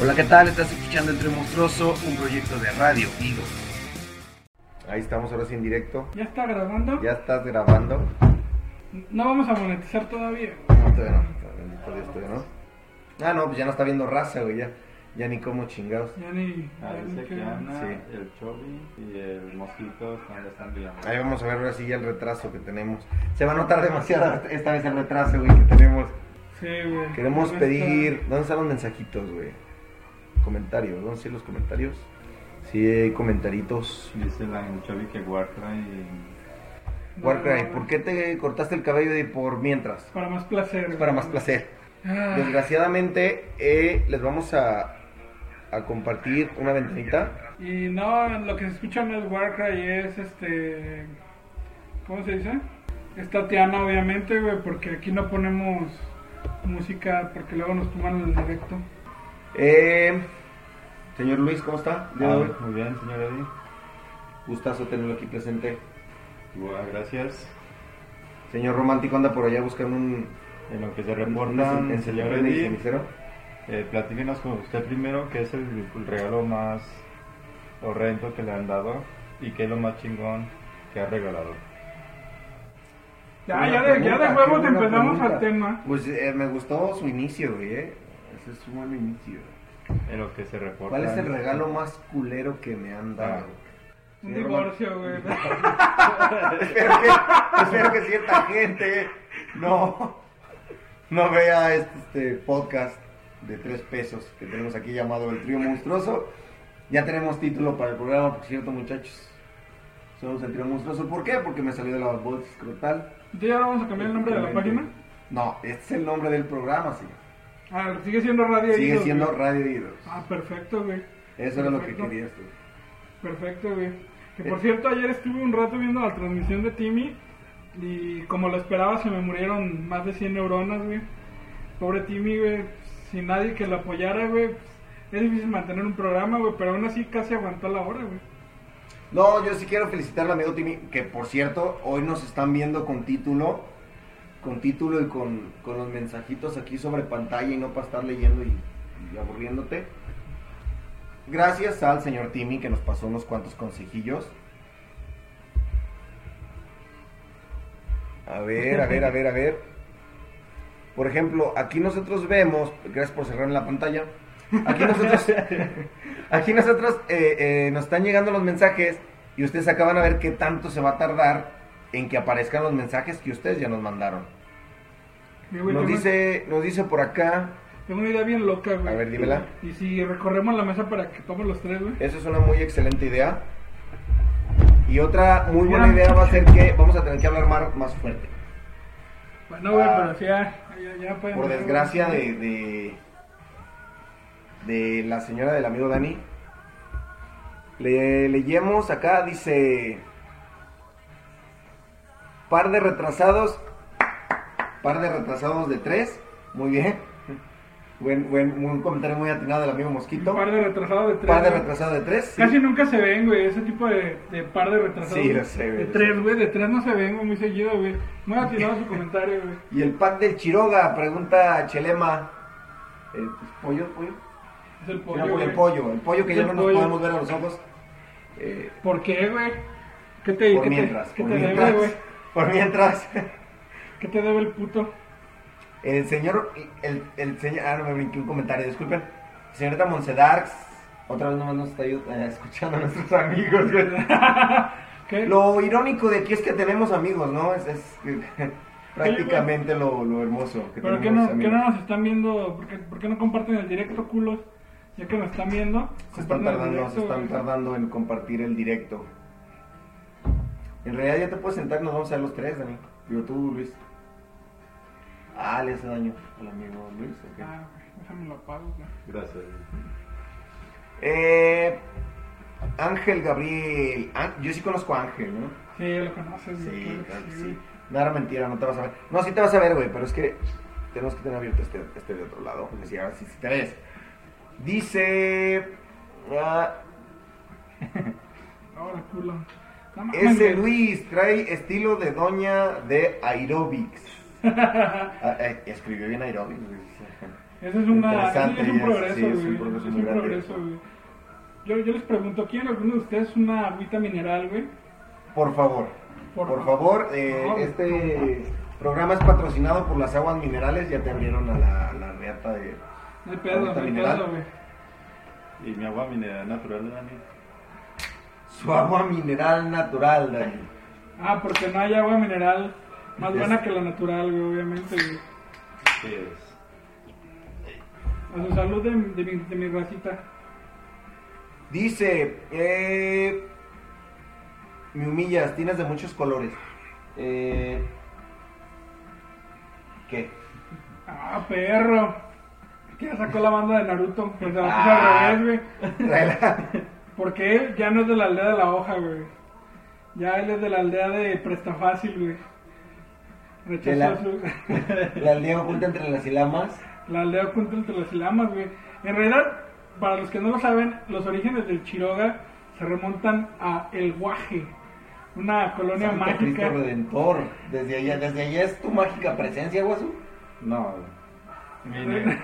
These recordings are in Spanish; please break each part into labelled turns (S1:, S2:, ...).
S1: Hola, ¿qué tal? Estás escuchando Entre Monstruoso, un proyecto de Radio Vivo.
S2: Ahí estamos ahora sí en directo.
S3: ¿Ya está grabando?
S2: Ya estás grabando.
S3: No vamos a monetizar todavía.
S2: No, todavía no. Bendito Dios, todavía no. Ah, no, pues ya no está viendo raza, güey. Ya, ya ni como chingados.
S3: Ya ni. ya
S4: Ahí
S3: ni
S4: Ah, dice
S3: qué-
S4: que Ana,
S2: Sí.
S4: el Chobi y el Mosquito están bastante bien.
S2: Ahí vamos a ver ahora sí ya el retraso que tenemos. Se va a notar demasiado esta vez el retraso, güey, que tenemos.
S3: Sí, güey.
S2: Queremos
S3: Ya
S2: pedir. ¿Dónde están los mensajitos, güey? Comentarios, ¿dónde están los comentarios? Sí, hay comentaritos.
S4: Dice la el Chobi que Warcry
S3: está.
S2: Warcry, ¿por qué te cortaste el cabello de por mientras?
S3: Para más placer.
S2: Para más placer.
S3: Ah,
S2: Desgraciadamente, eh, les vamos a, a compartir una ventanita.
S3: y no, lo que se escucha no es Warcry, es este. ¿Cómo se dice? Es Tatiana, obviamente, güey, porque aquí no ponemos música porque luego nos toman el directo.
S2: Eh, señor Luis, ¿cómo está?
S4: y. Ah, muy bien, señor Eddie.
S2: Gustazo tenerlo aquí presente.
S4: Bueno, gracias.
S2: Señor Romántico anda por allá buscando un...
S4: En lo que se
S2: un-
S4: reportan,
S2: un
S4: señor
S2: cenicero, un
S4: Eddie,
S2: cenicero.
S4: eh, platíquenos con usted primero qué es el, el regalo más horrendo que le han dado y qué es lo más chingón que ha regalado.
S3: Ya,
S2: Buena
S3: ya, de, ya
S2: pregunta,
S3: de huevos
S2: qué buena
S3: empezamos
S2: pregunta.
S3: al tema.
S2: Pues eh, me gustó su inicio, güey, eh. Ese es un buen inicio.
S4: En lo que se reporta.
S2: ¿Cuál es el regalo más culero que me han dado?
S3: Un
S2: Señor
S3: divorcio, güey.
S2: espero, que, espero que cierta gente no, no vea este, este podcast de tres pesos que tenemos aquí llamado El Trío Monstruoso. Ya tenemos título para el programa, por cierto, muchachos. Somos El Trío Monstruoso. ¿Por qué? Porque me salió de la bolsa escrotal.
S3: Entonces, ¿Ya ahora vamos a cambiar el nombre de la página?
S2: No, este es el nombre del programa, señor.
S3: Ah, sigue siendo Radio
S2: Sigue
S3: Idos,
S2: siendo
S3: güey.
S2: Radio Idos.
S3: Ah, perfecto, güey.
S2: Eso era lo que
S3: perfecto.
S2: querías tú.
S3: Perfecto, güey. Que
S2: Eh.
S3: por cierto, ayer estuve un rato viendo la transmisión de Timmy y como lo esperaba se me murieron más de 100 neuronas, güey. Pobre Timmy, güey. Sin nadie que lo apoyara, güey. pues, Es difícil mantener un programa, güey, pero aún así casi aguantó la hora, güey.
S2: No, yo sí quiero felicitar al amigo Timmy, que por cierto, hoy nos están viendo con título, con título y con, con los mensajitos aquí sobre pantalla y no para estar leyendo y, y aburriéndote. Gracias al señor Timmy que nos pasó unos cuantos consejillos. A ver, a ver, a ver, a ver. Por ejemplo, aquí nosotros vemos, gracias por cerrar la pantalla. Aquí nosotros, aquí nosotros eh, eh, nos están llegando los mensajes y ustedes acaban a ver qué tanto se va a tardar en que aparezcan los mensajes que ustedes ya nos mandaron.
S3: Sí, güey,
S2: Nos
S3: tengo-
S2: dice, nos dice por acá,
S3: Tengo una idea bien loca,
S2: a
S3: güey.
S2: ver, dímela.
S3: Y si recorremos la mesa para que tomen los tres, güey.
S2: Esa es una muy excelente idea. Y otra muy buena
S3: Mira.
S2: idea va a ser que vamos a tener que hablar mar- más fuerte.
S3: Bueno, güey,
S2: Ah.
S3: pero sí, ya, ya, ya pueden-
S2: Por desgracia de, de, de la señora del amigo Dani. Le leemos acá, dice... Par de retrasados. Par de retrasados de tres. Muy bien. Buen, buen, un comentario muy atinado del amigo
S3: Un
S2: Mosquito.
S3: par de retrasados de tres.
S2: Par de
S3: güey.
S2: retrasados de tres. sí.
S3: Casi nunca se ven, güey, ese tipo de, de par de retrasados.
S2: Sí, lo sé, güey,
S3: De
S2: lo sé.
S3: tres, güey, de tres no se ven, güey, muy seguido, güey. Muy atinado su comentario, güey.
S2: Y el pack del Chiroga, pregunta Chelema. Eh, pues, ¿Pollo? ¿Pollo?
S3: Es el
S2: Era
S3: pollo,
S2: pollo,
S3: güey.
S2: el pollo, el pollo que ya
S3: El
S2: no nos
S3: pollo.
S2: podemos ver a los ojos. Eh,
S3: ¿Por qué, güey? ¿Qué te,
S2: por
S3: qué te-
S2: mientras,
S3: qué
S2: por
S3: te
S2: mientras.
S3: debe, güey?
S2: Por mientras.
S3: ¿Qué te debe el puto?
S2: El señor, el, el señor, ah, no me brinqué un comentario, disculpen. Señorita Monsedarks, otra vez nomás nos está ayud- eh, escuchando a nuestros amigos. güey.
S3: ¿Qué?
S2: Lo irónico de aquí es que tenemos amigos, ¿no? Es, es prácticamente lo, lo hermoso que
S3: ¿Pero qué
S2: tenemos
S3: no, qué
S2: amigos.
S3: no nos están viendo? ¿Por qué, por qué no comparten el directo, culos? Ya que nos están viendo.
S2: Se están
S3: comparten el
S2: tardando, se
S3: directo,
S2: están
S3: güey.
S2: tardando en compartir el directo. En realidad ya te puedes sentar, nos vamos a ver los tres, Dani. Digo tú, Luis. Ah, le hace daño al amigo Luis. ok.
S3: Ah, güey, déjame lo apago, güey.
S4: Gracias.
S2: Eh, Ángel Gabriel. Á- yo sí conozco a Ángel, ¿no?
S3: Sí, ya lo conoces, güey,
S2: Sí,
S3: claro
S2: claro
S3: que
S2: que
S3: sí,
S2: sí.
S3: güey.
S2: No era mentira, no te vas a ver. No, sí te vas a ver, güey, pero es que tenemos que tener abierto este, este de otro lado. porque si ahora sí, sí te ves. Dice. ah,
S3: Ahora, culo. No mames,
S2: Ese
S3: güey.
S2: Luis trae estilo de doña de aerobics. Ah, eh, escribió bien aerobics. güey.
S3: Eso es, una, eso
S2: Interesante,
S3: es un
S2: ya,
S3: progreso,
S2: sí, es un
S3: güey,
S2: progreso
S3: es
S2: muy
S3: un
S2: grande.
S3: progreso, güey. Yo, yo les pregunto, ¿quieren alguno de ustedes una agüita mineral, güey?
S2: Por favor. Por,
S3: Por
S2: favor, eh,
S3: favor.
S2: este programa es patrocinado por las aguas minerales. Ya te abrieron a la, la reata de.
S3: No hay pedo,
S2: ¿Agüita
S3: no hay
S2: mineral?
S3: pedo, güey.
S4: Y mi agua mineral natural de Dani.
S2: Su agua mineral natural, Dani.
S3: Ah, porque no hay agua mineral más
S2: Es-
S3: buena que la natural, güey, obviamente, güey.
S4: Sí, es.
S3: A su salud de, de mi, de mi racita.
S2: Dice, eh, me humillas, tienes de muchos colores. Eh, ¿Qué?
S3: Ah, perro. Que ya sacó la banda de Naruto, pues se la puso
S2: Ah.
S3: al revés, güey.
S2: Tráela.
S3: Porque él ya no es de la aldea de la hoja, güey. Ya él es de la aldea de Presta Fácil, güey.
S2: De
S3: Rechazó
S2: la,
S3: su...
S2: la aldea oculta entre las ilamas.
S3: la aldea contra entre las ilamas, güey. En realidad, para los que no lo saben, los orígenes del Chiroga se remontan a El Guaje, una colonia
S2: Santo
S3: mágica.
S2: Cristo Redentor. Desde allá, desde allá es tu mágica presencia, Guasu.
S4: No, vine.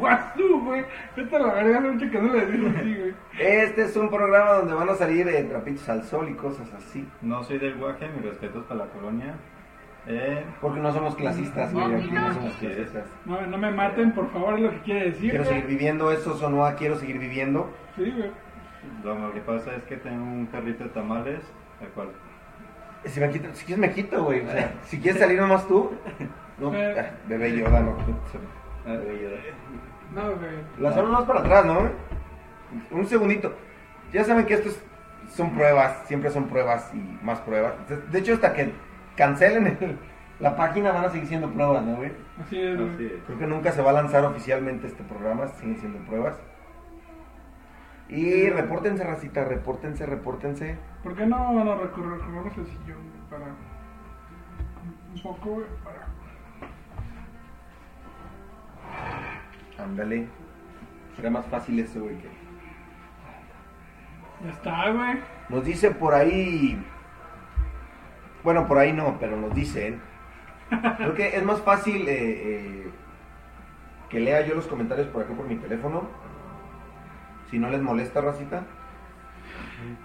S3: Guazú, güey. Esta la verga hace mucho que no le decimos así, güey.
S2: Este es un programa donde van a salir eh, trapitos al sol y cosas así.
S4: No soy del guaje, mis respetos para la colonia. Eh,
S2: Porque no somos clasistas, güey. Aquí no somos clasistas.
S3: No, no me maten, por favor, es lo que quiere decir.
S2: Quiero
S3: güey.
S2: seguir viviendo, eso sonó a quiero seguir viviendo.
S3: Sí, güey.
S4: lo que pasa es que tengo un carrito de tamales, el cual
S2: Si, me quito- si quieres me quito, güey. O sea, si quieres salir nomás tú. No,
S3: Eh.
S2: ah, bebé Yoda, no.
S4: eh,
S2: Bebé Yoda.
S3: No, güey.
S2: La zona más para atrás, ¿no? Un segundito. Ya saben que esto es- son pruebas, siempre son pruebas y más pruebas. De- De hecho, hasta que cancelen el- la página van a seguir siendo pruebas, ¿no, güey?
S3: Así es, güey.
S4: así es.
S2: Creo que nunca se va a lanzar oficialmente este programa, siguen siendo pruebas. Y repórtense, racita, repórtense, repórtense.
S3: ¿Por qué no van a recorrer recorremos el sillón güey, para un poco güey, para
S2: Ándale. Será más fácil eso, güey. que-
S3: ya está, güey.
S2: Nos dice por ahí. Bueno, por ahí no, pero nos dicen. Creo que es más fácil eh, eh, que lea yo los comentarios por acá por mi teléfono. Si no les molesta, racita.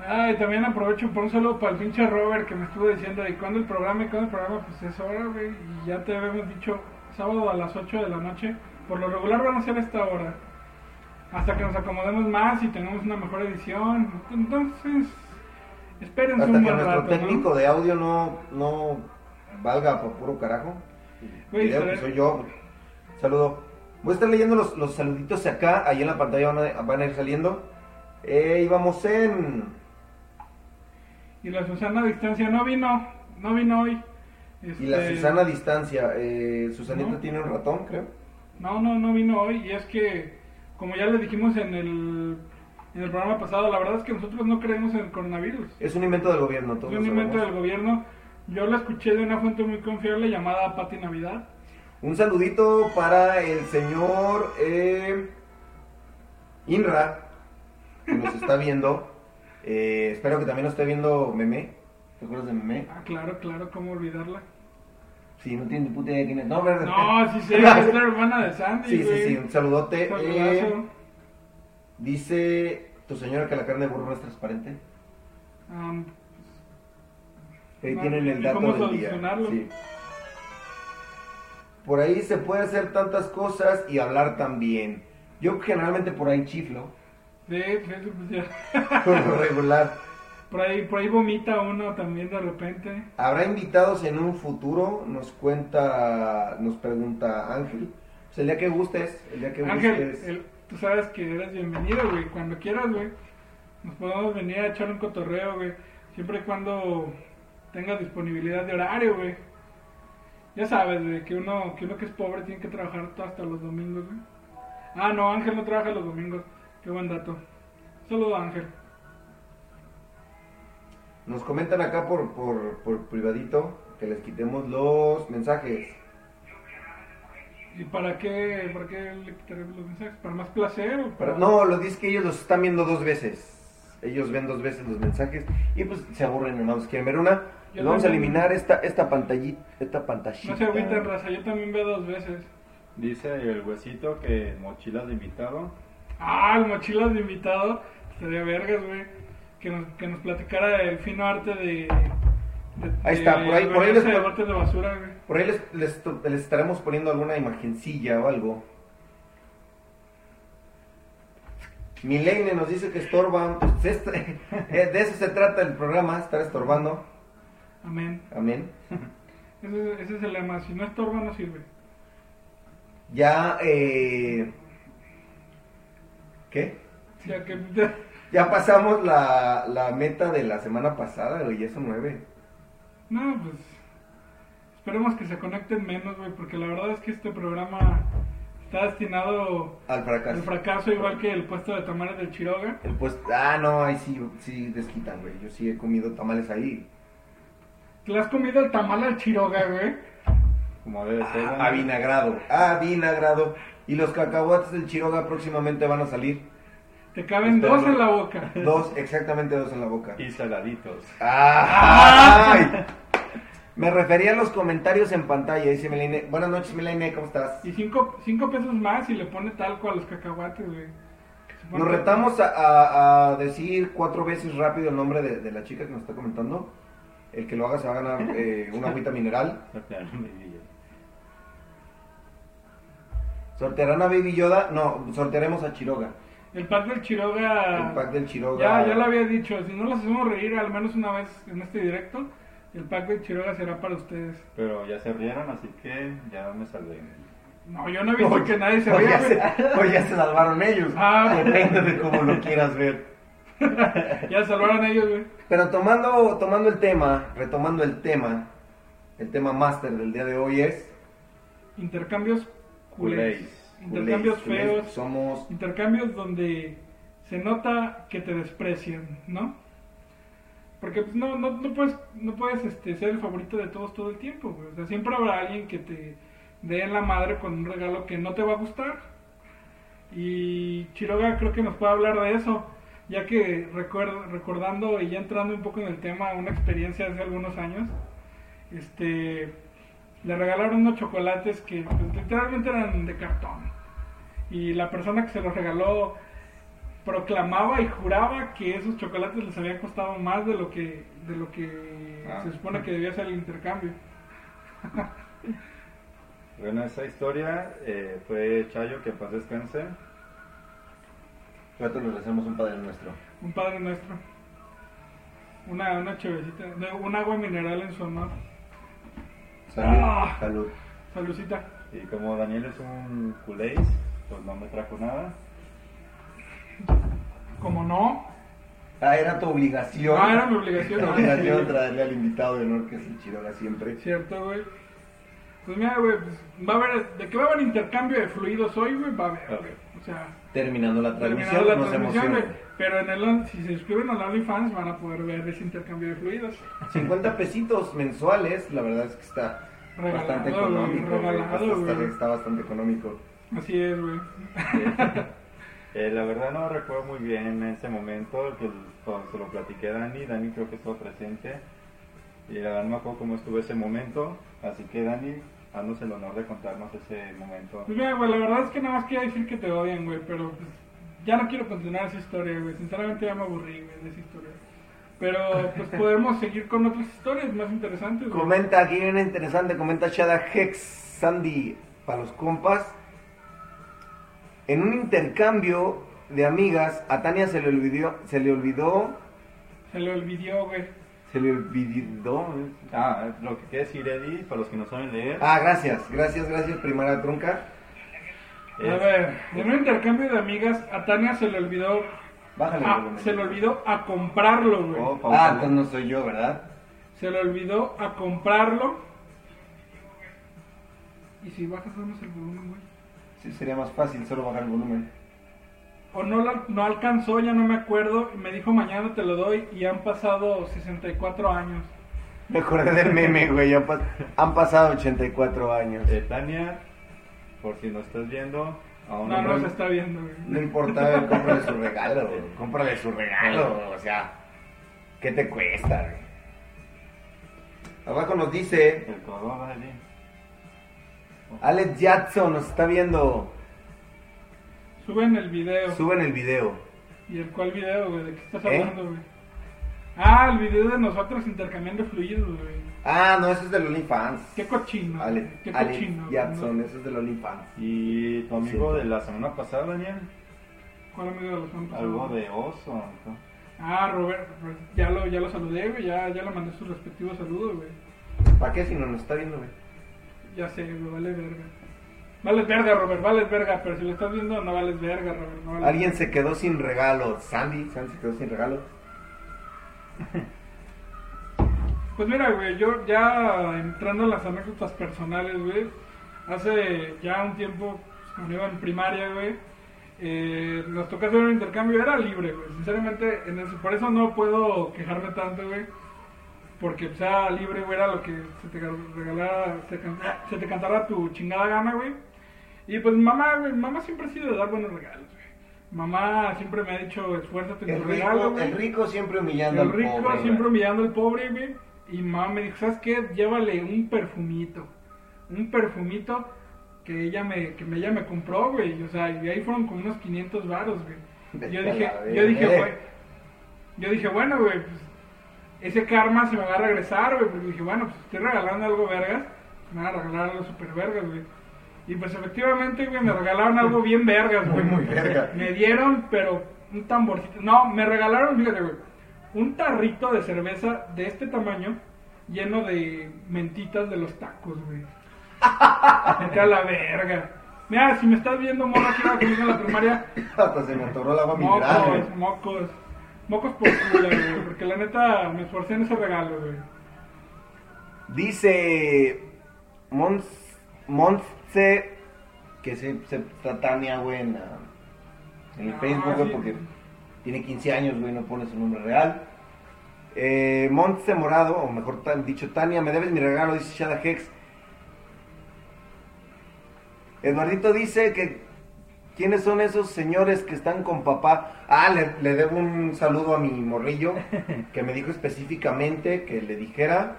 S3: Ay, también aprovecho por un saludo para el pinche Robert que me estuvo diciendo de cuándo el programa y cuándo el programa, pues es hora, güey. Y ya te habíamos dicho sábado a las 8 de la noche. Por lo regular van a ser esta hora. Hasta que nos acomodemos más y tengamos una mejor edición. Entonces, espérense
S2: Hasta
S3: un
S2: que
S3: buen
S2: nuestro
S3: rato,
S2: técnico
S3: ¿no?
S2: de audio no, no valga por puro carajo.
S3: Güey,
S2: Creo
S3: se
S2: que
S3: ve-
S2: soy yo. Saludo. Voy a estar leyendo los, los saluditos acá. Ahí en la pantalla van a, van a ir saliendo. Eh, íbamos en.
S3: Y la Susana a distancia no vino, no vino hoy.
S2: Y la
S3: Este,
S2: Susana a distancia. Eh, Susanita
S3: No.
S2: tiene un ratón, creo.
S3: No, no, no vino hoy y es que, como ya les dijimos en el, en el programa pasado, la verdad es que nosotros no creemos en el coronavirus.
S2: Es un invento del gobierno,
S3: Es
S2: todos
S3: un
S2: lo
S3: invento del
S2: sabemos.
S3: gobierno. Yo la escuché de una fuente muy confiable llamada Pati Navidad.
S2: Un saludito para el señor eh, Inra, que nos está viendo. Eh, espero que también lo esté viendo Meme. ¿Te acuerdas de Meme?
S3: Ah, claro, claro, cómo olvidarla.
S2: Sí, no tiene ni puta idea de quién es. No, verde.
S3: No, sí, sí, es la hermana de Sandy.
S2: sí, sí,
S3: güey.
S2: sí, un saludote. Eh,
S3: Saludazo.
S2: dice tu señora que la carne de burro no es transparente.
S3: Am,
S2: Ahí
S3: No,
S2: tienen el
S3: ¿y
S2: dato
S3: cómo
S2: del día.
S3: solucionarlo?
S2: Sí. Por ahí se puede hacer tantas cosas y hablar también. Yo generalmente por ahí chiflo,
S3: sí, sí, sí, pues ya.
S2: por lo regular.
S3: Por ahí, por ahí vomita uno también de repente.
S2: ¿Habrá invitados en un futuro? Nos cuenta, nos pregunta Ángel. Pues el día que gustes, el día que
S3: Ángel,
S2: gustes.
S3: el- tú sabes que eres bienvenido, güey. Cuando quieras, güey. Nos podemos venir a echar un cotorreo, güey. Siempre y cuando tengas disponibilidad de horario, güey. Ya sabes, güey, que uno, que uno que es pobre tiene que trabajar to- hasta los domingos, güey. Ah, no, Ángel no trabaja los domingos. Qué buen dato. Saludo, Ángel.
S2: Nos comentan acá por, por, por privadito que les quitemos los mensajes.
S3: ¿Y para qué, para qué le quitaré los mensajes? ¿Para más placer o
S2: Para-
S3: para...?
S2: no, lo dice que ellos los están viendo dos veces. Ellos ven dos veces los mensajes y pues se aburren, hermanos. Quieren ver una.
S3: Yo
S2: Les vamos a
S3: también.
S2: eliminar esta, esta pantallita. Esta pantallita.
S3: No se agüiten, raza. Yo también veo dos veces.
S4: Dice el huesito que mochilas de invitado.
S3: Ah, el mochilas de invitado. Sería vergas, güey. Que nos, que nos platicara el fino arte de. de-
S2: Ahí está,
S3: de
S2: por ahí- por ahí les-
S3: reunirse de botes de basura, güey.
S2: Por ahí les, les- les estaremos poniendo alguna imagencilla o algo. Milene nos dice que estorban. Pues, este- eh, de eso se trata el programa, estar estorbando.
S3: Amén.
S2: Amén.
S3: Ese, es- ese es el lema. Si no estorba, no sirve.
S2: Ya, eh, ¿Qué?
S3: Ya que.
S2: Ya pasamos la, la meta de la semana pasada, güey, ya son nueve.
S3: No, pues. Esperemos que se conecten menos, güey. Porque la verdad es que este programa está destinado
S2: Al fracaso.
S3: al fracaso, igual que el puesto de tamales del Chiroga.
S2: El puesto- Ah, no, ahí sí, sí desquitan, güey. Yo sí he comido tamales ahí.
S3: ¿Le has comido el tamal al Chiroga, güey?
S4: Como debe ser. ¿no?
S2: Ah, avinagrado. Ah, avinagrado. Y los cacahuates del Chiroga próximamente van a salir.
S3: Te caben
S4: Espero.
S3: dos en la boca.
S2: Dos, exactamente dos en la boca.
S4: Y saladitos.
S2: ¡Ay! Me refería a los comentarios en pantalla. Dice Melanie. Buenas noches, Melanie, ¿cómo estás?
S3: Y cinco, cinco pesos más y le pone talco a los cacahuates, güey. Supongo
S2: Nos
S3: que-
S2: retamos a, a- a decir cuatro veces rápido el nombre de, de la chica que nos está comentando. El que lo haga se va a ganar eh, una agüita mineral.
S4: No, claro, mi vida.
S2: ¿Sortearán a Baby Yoda? No, sortearemos a Chiroga.
S3: El pack del Chiroga.
S2: El pack del Chiroga.
S3: Ah. Ya, ya lo había dicho. Si no los hacemos reír al menos una vez en este directo, el pack del Chiroga será para ustedes.
S4: Pero ya se rieron, así que ya me salvé.
S3: No, yo no he visto
S2: Oye,
S3: que nadie se
S2: o
S3: ría,
S2: ya, se,
S3: güey.
S2: o ya se salvaron ellos.
S3: Ah.
S2: Depende de cómo lo quieras ver.
S3: Ya salvaron ellos, güey.
S2: Pero tomando, tomando el tema, retomando el tema, el tema máster del día de hoy es...
S3: Intercambios culés.
S4: Culés.
S3: Intercambios
S2: culés,
S3: feos.
S2: culés, Somos...
S3: intercambios donde se nota que te desprecian, ¿no? Porque pues, no, no, no puedes, no puedes este, ser el favorito de todos todo el tiempo, güey. O sea, siempre habrá alguien que te dé en la madre con un regalo que no te va a gustar. Y Chiroga creo que nos puede hablar de eso, ya que recuer- recordando y ya entrando un poco en el tema, una experiencia hace algunos años, este, le regalaron unos chocolates que pues, literalmente eran de cartón y la persona que se los regaló proclamaba y juraba que esos chocolates les habían costado más de lo que de lo que
S4: Ah.
S3: se supone que debía ser el intercambio.
S4: Bueno, esa historia eh, fue Chayo, que en paz descanse.
S2: Rato les hacemos un padre nuestro.
S3: Un padre nuestro. Una, una chevecita, no, un agua mineral en su honor.
S2: Salud.
S3: Ah.
S2: Salud.
S3: Salucita.
S4: Y como Daniel es un culéis, pues no me trajo nada.
S3: Como no,
S2: Ah, era tu obligación.
S3: Ah, era mi obligación,
S2: Era
S3: ah,
S2: obligación
S3: sí.
S2: traerle al invitado de honor que es el Chiroga siempre.
S3: cierto, güey. Pues mira, güey, pues, va a haber, de que va a haber intercambio de fluidos hoy, güey, va a haber, güey. O sea,
S2: Terminando la
S3: Terminado
S2: transmisión,
S3: la
S2: nos
S3: transmisión, eh. güey.
S2: emociona.
S3: Pero en el, on- si se inscriben al OnlyFans van a poder ver ese intercambio de fluidos.
S2: 50 pesitos mensuales, la verdad es que está
S3: Regalado,
S2: bastante
S3: güey,
S2: económico. güey.
S3: regalado,
S2: Está- está,
S3: güey.
S2: está bastante económico.
S3: Así es, güey.
S4: Eh, la verdad no recuerdo muy bien en ese momento, que cuando se lo platiqué a Dani, Dani creo que estuvo presente. Y la verdad no me acuerdo cómo estuvo ese momento, así que Dani, haznos el honor de contarnos ese momento.
S3: Pues mira, güey, la verdad es que nada más quería decir que te odian, güey, pero pues, ya no quiero continuar esa historia, güey. Sinceramente ya me aburrí, güey, de esa historia. Pero pues podemos seguir con otras historias más interesantes, güey.
S2: Comenta aquí una interesante, comenta Shada Hex Sandy para los compas. En un intercambio de amigas, a Tania se le olvidó, se le olvidó,
S3: Se le olvidó, güey.
S2: se le olvidó. ¿eh?
S4: Ah, lo que quiere decir Eddie, para los que no saben leer,
S2: Ah, gracias, gracias, gracias, primera trunca.
S4: es-
S3: A ver, en un intercambio de amigas, a Tania se le olvidó...
S2: Bájale. el
S3: ah,
S2: volumen.
S3: se le olvidó a comprarlo, güey.
S4: Oh,
S2: Ah,
S4: pausa.
S2: entonces no soy yo, ¿verdad?
S3: Se le olvidó a comprarlo. Y si bajas menos el volumen, güey.
S2: Sí, sería más fácil solo bajar el volumen.
S3: O no, la- no alcanzó, ya no me acuerdo. Y me dijo mañana te lo doy. Y han pasado 64 años.
S2: Me acordé del meme, güey. ya pas- Han pasado 84 años.
S4: Eh, Tania, por si no estás viendo, aún
S3: No, no
S4: Oh, no-
S3: se está viendo, güey.
S2: No importa, güey, cómprale su regalo, güey. Cómprale su regalo, o sea. ¿Qué te cuesta, güey? Abajo nos dice
S4: el cordón, Eddie.
S2: Alex Jackson nos está viendo.
S3: Suben el video.
S2: Suben el video.
S3: ¿Y el cuál video, güey? ¿De qué estás
S2: ¿Eh?
S3: hablando, güey? Ah, el video de nosotros intercambiando fluidos, güey.
S2: Ah, no, eso es del OnlyFans.
S3: Qué cochino.
S2: Alex,
S3: qué
S2: Alex
S3: cochino. güey,
S2: Jackson, eso es del OnlyFans.
S4: Y tu amigo
S2: Sí.
S4: de la semana pasada, Daniel,
S3: ¿no? ¿Cuál amigo de los hombres?
S4: algo de oso. ¿no?
S3: Ah, Robert, Robert, ya lo, ya lo saludé, güey. Ya, ya le mandé sus respectivos saludos, güey.
S2: ¿Para qué si no nos está viendo, güey?
S3: Ya sé, güey, vale verga. Vales verga, Robert, vales verga. Pero si lo estás viendo, no vales verga, Robert. No vales
S2: Alguien se quedó sin regalo. Sandy, Sandy se quedó sin regalo.
S3: Pues mira, güey, yo ya entrando en las anécdotas personales, güey, hace ya un tiempo, pues, cuando iba en primaria, güey, eh, nos tocó hacer un intercambio, era libre, güey, sinceramente, en eso, por eso no puedo quejarme tanto, güey, porque pues, era libre, güey, era lo que se te regalara, se, can- se te cantara tu chingada gana, güey, y pues mamá, güey, mamá siempre ha sido de dar buenos regalos, güey, mamá siempre me ha dicho, esfuérzate en
S2: El
S3: tu regalo,
S2: rico,
S3: güey.
S2: el rico siempre humillando
S3: El
S2: al
S3: rico
S2: pobre.
S3: siempre
S2: güey.
S3: humillando al pobre, güey. Y mamá me dijo, ¿sabes qué? Llévale un perfumito. Un perfumito que ella me, que me- ella me compró, güey. O sea, y ahí fueron como unos 500 varos, güey.
S2: Vete
S3: Yo
S2: a
S3: dije,
S2: la
S3: yo dije,
S2: verga.
S3: güey. Yo dije, bueno, güey, pues, ese karma se me va a regresar, güey. Porque dije, bueno, pues estoy regalando algo vergas. pues, me van a regalar algo super vergas, güey. Y pues efectivamente, güey, me regalaron algo bien vergas, güey.
S2: Muy, muy verga.
S3: Me dieron, pero un tamborcito. No, me regalaron, fíjate, güey, un tarrito de cerveza de este tamaño lleno de mentitas de los tacos, güey. Vete a la verga. Mira, si me estás viendo, morra, que iba conmigo en la primaria,
S2: Hasta se me atoró el agua mineral, güey.
S3: mocos, mocos. Mocos por culo, güey, porque la neta me esforcé en ese regalo, güey.
S2: Dice Mons, Montse que se, se está Tania, güey, en, la- en el
S3: Ah,
S2: Facebook, güey,
S3: sí.
S2: porque tiene 15 años, güey, no pone su nombre real. Eh, Montse Morado, o mejor tan- dicho, Tania, me debes mi regalo, dice Shada Hex. Eduardito dice que ¿quiénes son esos señores que están con papá? Ah, le, le debo un saludo a mi morrillo que me dijo específicamente que le dijera.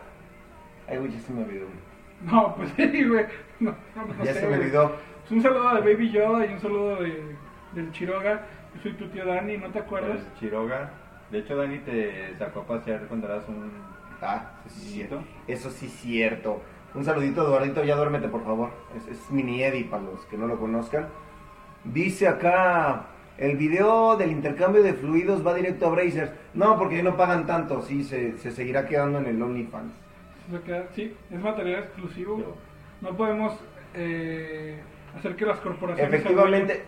S2: Ay, güey, ya se me olvidó. güey.
S3: No, pues sí, güey. No, no, no
S2: Ya
S3: sé,
S2: se me
S3: güey.
S2: olvidó.
S3: Pues un saludo de Baby Yoda y un saludo de, del Chiroga. Yo soy tu tío Dani, ¿no te acuerdas?
S4: El Chiroga. De hecho, Dani te sacó a pasear cuando eras un.
S2: Ah, eso sí, es cierto. Eso sí es cierto. Un saludito, Eduardito, ya duérmete, por favor. Es, es mini Eddie para los que no lo conozcan. Dice acá, el video del intercambio de fluidos va directo a Brazers. No, porque no pagan tanto, sí, se, se seguirá quedando en el OnlyFans.
S3: O sea que- Sí, es material exclusivo.
S4: Pero-
S3: No podemos eh, hacer que las corporaciones.
S2: Efectivamente,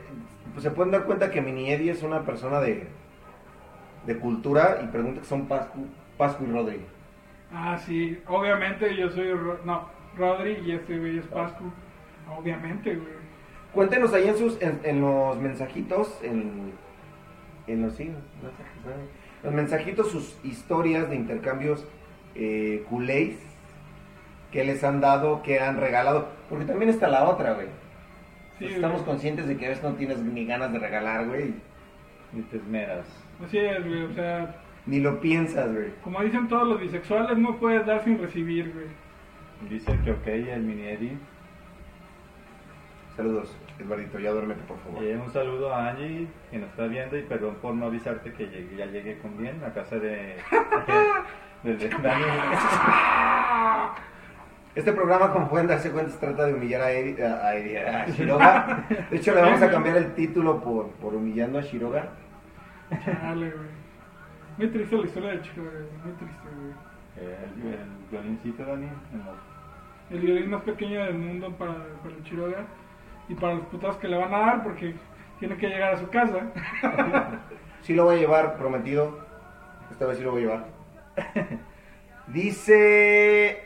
S2: pues, se pueden dar cuenta que Mini Eddie es una persona de, de cultura y pregunta que son Pascu, Pascu y Rodri.
S3: se adueñen. Ah, sí, obviamente yo soy. Ro- No, Rodri y este güey
S2: Ah.
S3: es Pascu. Obviamente, güey.
S2: Cuéntenos ahí en sus en, en los mensajitos, en, en los sí, mensajes, ¿no? los mensajitos, sus historias de intercambios eh, culés que les han dado, que han regalado, porque también está la otra, güey.
S3: Sí,
S2: Pues estamos
S3: güey.
S2: conscientes de que a veces no tienes ni ganas de regalar, güey,
S4: Y te esmeras.
S3: Así es, güey. O sea,
S2: ni lo piensas, güey.
S3: como dicen todos los bisexuales, no puedes dar sin recibir, güey.
S4: Dice que ok, el mini Eddie.
S2: Saludos, Eduardito, ya duérmete, por favor.
S4: Eh, un saludo a Angie que nos está viendo y perdón por no avisarte que llegué- ya llegué con bien a casa de. del de Dani.
S2: Este programa, como pueden darse cuenta, se trata de humillar a, Eri- a- a Eri- a Shiroga. De hecho, le vamos a cambiar el título por, por humillando a Shiroga.
S3: Chale, güey. Muy triste la historia del chico, güey. Muy triste, güey.
S4: El, el violincito, Dani. en los-
S3: el violín más pequeño del mundo para, para el Chiroga y para los putados que le van a dar porque tiene que llegar a su casa.
S2: Sí lo voy a llevar, prometido. Esta vez sí lo voy a llevar. Dice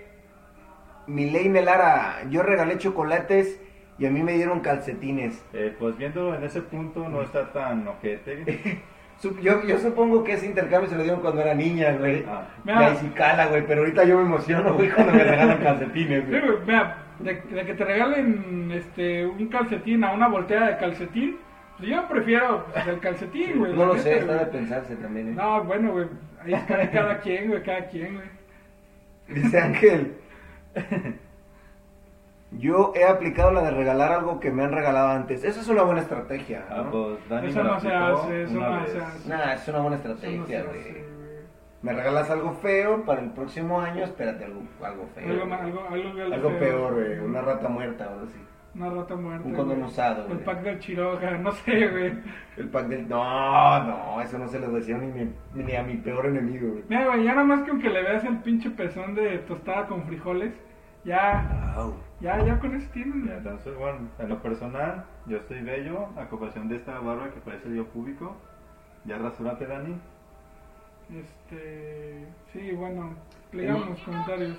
S2: Milei Melara, yo regalé chocolates y a mí me dieron calcetines.
S4: Eh, pues viéndolo en ese punto no está tan ojete.
S2: Sup- Yo, yo supongo que ese intercambio se lo dieron cuando era niña, güey.
S4: Ah.
S2: Y ahí sí cala, güey, pero ahorita yo me emociono, güey, cuando me regalan
S3: Sí,
S2: calcetines, güey.
S3: güey, mira, de, de que te regalen este un calcetín a una volteada de calcetín, pues yo prefiero pues, el calcetín, güey.
S2: No
S3: la
S2: lo
S3: neta,
S2: sé, está
S3: güey.
S2: de pensarse también, ¿eh?
S3: No, bueno, güey, ahí es cada, cada quien, güey, cada quien, güey.
S2: Dice Ángel. Yo he aplicado la de regalar algo que me han regalado antes. Esa es una buena estrategia.
S4: Ah,
S2: ¿no?
S4: pues Dani
S3: Eso
S4: me la
S3: no se
S4: aplicó
S3: hace, eso
S4: una
S3: no se
S4: vez.
S3: hace.
S2: Nah, es una buena
S3: Eso no se
S2: estrategia, güey.
S3: hace, güey.
S2: Me regalas algo feo para el próximo año, espérate algo, algo feo.
S3: Algo, ma- algo, algo,
S2: Algo peor, güey. Una rata muerta o algo así.
S3: Una rata muerta.
S2: Un condón
S3: güey.
S2: usado,
S3: El
S2: güey.
S3: pack del Chiroga, no sé, güey.
S2: El pack del. No, no, eso no se lo decía ni, mi- ni a mi peor enemigo, güey.
S3: Mira, güey, ya nada más que aunque le veas el pinche pezón de tostada con frijoles, ya,
S2: Au.
S3: ya, ya con eso tienen.
S4: Ya, Entonces, bueno, en lo personal, yo estoy bello, a comparación de esta barba que parece yo público. Ya rasúrate, Dani.
S3: Este. Sí, bueno, leamos los comentarios.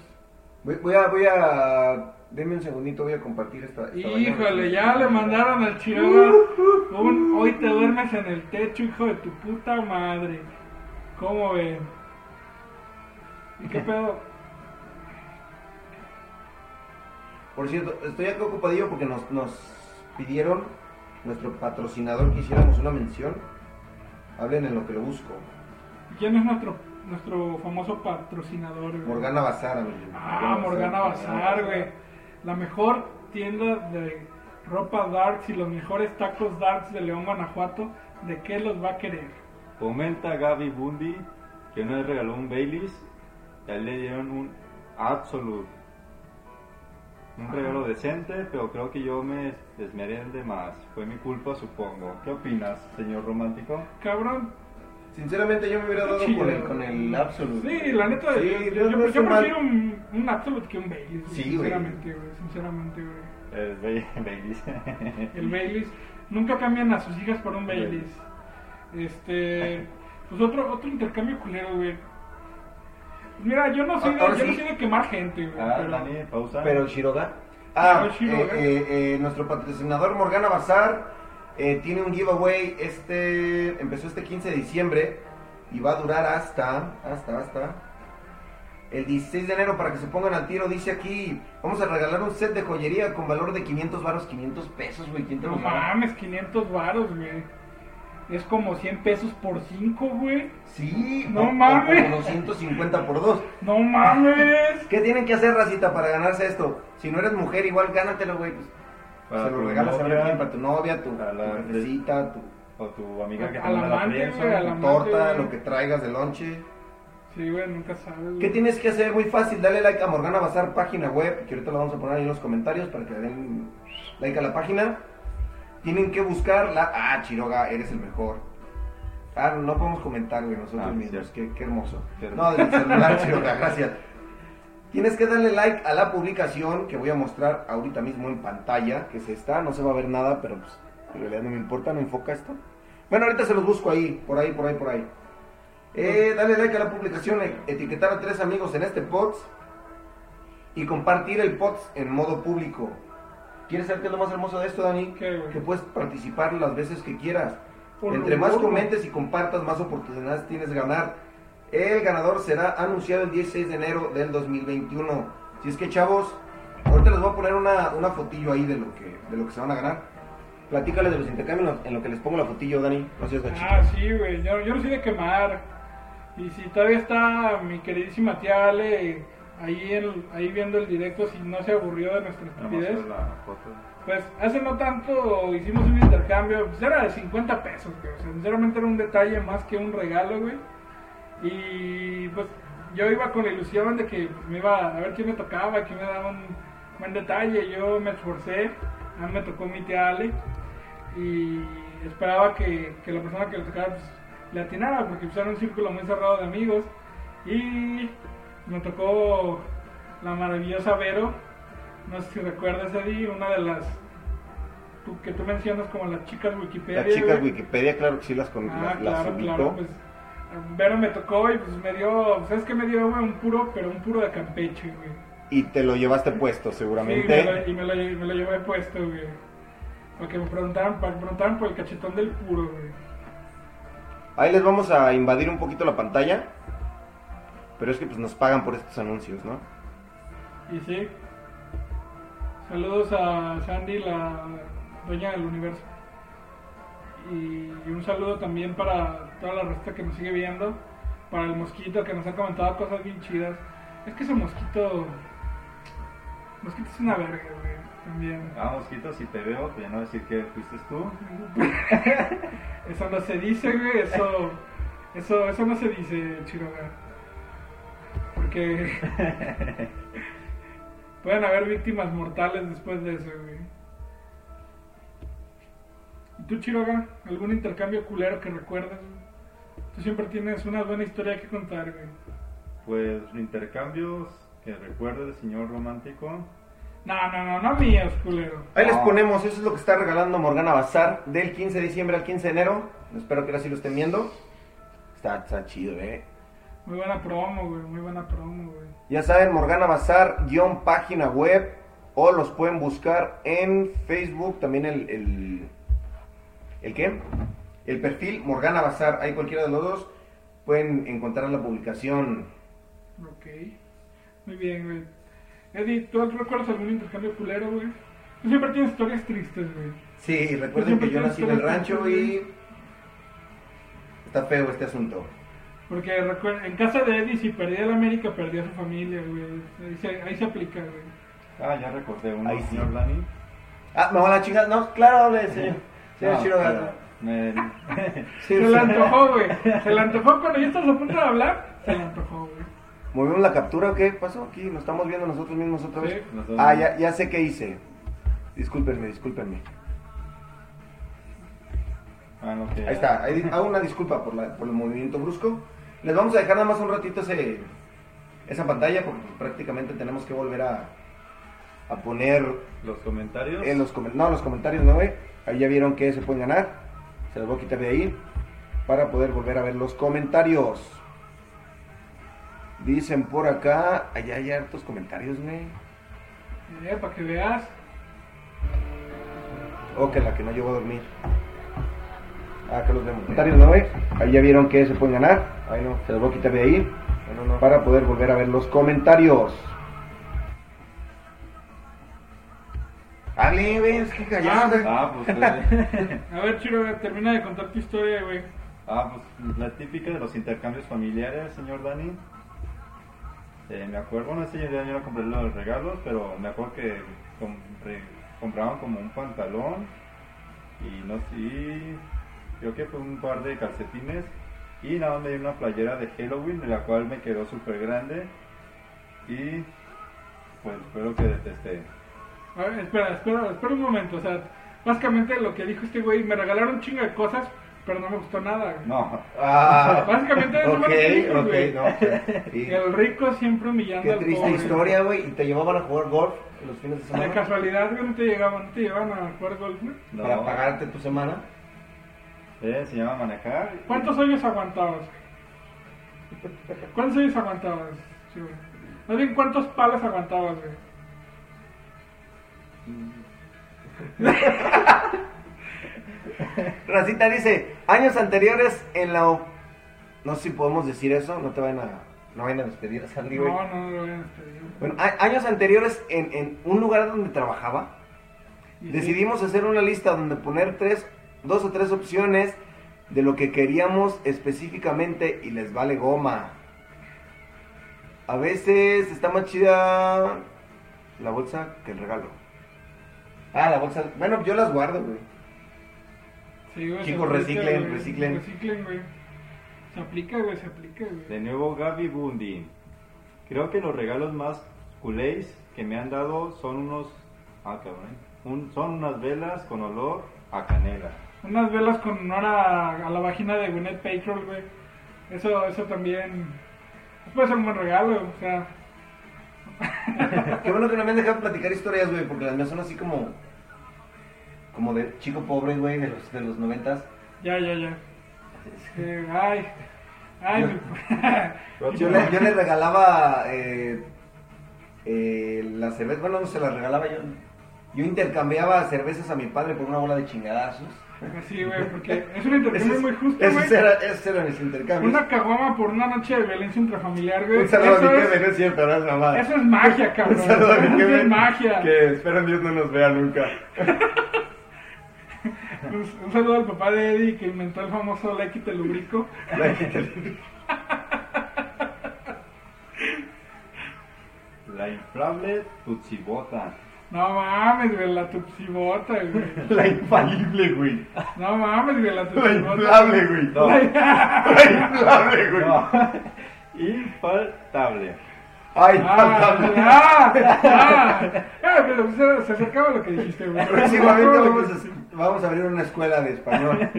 S2: Voy, voy a, voy a. Deme un segundito, voy a compartir esta. esta
S3: Híjole,
S2: vaina.
S3: ya le mandaron al Chiroga un hoy te duermes en el techo, hijo de tu puta madre. ¿Cómo ven? ¿Y qué pedo?
S2: Por cierto, estoy acá ocupadillo porque nos, nos pidieron nuestro patrocinador que hiciéramos una mención. Hablen en lo que lo busco.
S3: ¿Quién es nuestro, nuestro famoso patrocinador? güey?
S2: Morgana Bazar, amigo.
S3: Ah, Morgana Bazar, güey. La mejor tienda de ropa darks y los mejores tacos darks de León, Guanajuato. ¿De qué los va a querer?
S4: Comenta Gaby Bundy que no le regaló un Baileys, ya le dieron un Absolute. Un regalo decente, pero creo que yo me esmeré de más. Fue mi culpa, supongo. ¿Qué opinas, señor romántico?
S3: Cabrón.
S2: Sinceramente, yo me hubiera dado
S3: chido.
S2: con el, con el Absolute.
S3: Sí, la neta,
S2: Sí,
S3: yo,
S2: no-
S3: yo-
S2: no
S3: yo
S2: es un mal-
S3: prefiero un, un Absolute que un Baileys. güey,
S2: Sí, güey.
S3: Sinceramente, güey. Sinceramente, güey.
S4: El Ba- Baileys.
S3: El Baileys. Nunca cambian a sus hijas por un Baileys. Este. Pues otro, otro intercambio culero, güey. Pues Mira, yo no soy de,
S2: Ahora
S3: yo no
S2: sí.
S3: soy de quemar gente, güey.
S4: ah,
S3: pero-
S4: Dani, pausa.
S2: Pero el Shiroga. Ah,
S3: No, el
S2: eh,
S3: Shiroga.
S2: eh, eh, nuestro patrocinador Morgana Bazar eh, tiene un giveaway. Este empezó este 15 de diciembre y va a durar hasta, hasta, hasta el 16 de enero para que se pongan al tiro. Dice aquí, vamos a regalar un set de joyería con valor de 500 varos, 500 pesos, güey. ¿Quién te
S3: No
S2: lo gana?
S3: mames, 500 varos, güey. Es como 100 pesos por 5, güey.
S2: Sí,
S3: No
S2: o- o
S3: mames.
S2: Como 250 por 2.
S3: No mames.
S2: ¿Qué tienen que hacer, racita, para ganarse esto? Si no eres mujer, igual gánatelo, güey. pues,
S4: Para
S2: se lo
S4: tu
S2: regalas a ver
S4: novia.
S2: quién, para tu novia, tu,
S4: A la-
S2: tu jefecita, tu,
S4: O tu amiga que
S2: Pues
S3: Al
S4: te manda la
S3: amante,
S4: prensa.
S3: güey, al
S2: tu
S3: amante,
S2: torta,
S3: güey.
S2: lo que traigas de lonche.
S3: Sí, güey, nunca sabes. güey.
S2: ¿Qué tienes que hacer? Muy fácil, dale like a Morgana Bazar página web, que ahorita lo vamos a poner ahí en los comentarios para que le den like a la página. Tienen que buscar la... Ah, Chiroga, eres el mejor. Ah, no podemos comentar, güey, nosotros
S4: Ah,
S2: mismos.
S4: cierto.
S2: Qué, qué hermoso.
S4: Qué hermoso.
S2: No, del celular, Chiroga, gracias. Tienes que darle like a la publicación que voy a mostrar ahorita mismo en pantalla, que es esta, no se va a ver nada, pero pues en realidad no me importa, no enfoca esto. Bueno, ahorita se los busco ahí, por ahí, por ahí, por ahí. Eh, dale like a la publicación, e- etiquetar a tres amigos en este pods y compartir el pods en modo público. ¿Quieres saber qué es lo más hermoso de esto, Dani?
S3: ¿Qué, güey?
S2: que puedes participar las veces que quieras.
S3: Por
S2: Entre
S3: lo
S2: más
S3: mismo.
S2: comentes y compartas, más oportunidades tienes de ganar. El ganador será anunciado el 16 de enero del 2021. Si es que chavos, ahorita les voy a poner una, una fotillo ahí de lo que de lo que se van a ganar. Platícales de los intercambios en lo- en lo que les pongo la fotillo, Dani. No seas gachito.
S3: Ah, sí, güey. Yo, yo no soy de quemar. Y si todavía está mi queridísima tía Ale ahí, en- ahí viendo el directo, si no se aburrió de nuestra
S4: Nada más
S3: estupidez,
S4: es la foto.
S3: pues hace no tanto hicimos un intercambio, pues era de 50 pesos, güey. O sea, sinceramente era un detalle más que un regalo, güey. Y pues yo iba con la ilusión de que pues, me iba a ver quién me tocaba, quién me daba un buen detalle. Yo me esforcé, a mí me tocó mi tía Ale y esperaba que, que la persona que le tocaba pues, le atinara, porque pues, era un círculo muy cerrado de amigos. Y me tocó la maravillosa Vero, no sé si recuerdas, Eddie, una de las tú- que tú mencionas como las chicas Wikipedia.
S2: Las chicas
S3: güey.
S2: Wikipedia, claro que sí las, con,
S3: Ah,
S2: las, las
S3: claro,
S2: ubico.
S3: claro, pues Vero me tocó y pues me dio, ¿sabes qué me dio, güey? Un puro, pero un puro de Campeche, güey.
S2: Y te lo llevaste puesto,
S3: Sí,
S2: seguramente.
S3: me lo- y me lo, me lo llevé puesto, güey. Porque me preguntaban, me preguntaban por el cachetón del puro, güey.
S2: Ahí les vamos a invadir un poquito la pantalla. Pero es que pues nos pagan por estos anuncios, ¿no?
S3: Y sí. Saludos a Sandy, la dueña del universo. Y un saludo también para toda la resta que nos sigue viendo. Para el mosquito que nos ha comentado cosas bien chidas. Es que ese mosquito. Mosquito es una verga, güey. También.
S4: Ah, mosquito, si te veo, te no decir que fuiste tú.
S3: Eso no se dice, güey. Eso, eso, eso no se dice, Chiroga. Porque pueden haber víctimas mortales después de eso, güey. ¿Y tú, Chiroga? ¿Algún intercambio culero que recuerdas? güey? Tú siempre tienes una buena historia que contar, güey.
S4: Pues intercambios que recuerde el señor romántico.
S3: No, no, no, no míos, culero.
S2: Ahí les
S4: No.
S2: ponemos, eso es lo que está regalando Morgana Bazar del 15 de diciembre al 15 de enero. Espero que ahora sí lo estén viendo. Está, está chido, eh.
S3: Muy buena promo, güey. Muy buena promo, güey.
S2: Ya saben, Morgana Bazar, guión página web, o los pueden buscar en Facebook, también el, el, ¿el qué? El perfil Morgana Bazar, hay cualquiera de los dos, pueden encontrar la publicación.
S3: Ok. Muy bien, güey. Eddie, ¿tú recuerdas algún intercambio culero, güey? Tú siempre tienes historias tristes, güey.
S2: Sí, recuerden que yo nací en el rancho y está feo este asunto.
S3: Porque recuer- en casa de Eddie, si perdía el América, perdía a su familia, güey. Ahí se, ahí se aplica, güey.
S4: Ah, ya recordé uno,
S2: Ahí sí.
S4: señor Dani.
S2: Ah, me van a chingar, no, claro, hable, señor. Señor
S4: Ah,
S2: Shiroga.
S4: me-
S2: Sí,
S3: Se le
S2: sí.
S3: antojó, güey. Se le antojó cuando ya estás a punto de hablar. Se le antojó, güey.
S2: ¿Movimos la captura o qué pasó aquí? ¿Lo estamos viendo nosotros mismos otra vez?
S3: Sí.
S4: Nosotros-
S2: Ah, ya, ya sé qué hice. Discúlpenme, discúlpenme.
S4: Ah, no, que-
S2: Ahí está, ahí di- hago una disculpa por, la- por el movimiento brusco. Les vamos a dejar nada más un ratito ese, esa pantalla porque pues, prácticamente tenemos que volver a, a poner
S4: Los comentarios.
S2: en los, comen- no, los comentarios, ¿no, güey? Ahí ya vieron que se pueden ganar. Se los voy a quitar de ahí para poder volver a ver los comentarios. Dicen por acá, allá hay hartos comentarios, güey.
S3: Eh, para que veas.
S2: O que la que no llegó a dormir. Ah, que los comentarios no, eh. Ahí ya vieron que se pueden ganar. Ahí no. Se los voy a quitar de ahí. Para poder volver a ver los comentarios. Ale, güey, es que callado.
S4: Ah, pues, eh,
S3: A ver, Chiro, güey, termina de contar tu historia, güey.
S4: ah, pues la típica de los intercambios familiares, señor Dani. Eh, me acuerdo, bueno, ese día yo no compré los regalos, pero me acuerdo que compré- compraban como un pantalón y no sé, y creo que fue un par de calcetines y nada más me dieron una playera de Halloween, de la cual me quedó súper grande y pues fue lo que detesté.
S3: A ver, espera, espera, espera un momento. O sea, básicamente lo que dijo este güey, me regalaron un chingo de cosas, pero no me gustó nada, güey.
S4: No,
S2: Ah,
S3: Básicamente eso
S2: ok,
S3: fue lo que dijo,
S2: ok,
S3: güey.
S2: no. sí.
S3: El rico siempre humillando
S2: Qué
S3: al
S2: triste
S3: pobre.
S2: historia, güey. Y te llevaban a jugar golf los fines de
S3: De
S2: semana
S3: casualidad, güey, no te llegaban, no te llevaban a jugar golf, güey.
S4: no.
S2: para pagarte tu semana.
S4: Eh, enseñaba a manejar.
S3: ¿Cuántos años aguantabas? ¿Cuántos años aguantabas? Sí, güey? Más bien, ¿cuántos palos aguantabas, güey?
S2: Racita dice, años anteriores en la... o- No sé si podemos decir eso, no te vayan a... No vayan a despedir a Sandy, güey.
S3: No, no, no, no, te digo.
S2: Bueno, a- años anteriores en, en un lugar donde trabajaba,
S3: Y sí,
S2: decidimos hacer una lista donde poner tres, dos o tres opciones de lo que queríamos específicamente y les vale goma. A veces está más chida la bolsa que el regalo. Ah, la bolsa. Bueno, yo las guardo, güey.
S3: sí, güey, se
S2: Chicos,
S3: aplica,
S2: reciclen,
S3: güey,
S2: reciclen.
S3: Reciclen, güey. Se aplica, güey, se aplica, güey.
S4: De nuevo Gaby Bundy. Creo que los regalos más culés que me han dado son unos... Ah, cabrón. eh. Un- son unas velas con olor a canela.
S3: Unas velas con honor a, a la vagina de Gwyneth Paltrow, güey. Eso, eso también pues, puede ser un buen regalo, o sea...
S2: Qué bueno que no me han dejado platicar historias, güey, porque las mías son así como. Como de chico pobre, güey, de los, de los noventas.
S3: Ya, ya, ya. Eh, ay, ay,
S4: Pero
S2: Yo le, yo le regalaba eh, eh, la cerveza, bueno, no se la regalaba yo. Yo intercambiaba cervezas a mi padre por una bola de chingadazos.
S3: así, pues, güey, porque es un intercambio
S2: Esos-
S3: muy justo,
S2: esos,
S3: güey.
S2: era- esos eran mis intercambios.
S3: Una caguama por una noche de violencia intrafamiliar, güey.
S2: Un saludo a mi
S3: eso,
S2: jefe,
S3: es,
S2: no es cierto, ahora es mamada.
S3: eso es magia, cabrón.
S2: Un saludo a mi
S3: Eso
S2: jefe.
S3: es magia.
S2: Que espero en Dios no nos vea nunca.
S3: Un, un saludo al papá de Eddie que inventó el famoso Lecky te lubrico.
S4: La inflable Tutsibota.
S3: No mames, güey, la tupsibota, güey.
S2: La infalible, güey.
S3: No mames, güey, la
S2: La
S3: tupsibota.
S2: inflable, güey.
S4: No.
S2: La inflable, güey.
S4: No. Infaltable.
S2: Ay,
S3: Ah,
S2: infaltable.
S3: ah, ah. Ah, pero se, se acercaba lo que dijiste, güey.
S2: Próximamente vamos a, vamos a abrir una escuela de español.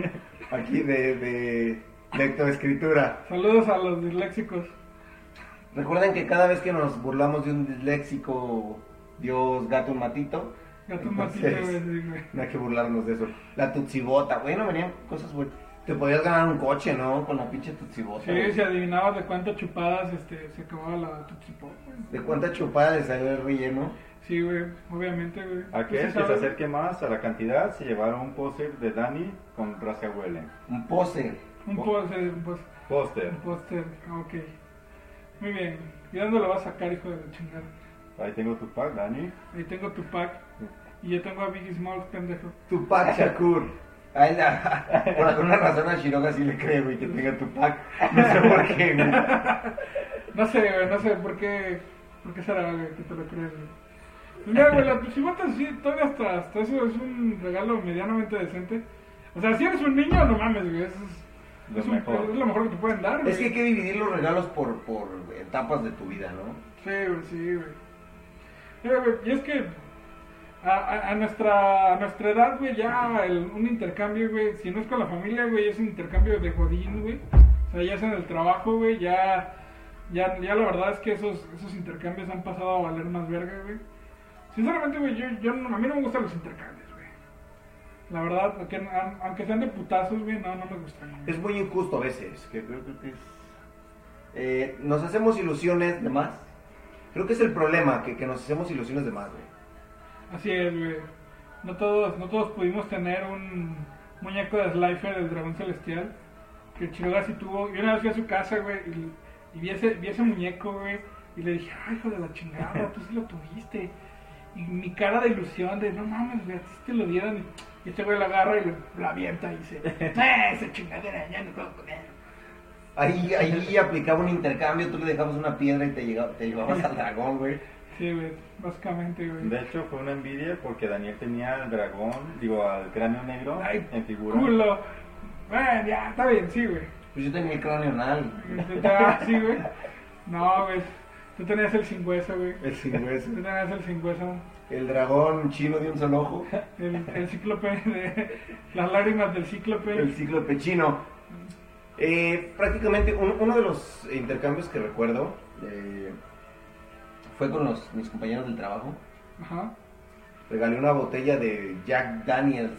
S2: Aquí de, de lectoescritura.
S3: Saludos a los disléxicos.
S2: Recuerden que cada vez que nos burlamos de un disléxico, Dios, gato, un matito.
S3: Gato Martínez,
S2: entonces,
S3: güey, sí, güey.
S2: No hay que burlarnos de eso. La tutsibota, güey, no venían cosas, güey. Te podías ganar un coche, ¿no? Con la pinche tutsibota.
S3: Sí,
S2: güey.
S3: si adivinabas de cuántas chupadas este, se acababa la tupsibota, güey.
S2: ¿De cuánta chupada le salió el relleno?
S3: Sí, güey, obviamente, güey.
S4: Aquel
S3: Pues,
S4: que se
S3: ¿sabes?
S4: acerque más a la cantidad se llevará un póster de Dani con rascahuele.
S2: Un pose.
S3: Un póster, un póster,
S4: Póster.
S3: un póster, ok. Muy bien, ¿y dónde lo vas a sacar, hijo de la chingada?
S4: Ahí tengo tu pack, Dani.
S3: Ahí tengo tu pack y yo tengo a Biggie Small, pendejo.
S2: Tupac Shakur. A él, a- por alguna razón a Shiroga sí le cree, güey, que tenga Tupac. No sé por qué, güey.
S3: No sé, güey, no sé por qué, por qué será, güey, que te lo crees, güey. Pues Mira, güey, la Tushibata sí, todavía hasta, hasta eso es un regalo medianamente decente. O sea, si eres un niño, no mames, güey, eso es
S4: Lo
S3: es un-
S4: mejor.
S3: es lo mejor que te pueden dar, güey.
S2: Es que hay que dividir los regalos por, por etapas de tu vida, ¿no?
S3: Sí, güey, sí, güey. Mira, güey, y es que a, a- a nuestra, a nuestra edad, güey, ya el- un intercambio, güey, si no es con la familia, güey, es un intercambio de godín, güey. O sea, ya es en el trabajo, güey, ya, ya, ya la verdad es que esos, esos intercambios han pasado a valer más verga, güey. Sinceramente, güey, yo, yo no- a mí no me gustan los intercambios, güey. La verdad, aunque, aunque sean de putazos, güey, no, no me gustan. güey.
S2: Es muy injusto a veces, que creo que es... eh, nos hacemos ilusiones de más. Creo que es el problema, que, que nos hacemos ilusiones de más, güey.
S3: Así es, güey. No todos, no todos pudimos tener un muñeco de Slifer del dragón celestial. Que el Chiroga sí tuvo. Yo una vez fui a su casa, güey, y, y vi, ese, vi ese muñeco, güey. Y le dije, ay, hijo de la chingada, tú sí lo tuviste. Y mi cara de ilusión, de no mames, güey, a ti sí te lo dieron. Y este güey lo agarra y lo, lo avienta y dice, "Ah, esa chingadera, ya no puedo comer.
S2: Ahí, ahí aplicaba un intercambio, tú le dejabas una piedra y te, llegaba- te llevabas al dragón, güey.
S3: Sí, güey, básicamente, güey.
S4: De hecho, fue una envidia porque Daniel tenía al dragón, digo, al cráneo negro
S3: Ay,
S4: en figura.
S3: Culo. Bueno, ya, está bien, sí, güey.
S2: Pues yo tenía el cráneo anal.
S3: Ah, sí, güey. No, güey. Tú tenías el sin hueso, güey.
S2: El sin hueso.
S3: Tú tenías el sin hueso.
S2: El dragón chino de un solo ojo.
S3: El, el cíclope de. Las lágrimas del cíclope.
S2: El cíclope chino. Eh, prácticamente un- uno de los intercambios que recuerdo eh, fue con los, mis compañeros del trabajo.
S3: Ajá.
S2: Regalé una botella de Jack Daniels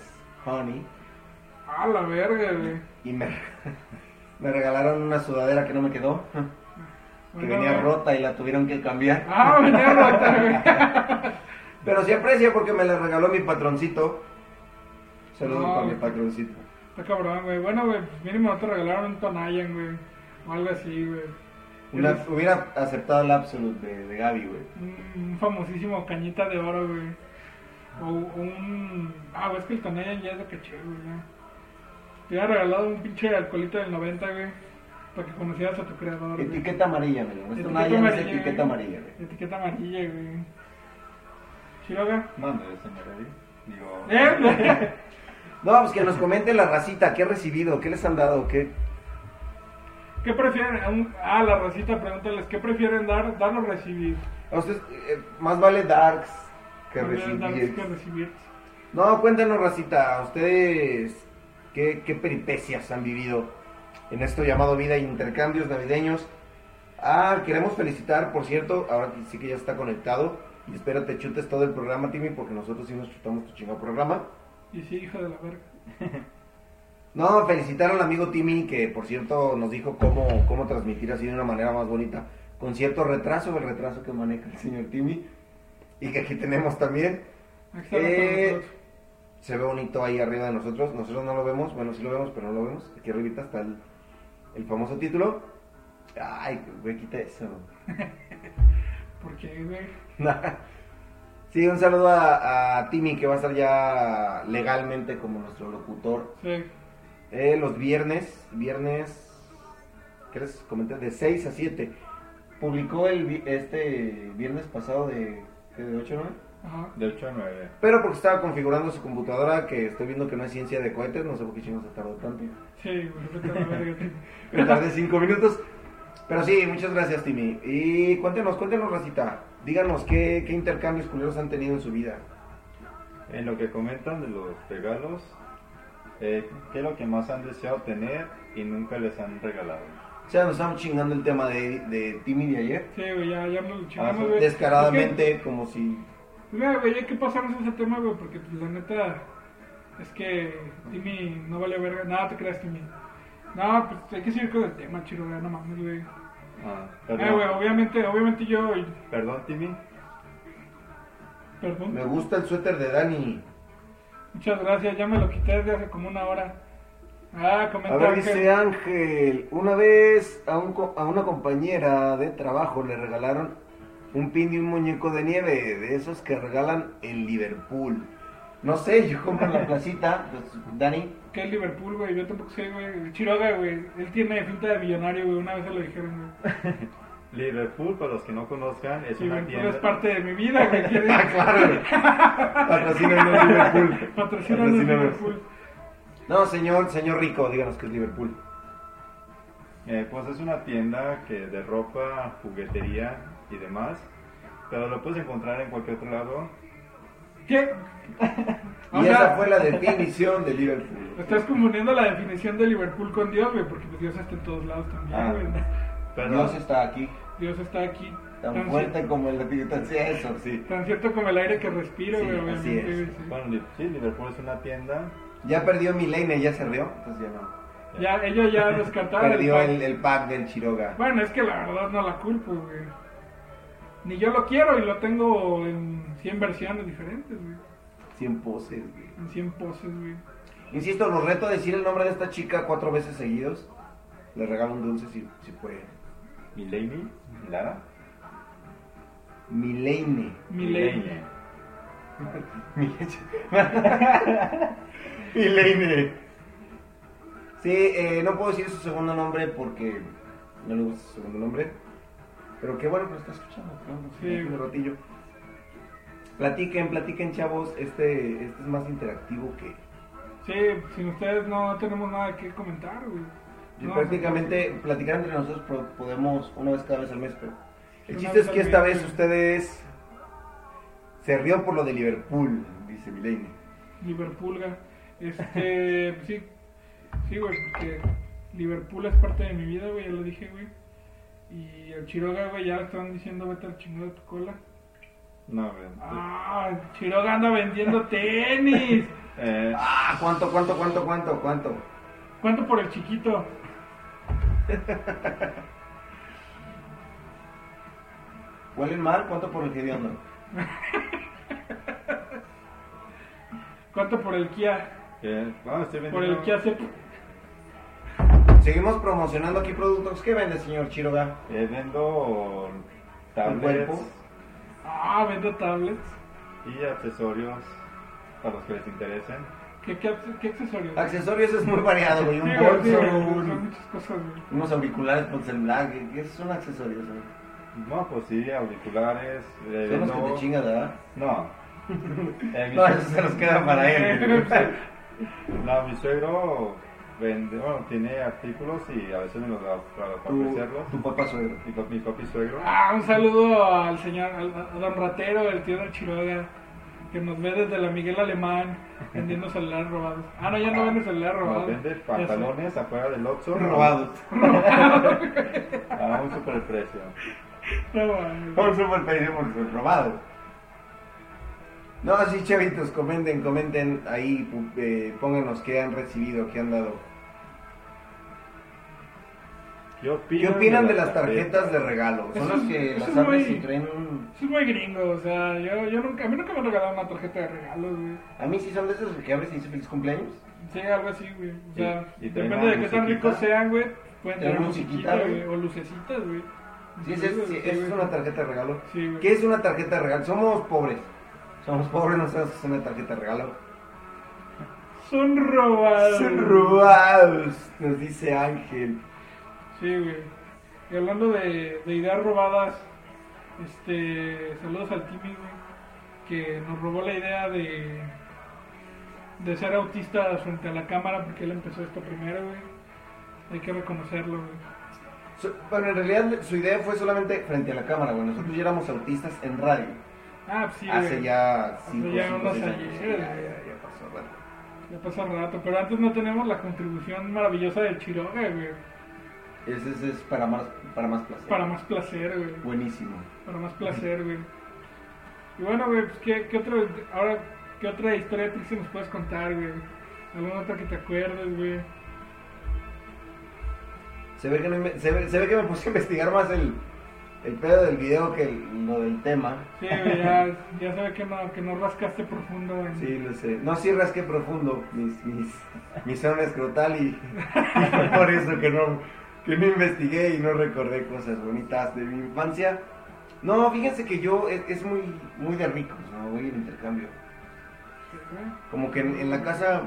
S2: Honey
S3: Ah, la verga, güey.
S2: y me, me regalaron una sudadera que no me quedó, que
S3: Bueno,
S2: venía
S3: güey.
S2: rota y la tuvieron que cambiar.
S3: Ah, venía rota, güey.
S2: Pero se aprecia porque me la regaló mi patroncito. Saludos
S3: No,
S2: para mi
S3: güey.
S2: patroncito.
S3: Está cabrón, güey. Bueno, güey, pues mínimo no te regalaron un Tonayan, güey. O algo así, güey.
S2: Una-
S3: Eres
S2: hubiera aceptado el Absolute de, de Gaby, güey.
S3: Un, un famosísimo cañita de oro, güey. O, o un. Ah, güey, es que el Tonayan ya es de caché, güey. ya. Te había regalado un pinche alcoholito del 90, güey. Para que conocieras a tu creador. güey.
S2: Etiqueta amarilla, amigo. Esto no hay
S3: Etiqueta
S2: no es
S3: amarilla, ¿eh? güey.
S2: etiqueta amarilla, güey.
S3: Etiqueta amarilla, güey. Chiroga.
S4: Mande, señor Eddie. Digo.
S3: ¿Eh?
S2: No, pues que nos comente la racita, ¿qué ha recibido? ¿Qué les han dado? ¿Qué?
S3: ¿Qué prefieren? A un- Ah, la racita, pregúntales, ¿qué prefieren dar, dar o recibir?
S2: A ustedes, eh, más vale darks que
S3: Prefieren dar
S2: recibir.
S3: que recibir.
S2: No, cuéntanos, racita, ¿a ustedes qué, qué peripecias han vivido en esto llamado vida e intercambios navideños? Ah, queremos felicitar, por cierto, ahora que sí que ya está conectado. Y espero te chutes todo el programa, Timmy, porque nosotros sí nos chutamos tu chingado programa.
S3: Y sí, hijo de la verga.
S2: No, felicitar al amigo Timmy que por cierto nos dijo cómo, cómo transmitir así de una manera más bonita. Con cierto retraso, el retraso que maneja el señor Timmy. Y que aquí tenemos también.
S3: Aquí está la
S2: Eh,
S3: otra,
S2: Se ve bonito ahí arriba de nosotros. Nosotros no lo vemos. Bueno, sí lo vemos, pero no lo vemos. Aquí arribita está el, el famoso título. Ay, güey, quita eso.
S3: ¿Por qué, güey?
S2: sí, un saludo a, a Timmy que va a estar ya legalmente como nuestro locutor
S3: Sí.
S2: Eh, los viernes, viernes, ¿qué les comenté? De 6 a 7. Publicó el vi- este viernes pasado de, ¿qué? de 8 a 9.
S3: Ajá.
S4: De 8 a 9.
S2: Pero porque estaba configurando su computadora, que estoy viendo que no es ciencia de cohetes, no sé por qué chino se tardó tanto.
S3: Sí, güey, vete a la verga, tío.
S2: Me tardé cinco minutos. Pero sí, muchas gracias, Timmy. Y cuéntenos, cuéntenos, Racita. Díganos qué, qué intercambios culeros han tenido en su vida.
S4: En lo que comentan de los regalos, eh, ¿qué es lo que más han deseado tener y nunca les han regalado?
S2: O sea, nos estamos chingando el tema de, de Timmy de ayer.
S3: Sí, güey, ya, ya nos lo
S4: Ah,
S3: chingamos,
S4: sí,
S3: güey.
S2: Descaradamente, como si.
S3: Es que, Güey, güey, hay que pasarnos ese tema, güey, porque pues, la neta es que Timmy no vale verga. Nada, te creas, Timmy. No, pues hay que seguir con el tema, chido, güey, no mames, güey.
S4: Ah,
S3: Eh, güey,
S4: perdón,
S3: obviamente, obviamente yo,
S4: perdón Timmy.
S3: perdón.
S2: Me gusta el suéter de Dani.
S3: Muchas gracias, ya me lo quité desde hace como una hora. Ah, comenta
S2: A ver,
S3: Ángel.
S2: dice Ángel, una vez a, un co- a una compañera de trabajo le regalaron un pin y un muñeco de nieve, de esos que regalan en Liverpool. No sé, yo compro en la placita, pues, Dani.
S3: que es Liverpool, güey, yo tampoco sé, güey. El Chiroga, güey, él tiene pinta de millonario, güey, una vez se lo dijeron, güey.
S4: Liverpool, para los que no conozcan, es una
S3: Liverpool
S4: tienda.
S3: pues, es parte de mi vida, güey. ¿quién es?
S2: claro. Patrocíname en Liverpool.
S3: Patrocínanos,
S2: Patrocínanos.
S3: Liverpool.
S2: No, señor, señor rico, díganos que es Liverpool.
S4: Eh, pues es una tienda que de ropa, juguetería y demás, pero lo puedes encontrar en cualquier otro lado.
S3: ¿Qué?
S2: Y
S3: O
S2: esa
S3: sea,
S2: fue la definición de Liverpool.
S3: Estás confundiendo la definición de Liverpool con Dios, güey, porque pues Dios está en todos lados también,
S2: Ah.
S3: güey.
S4: Pero
S2: Dios está aquí,
S3: Dios está aquí.
S2: tan
S3: cier-
S2: fuerte como el etiqueta sea eso, sí.
S3: tan cierto como el aire que respiro,
S2: Sí,
S3: güey,
S2: así
S3: obviamente,
S2: es.
S3: güey, sí.
S4: bueno, Li- sí, Liverpool es una tienda.
S2: Ya perdió Milene, ya se rió, entonces ya no.
S3: Ya, ellos ya descartaron el
S2: Perdió
S3: pack.
S2: el, el pack del Chiroga.
S3: Bueno, es que la verdad no la culpo, güey. Ni yo lo quiero y lo tengo en 100 versiones diferentes, güey.
S2: 100 poses, güey.
S3: En 100 poses, güey.
S2: Insisto, los reto a decir el nombre de esta chica cuatro veces seguidos. Le regalo un dulce si, si puede.
S4: Milady, Lara.
S2: Milene.
S3: Milady.
S2: Milene. Sí, eh, no puedo decir su segundo nombre porque no le gusta su segundo nombre. Pero qué bueno que lo está escuchando. claro,
S3: Sí.
S2: Un ratillo. Platiquen, platiquen, chavos. Este, este es más interactivo que.
S3: Sí, sin ustedes no tenemos nada que comentar, güey.
S2: Y
S3: No,
S2: prácticamente platicar entre nosotros pro- podemos una vez cada vez al mes, pero el
S3: Una
S2: chiste
S3: vez
S2: es que
S3: al
S2: esta
S3: mes,
S2: vez
S3: sí.
S2: ustedes se rió por lo de Liverpool, dice Milene.
S3: Liverpoolga. Este, pues, sí. Sí, güey, porque Liverpool es parte de mi vida, güey, ya lo dije, güey. Y el Chiroga, güey, ya le están diciendo vete al chingo de tu cola.
S4: No, güey.
S3: Ah, el Chiroga anda vendiendo tenis.
S4: Eh,
S2: Ah, ¿cuánto, cuánto, cuánto, cuánto, cuánto?
S3: ¿Cuánto por el chiquito?
S2: ¿Huelen mal? ¿Cuánto por el hediondo?
S3: ¿Cuánto por el Kia?
S4: que- bueno, estoy
S3: Por
S4: vendiendo-
S3: el Kia Cept.
S2: Seguimos promocionando aquí productos. ¿Qué vende, señor Chiroga?
S4: Eh, vendo
S2: cuerpo?
S4: tablets
S3: Ah, vendo tablets.
S4: y accesorios para los que les interesen.
S3: ¿Qué, qué, acce- qué accesorios?
S2: Accesorios es muy variado, güey.
S3: Sí,
S2: Un
S3: güey, sí,
S2: bolso,
S3: güey, son
S2: un-
S3: muchas cosas, güey.
S2: unos auriculares pues, por celular. ¿Qué, qué son accesorios? güey?
S4: No, pues sí, auriculares. eh,
S2: Son los que
S4: vendo-
S2: te chingas, ¿verdad?
S4: No. Eh, mi-
S2: No, eso se los queda para él.
S4: no, mi suegro vende, bueno, tiene artículos y a veces me los da para, para
S2: Tu,
S4: ofrecerlos.
S2: tu papá suegro.
S4: Mi, pa- mi papi suegro.
S3: Ah, un saludo al señor, al, a don Ratero, el tío del Chiroga, que nos ve desde la Miguel Alemán vendiendo celulares robados. Ah, no, ya no vende celulares
S4: No,
S3: robados.
S4: vende
S3: Ya sé.
S4: pantalones afuera del Oxxo
S2: Robados.
S4: a un superprecio.
S3: No, güey.
S2: Por superprecio, por super robado. No, sí, chavitos, comenten, comenten ahí, pu- eh, pónganos qué han recibido, qué han dado.
S4: ¿Qué opinan,
S2: ¿Qué opinan de las tarjetas de regalo? Son
S3: Eso
S2: las
S3: es-
S2: que
S3: eso
S2: las
S3: es
S2: abres
S3: muy-
S2: y traen un...
S3: Soy muy gringo, o sea, yo, yo nunca, a mí nunca me han regalado una tarjeta de regalos, güey.
S2: A mí sí son de esas que abres y dice feliz cumpleaños.
S3: Sí, algo así, güey. O sea,
S4: Y- y traen
S3: depende de
S4: una
S3: qué tan
S4: musiquita.
S3: ricos sean, güey.
S2: Traen
S3: Pueden tener
S2: musiquita,
S3: musiquita, güey.
S2: güey.
S3: O lucecitas, güey.
S2: Sí, es, es- sí, es una tarjeta de regalo.
S3: Sí, güey.
S2: ¿Qué es una tarjeta de regalo? Somos pobres. Somos pobres, no sabemos qué es una tarjeta de regalo.
S3: Son robados.
S2: Son robados, nos dice Ángel.
S3: Sí, güey. Y hablando de, de ideas robadas, este. Saludos al Timmy, güey. que nos robó la idea de, de ser autista frente a la cámara porque él empezó esto primero, güey. Hay que reconocerlo, güey.
S2: Su- Bueno, en realidad su idea fue solamente frente a la cámara, güey. Nosotros ya éramos autistas en radio.
S3: Ah, pues sí,
S2: hace
S3: güey.
S2: ya
S3: Hace
S2: 5
S3: ya unos
S2: años.
S3: ayeres,
S2: Sí, Ya,
S3: güey.
S2: ya, ya pasó, bueno.
S3: Ya pasó rato, pero antes no tenemos la contribución maravillosa del Chiroga, güey.
S2: Ese ese es para más, para más placer.
S3: Para más placer, güey.
S2: Buenísimo.
S3: Para más placer, güey. Y bueno, güey, pues ¿qué, qué otra, ahora, ¿qué otra historia triste nos puedes contar, güey? ¿Alguna otra que te acuerdes, güey?
S2: Se ve, que no inve- se, ve, se ve que me puse a investigar más el, el pedo del video que el- lo del tema.
S3: Sí, güey, ya, ya sabe que no, que no rascaste profundo, güey.
S2: Sí, lo sé. No, sí rasqué profundo mis, mis, mi zona escrotal y, y fue por eso que no, que no investigué y no recordé cosas bonitas de mi infancia. No, fíjense que yo e, es, es muy, muy de ricos, ¿no? Voy al intercambio. Como que en, en la casa...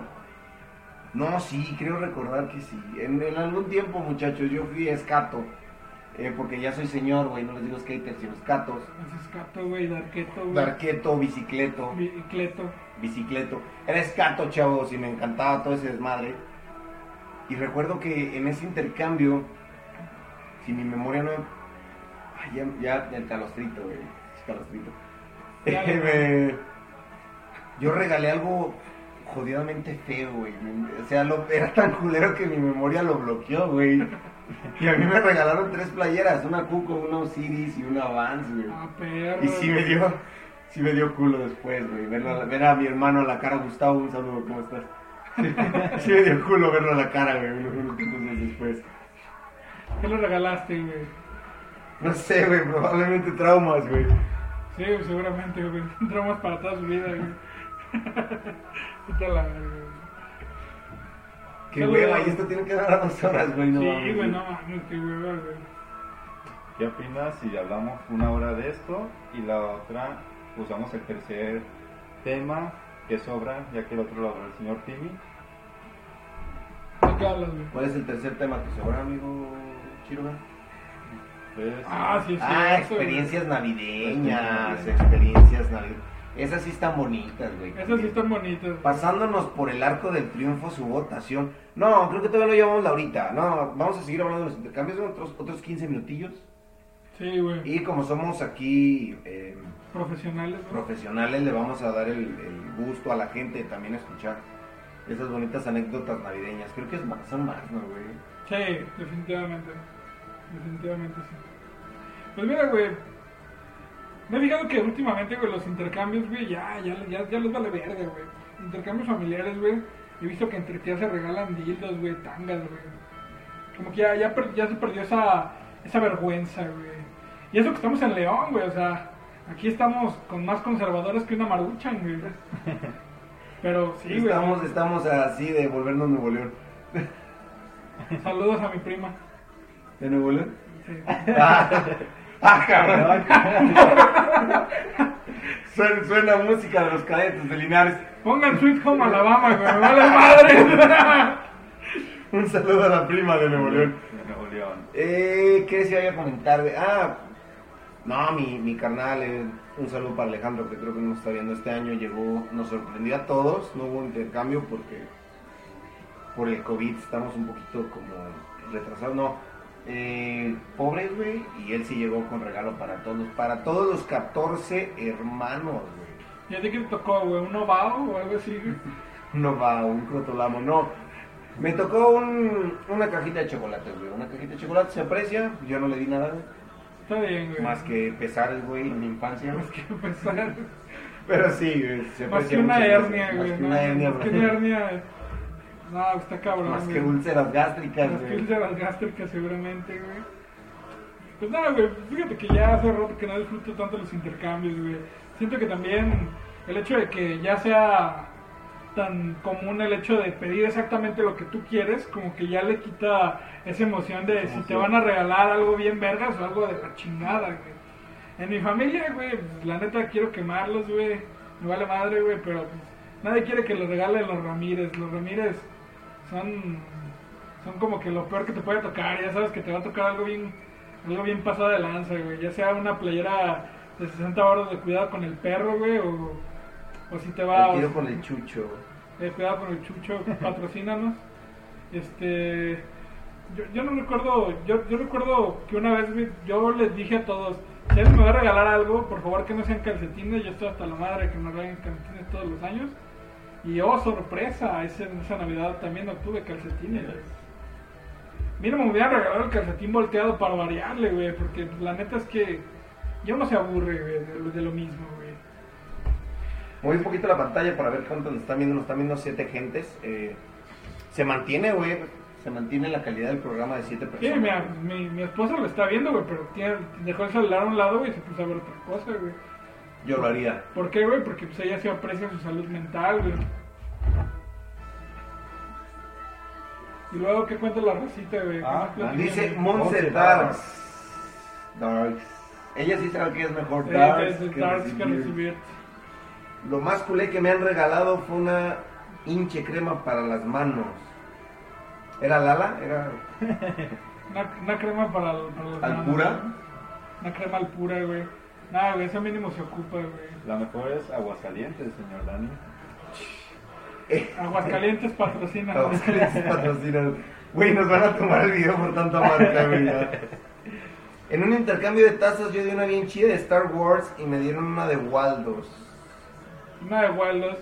S2: No, sí, creo recordar que sí. En, en algún tiempo, muchachos, yo fui escato. eh, porque ya soy señor, güey, no les digo skaters, sino escatos.
S3: Entonces, escato, güey, darqueto, güey.
S2: Darqueto, bicicleto.
S3: Bicicleto.
S2: bicicleto. Era escato, chavos, y me encantaba todo ese desmadre. Y recuerdo que en ese intercambio, si mi memoria no... Ay, ya, ya el calostrito, güey. el Calostrito.
S3: Ya, ya.
S2: Me- Yo regalé algo jodidamente feo, güey. O sea, lo- era tan culero que mi memoria lo bloqueó, güey. Y a mí me regalaron tres playeras, una Cuco, una Osiris y una Vans, güey.
S3: Ah, perro.
S2: Y sí me dio, sí me dio culo después, güey. Verlo- ver a mi hermano a la cara, Gustavo, un saludo, ¿cómo estás? Sí me dio culo verlo a la cara, güey, unos unos meses después.
S3: ¿Qué le regalaste, güey?
S2: No sé, güey, probablemente traumas, güey.
S3: Sí, güey, seguramente, güey. Traumas para toda su vida, güey. Vete a la verga, güey.
S2: Qué hueva, y esto tiene que dar a dos horas, güey, no
S3: Sí,
S2: mames,
S3: güey, no mames, qué hueva, güey.
S4: ¿Qué opinas si hablamos una hora de esto y la otra usamos el tercer tema que sobra, ya que el otro lo habló el señor Timmy?
S3: ¿De qué hablas, güey?
S2: ¿Cuál es el tercer tema que sobra, amigo Chiroga?
S4: Pues,
S3: Ah, sí, sí.
S2: Ah,
S3: eso, güey.
S2: experiencias navideñas,
S4: Experiencias
S2: experiencias navideñas. Esas sí están bonitas, güey.
S3: Esas sí están bonitas.
S2: Pasándonos por el arco del triunfo, su votación. No, creo que todavía no llevamos la ahorita. No, vamos a seguir hablando de los intercambios, son otros, otros 15 minutillos.
S3: Sí, güey.
S2: Y como somos aquí eh,
S3: Profesionales, güey.
S2: profesionales, le vamos a dar el, el gusto a la gente de también escuchar esas bonitas anécdotas navideñas. Creo que es más, son más, ¿no, güey?
S3: Sí, definitivamente. Definitivamente sí. Pues mira, güey. Me he fijado que últimamente, güey, los intercambios, güey, ya, ya, ya, ya los vale verga, güey. Intercambios familiares, güey. He visto que entre tías se regalan dildos, güey, tangas, güey. Como que ya, ya, per- ya se perdió esa, esa vergüenza, güey. Y eso que estamos en León, güey, o sea, aquí estamos con más conservadores que una maruchan, güey. Pero sí, güey.
S2: estamos, estamos así de volvernos Nuevo León.
S3: Saludos a mi prima.
S2: ¿De Nuevo León?
S3: Sí.
S2: ah, ah, cabrón. suena, suena música de los cadetes de Linares.
S3: Pongan Sweet Home Alabama, güey, me vale madre.
S2: Un saludo a la prima de Nuevo León.
S4: de Nuevo León.
S2: Eh, ¿Qué se iba a comentar? güey? Ah, no, mi, mi carnal, eh, un saludo para Alejandro, que creo que nos está viendo este año, llegó, nos sorprendió a todos, no hubo intercambio porque por el COVID estamos un poquito como retrasados, no, eh, pobres, güey, y él sí llegó con regalo para todos, para todos los 14 hermanos, güey.
S3: ¿Y a ti qué te tocó, güey? ¿Un ovao o algo así, güey?
S2: No va, un crotolamo, no. Me tocó un- una cajita de chocolates, güey, una cajita de chocolates, se aprecia, yo no le di nada, güey.
S3: Está bien, güey. Pues,
S2: Más que pesares, güey, en mi infancia.
S3: Más que pesar.
S2: Pero sí, güey, se
S3: Más
S2: aprecia
S3: que una
S2: mucho,
S3: hernia, güey.
S2: Más que
S3: ¿no?
S2: una hernia,
S3: Más que
S2: güey.
S3: una hernia. eh, No, está cabrón,
S2: Más que
S3: güey.
S2: úlceras gástricas,
S3: Más que
S2: güey.
S3: úlceras gástricas, seguramente, güey. Pues nada, güey. Fíjate que ya hace rato que no disfruto tanto los intercambios, güey. Siento que también el hecho de que ya sea tan común el hecho de pedir exactamente lo que tú quieres, como que ya le quita esa emoción de si te van a regalar algo bien vergas o algo de la chingada, güey. En mi familia, güey, pues, la neta quiero quemarlos, güey. Me vale madre, güey, pero pues, nadie quiere que les regalen los Ramírez. Los Ramírez son, son como que lo peor que te puede tocar. Ya sabes que te va a tocar algo bien, algo bien pasado de lanza, güey. Ya sea una playera de 60 baros de cuidado con el perro, güey, o, o si te va
S2: El tiro con el chucho.
S3: eh, cuidado con el chucho, patrocínanos. Este, yo, yo no recuerdo, yo, yo recuerdo que una vez güey, yo les dije a todos, si alguien me va a regalar algo, por favor que no sean calcetines, yo estoy hasta la madre que me regalen calcetines todos los años. Y oh, sorpresa, ese- esa Navidad también obtuve calcetines. Mira, me hubieran regalado el calcetín volteado para variarle, güey, porque la neta es que yo no se aburre, güey, de, lo- de lo mismo, güey.
S2: Moví un poquito la pantalla para ver cuántos nos están viendo. Nos están viendo siete gentes. eh, se mantiene, güey. Se mantiene la calidad del programa de siete
S3: Sí,
S2: personas.
S3: mira, mi, mi esposa lo está viendo, güey, pero tiene, dejó el celular a un lado, güey, y se puso a ver otra cosa, güey.
S2: Yo lo haría.
S3: ¿Por qué, güey? Porque pues ella sí aprecia su salud mental, güey. Y luego, ¿qué cuenta la recita, güey? ¿Qué
S4: Ah,
S3: más platillos,
S2: Dice
S3: güey?
S2: Monse
S4: Monse
S2: Darks. Darks. Ella sí sabe que es mejor
S3: Eh,
S2: Darks
S3: que es
S2: que
S3: Darks que
S2: recibir.
S3: recibir.
S2: Lo más culé que me han regalado fue una hinche crema para las manos. ¿Era Lala? ¿Era
S3: Una, una crema para, el- para las manos,
S2: Alpura?
S3: güey. Una crema al pura, güey. Nada, güey, eso mínimo se ocupa, güey.
S4: La mejor es Aguascalientes, señor Dani.
S3: Aguascalientes patrocina. güey.
S2: Todos les patrocinan. Güey, nos van a tomar el video por tanta marca, güey. ya. En un intercambio de tazas yo di una bien chida de Star Wars y me dieron una de Waldos.
S3: Una de Waldos.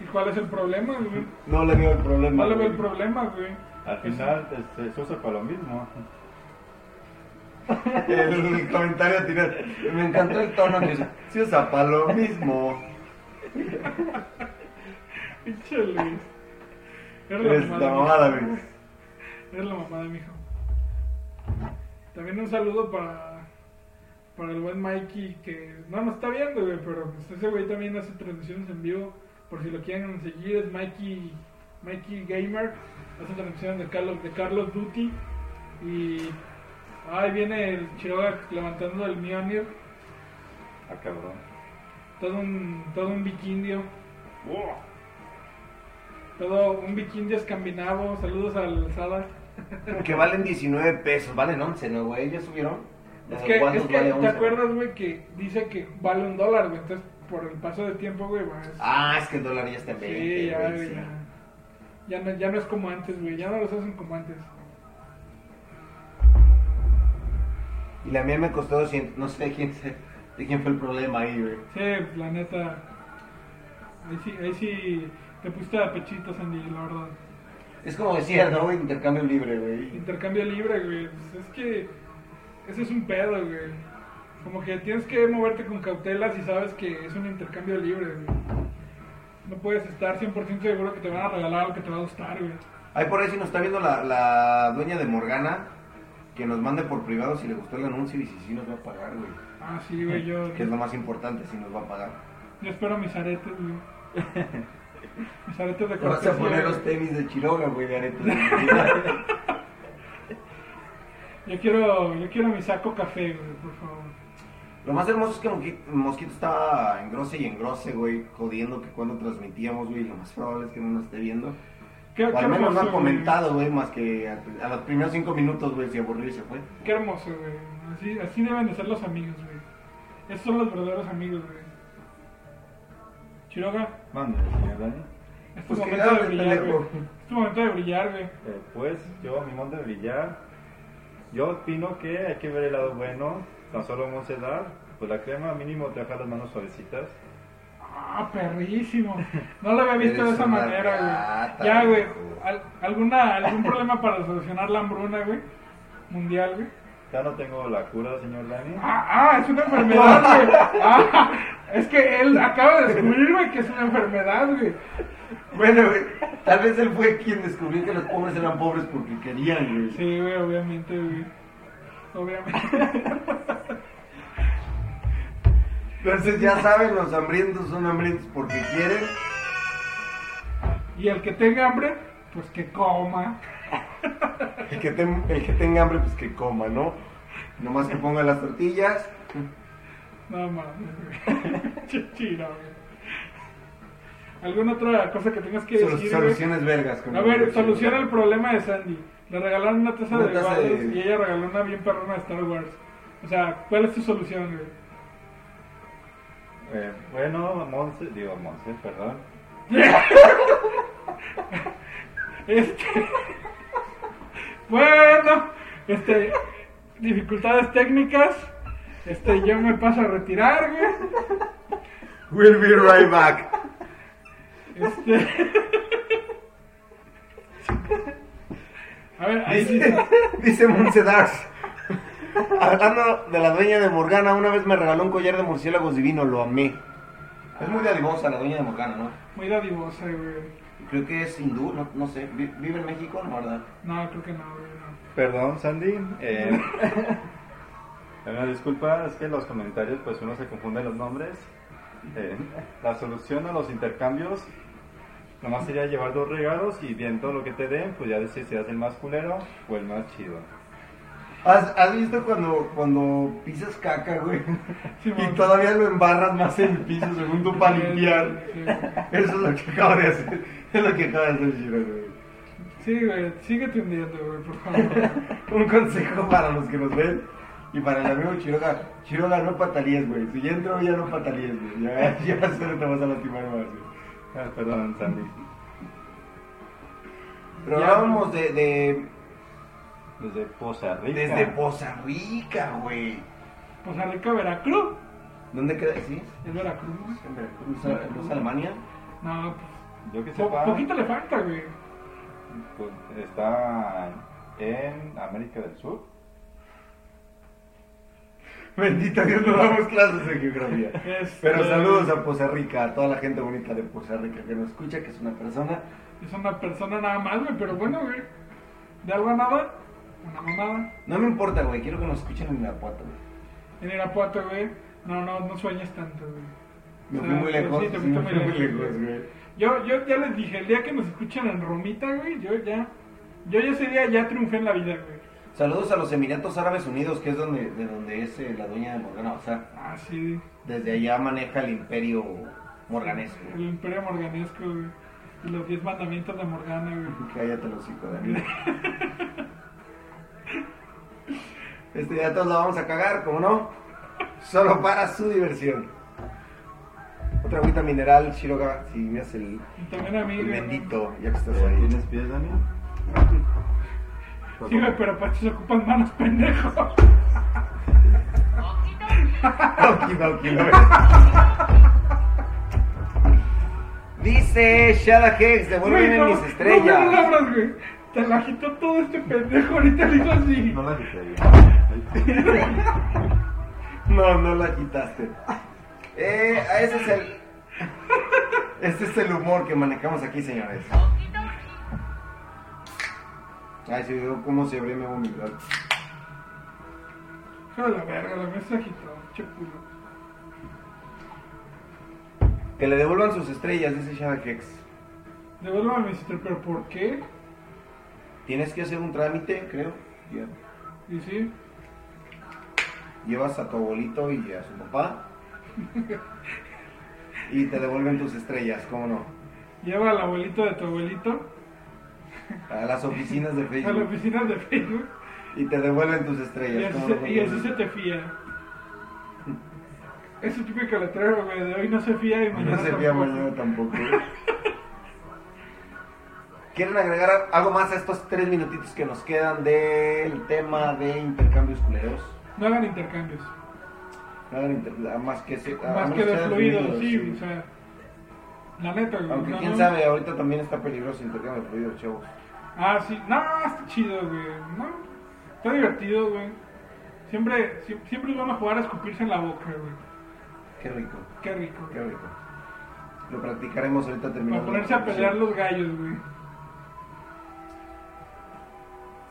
S3: ¿Y cuál es el problema, güey?
S2: No le veo el problema.
S3: No le veo el
S2: güey.
S3: problema, güey.
S4: Al final este, se usa para lo mismo.
S2: El comentario tiró. Me encantó el tono que usó. Si usa pa' lo mismo.
S3: Pinche Luis.
S2: Es
S3: Eres
S2: la
S3: la mamá
S2: mamada,
S3: de mi
S2: güey.
S3: hijo. Eres la mamá de mi hijo. También un saludo para, para el buen Mikey que no nos está viendo, güey, pero pues, ese güey también hace transmisiones en vivo. Por si lo quieren seguir, es Mikey, Mikey Gamer. Hace transmisiones de Carlos, de Carlos Duty. Y ahí viene el Chiroga levantando el Mionir.
S4: Ah, cabrón.
S3: Todo un, todo un vikindio. Todo un vikindio escandinavo. Saludos al Sada.
S2: Que valen 19 pesos. Valen 11, ¿no, güey? ¿Ya subieron?
S3: Es
S2: Los
S3: que,
S2: Waldos
S3: es que
S2: vale
S3: ¿te
S2: 11.
S3: acuerdas, güey, que dice que vale un dólar, güey? Entonces, por el paso del tiempo, güey, va a-
S2: Ah, es que el dólar ya está en 20.
S3: Sí, ya,
S2: güey,
S3: güey,
S2: sí.
S3: ya. Ya no, ya no es como antes, güey. Ya no los hacen como antes.
S2: Y la mía me costó 200. No sé quién se- de quién fue el problema ahí, güey.
S3: Sí, la neta. Ahí sí, ahí sí te pusiste a pechitos, Andy, la verdad.
S2: Es como decía, ¿no? güey? Intercambio libre, güey.
S3: Intercambio libre, güey. Pues es que ese es un pedo, güey. Como que tienes que moverte con cautela si sabes que es un intercambio libre, güey. No puedes estar 100% seguro que te van a regalar algo que te va a gustar, güey.
S2: Ahí por ahí si nos está viendo la, la dueña de Morgana, que nos mande por privado si le gustó el anuncio y si sí nos va a pagar, güey.
S3: Ah, sí, güey, yo,
S2: Eh, Que es lo más importante, si nos va a pagar.
S3: yo espero mis aretes, güey. Mis aretes de
S2: Te vas a
S3: cortesía,
S2: poner este.
S3: güey.
S2: los tenis de Chiroga, güey, de aretes.
S3: Yo quiero, yo quiero mi saco café, güey, por favor.
S2: Lo más hermoso es que Mosqui- Mosquito estaba engrose y engrose, güey, jodiendo que cuando transmitíamos, güey, lo más probable es que no nos esté viendo.
S3: Qué,
S2: O
S3: qué
S2: al menos no
S3: hermoso,
S2: ha
S3: güey.
S2: comentado, güey, más que a, a los primeros cinco minutos, güey, se aburrió y se fue.
S3: Qué hermoso, güey. Así, así deben de ser los amigos, güey. Esos son los verdaderos amigos, güey. Chiroga,
S4: Mande, señor Dani.
S3: es tu
S2: Pues que
S3: momento de
S2: grabes,
S3: brillar,
S2: pendejo.
S3: güey. Es tu momento de brillar, güey.
S4: Eh, pues yo, mi mundo de brillar, yo opino que hay que ver el lado bueno, tan solo Monse dar, pues la crema mínimo te deja las manos suavecitas.
S3: Ah, perrísimo. No lo había visto de
S2: Eres
S3: esa
S2: una
S3: manera,
S2: rata,
S3: güey. Ya, güey.
S2: hijo.
S3: Al- alguna, ¿Algún problema para solucionar la hambruna, güey? Mundial, güey.
S4: Ya no tengo la cura, señor Dani.
S3: Ah, ah, es una enfermedad, güey. Ah, es que él acaba de descubrir, güey, que es una enfermedad, güey.
S2: Bueno, güey, tal vez él fue quien descubrió que los pobres eran pobres porque querían, güey.
S3: Sí, güey, obviamente, güey. Obviamente.
S2: Entonces ya saben, los hambrientos son hambrientos porque quieren.
S3: Y el que tenga hambre, pues que coma.
S2: El que, ten- el que tenga hambre, pues que coma, ¿no? Nomás que ponga las tortillas.
S3: No mames, güey. Chichira, güey. ¿Alguna otra cosa que tengas que
S2: Solu-
S3: decir, güey?
S2: soluciones vergas. con
S3: A
S2: el
S3: ver,
S2: hambre.
S3: soluciona el problema de Sandy. Le regalaron una taza
S2: Una
S3: de
S2: taza
S3: Waldos
S2: de-
S3: y ella regaló una bien perrona de Star Wars. O sea, ¿cuál es tu solución, güey?
S4: Eh, bueno, Monse, digo Monse, perdón.
S3: Este. Bueno, este. Dificultades técnicas. Este, yo me paso a retirar, güey.
S2: We'll be right back.
S3: Este. A ver, ahí sí.
S2: Dice, dice Monse Dars. Hablando de la dueña de Morgana, una vez me regaló un collar de murciélagos divino, lo amé. Es muy dadivosa la dueña de Morgana, ¿no?
S3: Muy dadivosa, güey.
S2: Creo que es hindú, no, no sé. Vi- ¿Vive en México, no, verdad?
S3: No, creo que no, güey. No.
S4: Perdón, Sandy. Eh, una disculpa, es que en los comentarios pues uno se confunde los nombres. Eh, la solución a los intercambios nomás sería llevar dos regalos y viendo lo que te den, pues ya decir si es el más culero o el más chido.
S2: ¿Has, has visto cuando, cuando pisas caca, güey?
S3: Sí,
S2: y
S3: mon.
S2: todavía lo embarras más en el piso, según tú, para limpiar.
S3: Sí, güey.
S2: Eso es lo que acaba de hacer. Es lo que acaba de hacer Shiro, güey.
S3: Sí, güey, sigue tendiendo, güey, por favor.
S2: Un consejo para los que nos ven y para el amigo Chiroga. Chiroga, no patalíes, güey. Si ya entró, ya no patalíes, güey. Ya, ya solo te vas a lastimar más, güey.
S4: Ah, perdón, Sandy.
S2: Pero
S3: Ya.
S2: hablábamos de, de-
S4: Desde Poza Rica.
S2: desde Poza Rica, güey.
S3: Poza Rica, Pues Veracruz.
S2: ¿Dónde queda? ¿Sí?
S3: Es Veracruz. güey.
S2: ¿En Veracruz? ¿A- ¿No es Alemania?
S3: No, pues,
S4: Yo que
S3: po-
S4: sepa,
S3: poquito le falta, güey.
S4: pues, está en América del Sur.
S2: Bendito Dios, no damos clases de geografía.
S3: Este-
S2: Pero saludos a Poza Rica, a toda la gente bonita de Poza Rica que nos escucha, que es una persona.
S3: Es una persona nada más, güey, pero bueno, güey. De algo a nada, una mamada.
S2: No me importa, güey, quiero que nos escuchen en Irapuato, güey.
S3: En Irapuato, güey. No, no, no sueñes tanto, güey.
S2: Me
S3: O
S2: fui
S3: sea,
S2: muy lejos,
S3: sí,
S2: me
S3: te fuiste
S2: fui muy
S3: muy lejos,
S2: lejos,
S3: güey.
S2: güey.
S3: Yo, yo ya les dije, el día que nos escuchan en Romita, güey, yo ya. Yo ya ese día ya triunfé en la vida, güey.
S2: Saludos a los Emiratos Árabes Unidos, que es donde, de donde es eh, la dueña de Morgana Bazar.
S3: Ah, sí.
S2: Desde allá maneja el imperio morganesco.
S3: El imperio morganesco, güey. Y los diez mandamientos de Morgana, güey.
S2: Cállate los hijos, Daniel. Este, ya todos la vamos a cagar, ¿como no? Solo para su diversión. Otra agüita mineral, Shiroga, si me haces el,
S3: Y también a mí,
S2: el
S3: güey.
S2: bendito, ya que estás ahí.
S4: ¿Tienes pies, Dani?
S3: Sí, güey, pero para eso se ocupan manos, pendejo.
S2: Okidoki, ¿no? Dice Shada Hex,
S3: Güey,
S2: devuélveme
S3: no,
S2: mis
S3: No me lo
S2: estrellas.
S3: abras, güey. Te la agitó todo este pendejo, ahorita le hizo así.
S4: No la quité
S2: No, no la quitaste. Eh, ese es el. Este es el humor que manejamos aquí, señores. Ay, se vio cómo se abrió mi vomitar.
S3: Hijo de la verga, la mesa se agitó, che culo.
S2: Que le devuelvan sus estrellas, dice Shada Hex.
S3: Devuélvame mi sister, pero ¿por qué?
S2: Tienes que hacer un trámite, creo. Ya.
S3: Y sí,
S2: Llevas a tu abuelito y a su papá. Y te devuelven tus estrellas, cómo no.
S3: lleva al abuelito de tu abuelito
S2: A las oficinas de
S3: a la
S2: Facebook.
S3: oficina de Facebook
S2: Y te devuelven tus
S3: y
S2: estrellas,
S3: así,
S2: cómo no.
S3: se, y así se te fía. Eso es típico la traigo, güey, de hoy no se fía y mañana
S2: No se fía
S3: tampoco.
S2: mañana tampoco. ¿Quieren agregar algo más a estos tres minutitos que nos quedan del tema de intercambios culeros?
S3: No hagan intercambios,
S2: No hagan inter- más que, se- a
S3: más
S2: menos
S3: que de
S2: sean
S3: fluidos,
S2: fluidos,
S3: sí,
S2: sí.
S3: o sea, la neta, güey.
S2: Aunque
S3: no,
S2: quién
S3: no.
S2: sabe, ahorita también está peligroso el intercambio de fluidos, chavos.
S3: Ah, sí, no, está chido, güey, no, está divertido, güey. Siempre, sie- siempre van a jugar a escupirse en la boca, güey.
S2: Qué rico,
S3: Qué rico, güey.
S2: qué rico. Lo practicaremos ahorita
S3: Para
S2: terminando.
S3: ponerse
S2: la
S3: a pelear
S2: transmisión.
S3: los gallos, güey.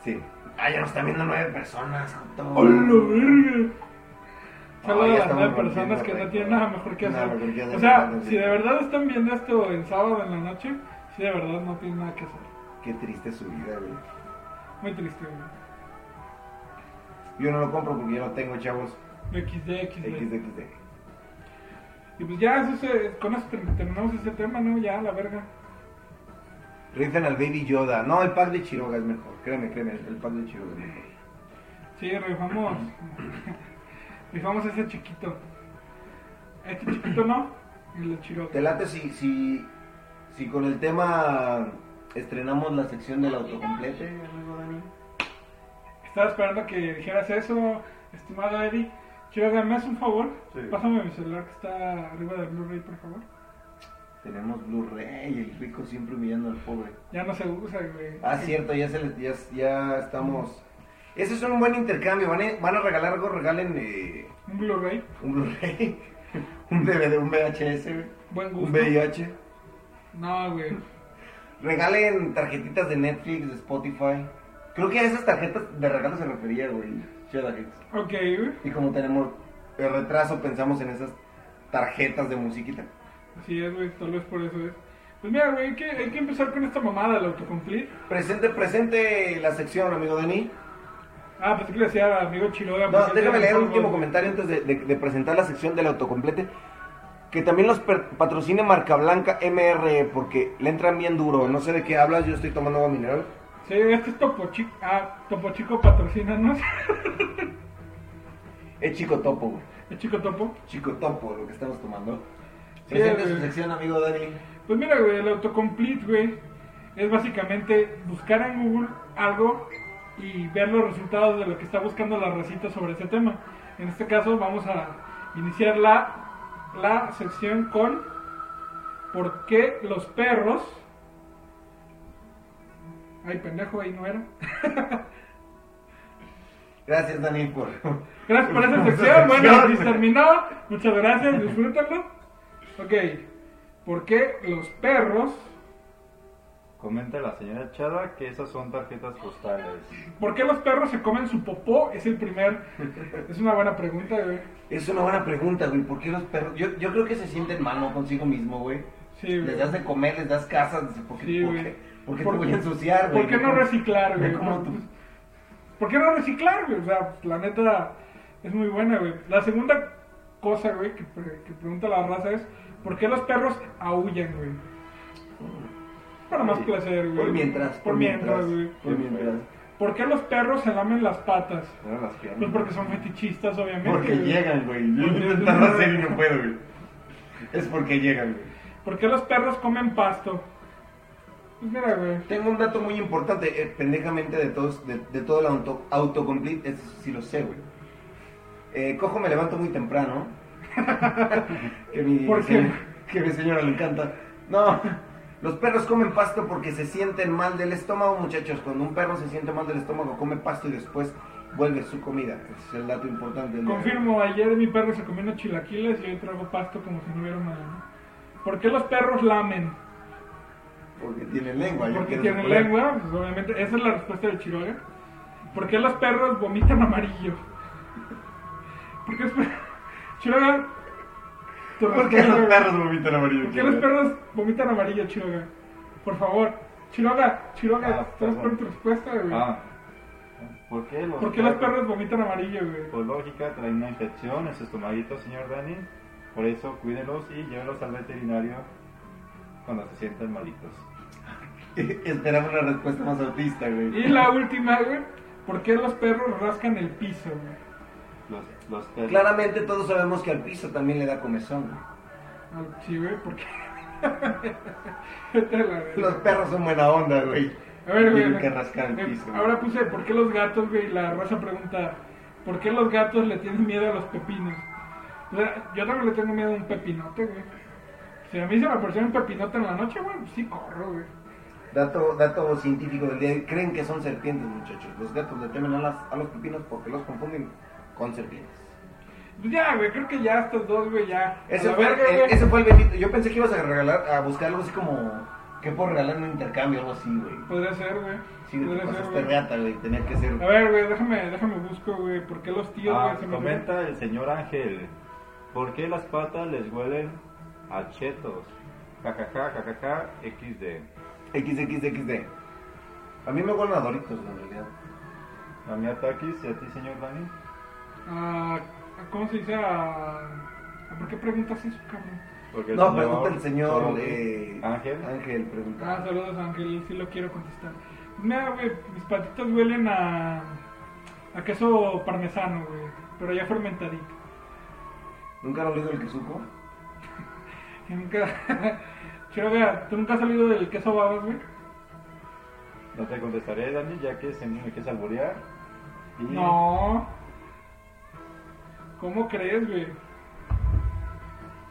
S2: Sí. Ah, ya nos están viendo nueve personas, joto.
S3: ¡Hola, verga! Solo
S2: Ah, ya
S3: a las
S2: estamos rompiendo
S3: nueve personas que no
S2: récord.
S3: tienen nada mejor que
S2: Nada
S3: hacer.
S2: mejor que hacer.
S3: o sea,
S2: Exactamente.
S3: si de verdad están viendo esto en sábado en la noche, si de verdad no tienen nada que hacer.
S2: Qué triste su vida, güey.
S3: Muy triste, güey.
S2: Yo no lo compro porque yo lo tengo, chavos.
S3: XD, XD.
S2: XDXD.
S3: Y pues ya, eso se- con eso ter- terminamos ese tema, ¿no? Ya, la verga.
S2: Rifan al Baby Yoda. No, el pack de Chiroga es mejor. Créeme, créeme, el pack de Chiroga es mejor.
S3: Sí, rifamos. rifamos ese chiquito. Este chiquito no, el de Chiroga.
S2: Te late si, si, si con el tema estrenamos la sección del autocomplete, amigo Dani.
S3: Estaba esperando que dijeras eso, estimado Eddie. Chiroga, ¿me haces un favor?
S4: Sí.
S3: Pásame mi celular que está arriba del Blu-ray, por favor.
S2: Tenemos Blu-ray, el rico siempre humillando al pobre.
S3: Ya no se usa, güey.
S2: Ah, cierto, ya, se les- ya, ya estamos. Ese es un buen intercambio. Van a, van a regalar algo, regalen eh,
S3: Un Blu-ray,
S2: un Blu-ray, un DVD, un VHS, güey,
S3: buen gusto.
S2: un VIH.
S3: No, güey.
S2: Regalen tarjetitas de Netflix, de Spotify. Creo que a esas tarjetas de regalo se refería, güey. Chela Hicks.
S3: Ok, güey.
S2: Y como tenemos el retraso, pensamos en esas tarjetas de musiquita.
S3: Así es, güey. Tal vez por eso es. Pues mira, güey, hay que, hay que empezar con esta mamada del autocomplete.
S2: Presente, presente la sección, amigo Denis.
S3: Ah, pensé que le decía al amigo Chiroga.
S2: No,
S3: porque
S2: déjame
S3: él
S2: leer
S3: tiene
S2: un último
S3: algo, güey.
S2: comentario antes de, de- de presentar la sección del autocomplete. Que también los per- patrocine Marca Blanca MRE porque le entran bien duro. No sé de qué hablas, yo estoy tomando agua mineral.
S3: Sí, este es Topo Chico. Ah, Topo Chico patrocina, ¿no?
S2: Es Chico Topo, güey.
S3: El Chico Topo.
S2: Chico Topo, lo que estamos tomando.
S3: Sí,
S2: Presente
S3: güey.
S2: su sección, amigo Dani.
S3: Pues mira, güey, el autocomplete, güey, es básicamente buscar en Google algo y ver los resultados de lo que está buscando la recita sobre ese tema. En este caso vamos a iniciar la, la sección con ¿Por qué los perros... Ay, pendejo, ahí no era.
S2: Gracias, Dani, por.
S3: Gracias por esa sección. Bueno, aquí terminó. Muchas gracias, disfrútenlo. Ok, ¿por qué los perros...
S4: Comenta la señora Chada que esas son tarjetas postales.
S3: ¿Por qué los perros se comen su popó? Es el primer. Es una buena pregunta, güey.
S2: Es una buena pregunta, güey. ¿Por qué los perros.? Yo, yo creo que se sienten mal, ¿no? Consigo mismo, güey.
S3: Sí, güey.
S2: Les das de comer, les das casas. ¿Por qué,
S3: Sí,
S2: por
S3: güey.
S2: qué- por qué
S3: ¿Por
S2: te voy
S3: qué-
S2: a ensuciar, güey?
S3: ¿Por qué no reciclar,
S2: Ve
S3: güey?
S2: cómo
S3: No,
S2: tus-
S3: pues, ¿Por qué no reciclar, güey? O sea, la neta es muy buena, güey. La segunda cosa, güey, que, pre- que pregunta la raza es: ¿por qué los perros aullan, güey? Para más
S2: Sí.
S3: placer, güey.
S2: Por mientras,
S3: Por mientras, güey.
S2: Por mientras.
S3: ¿Por qué los perros se lamen las patas?
S4: Eran las piernas.
S3: Pues porque son fetichistas, obviamente.
S2: Porque
S3: güey.
S2: llegan, güey. Yo
S3: Porque-
S2: intentando hacer y no puedo, güey. Es porque llegan, güey.
S3: ¿Por qué los perros comen pasto? Pues mira, güey.
S2: Tengo un dato muy importante, eh, pendejamente de todos, de, de todo el auto, autocomplete, es si lo sé, güey. Eh, cojo, me levanto muy temprano. que mi,
S3: ¿Por qué?
S2: que mi señora le encanta. No, los perros comen pasto porque se sienten mal del estómago, muchachos. Cuando un perro se siente mal del estómago, come pasto y después vuelve su comida. Ese es el dato importante. del día de hoy.
S3: Confirmo, ayer mi perro se comió unos chilaquiles y hoy trago pasto como si no hubiera nada. ¿no? ¿Por qué los perros lamen?
S2: Porque tienen lengua. yo
S3: Porque
S2: quiero
S3: tienen
S2: suponer.
S3: lengua, pues obviamente. Esa es la respuesta del chiroga. ¿Por qué los perros vomitan amarillo? Porque es... Chiroga... tu
S2: ¿Por qué
S3: respuesta,
S2: los
S3: güey.
S2: perros vomitan amarillo?
S3: ¿Por qué los perros vomitan amarillo, Chiroga? Por favor. Chiroga, Chiroga,
S4: Ah,
S3: estamos
S4: perdón.
S3: con tu respuesta, güey.
S4: Ah. ¿Por qué los
S3: ¿Por qué los perros vomitan amarillo, güey?
S4: Por lógica traen una infección en su estomaguito, señor Dani. Por eso cuídenlos y llévenlos al veterinario cuando se sientan malitos.
S2: Esperaba una respuesta más autista, güey.
S3: Y la última, güey. ¿Por qué los perros rascan el piso, güey?
S4: Los, los perros.
S2: Claramente todos sabemos que al piso también le da comezón. güey.
S3: Al- Ah, Sí, güey, ¿por qué? Vete a la verga.
S2: Los perros son buena onda, güey.
S3: A ver, güey.
S2: Tienen que rascar el
S3: eh,
S2: piso. güey.
S3: Ahora puse, ¿por qué los gatos, güey? La raza pregunta, ¿por qué los gatos le tienen miedo a los pepinos? O sea, yo también le tengo miedo a un pepinote, güey. Si a mí se me apareció un pepinote en la noche, güey, pues sí corro, güey.
S2: Dato, dato científico del día. Creen que son serpientes, muchachos. Los gatos le temen a, las, a los pepinos porque los confunden con serpientes.
S3: Pues ya, güey, creo que ya estos dos, güey, ya. A
S2: Ese
S3: la
S2: fue,
S3: verga,
S2: el,
S3: güey.
S2: ese fue el bendito. Yo pensé que ibas a regalar, a buscar algo así como. ¿Qué puedo regalar en un intercambio? Algo así, güey.
S3: Podría ser, güey.
S2: Sí, de
S3: Podría
S2: que
S3: ser,
S2: pasaste
S3: güey.
S2: reata, güey. Tenía que ser.
S3: A ver, güey, déjame, déjame busco, güey, ¿por qué los tíos,
S4: Ah,
S3: güey, se me
S4: comenta el señor Ángel. ¿Por qué las patas les huelen a chetos? Jajaja, jajaja, XD.
S2: XXXD. A mí me huelen a Doritos, güey, en realidad.
S4: A mi ataques y a ti, señor Dani.
S3: Ah, ¿Cómo se dice? Ah, ¿Por qué preguntas eso, cabrón?
S4: Porque el
S2: No,
S4: señor-
S2: pregunta el señor
S4: Sor-
S2: eh,
S4: Ángel.
S2: Ángel
S3: Ah,
S2: pregunta.
S3: saludos Ángel, sí lo quiero contestar. Pues Mira, güey, mis patitos huelen a, a queso parmesano, güey, pero ya fermentadito.
S2: ¿Nunca han olido el quesuco?
S3: Nunca. Chiroga, ¿tú nunca has salido del queso babas, güey?
S4: No te contestaré, Dani, ya que se me quieres alborear. Y
S3: No. ¿Cómo crees, güey?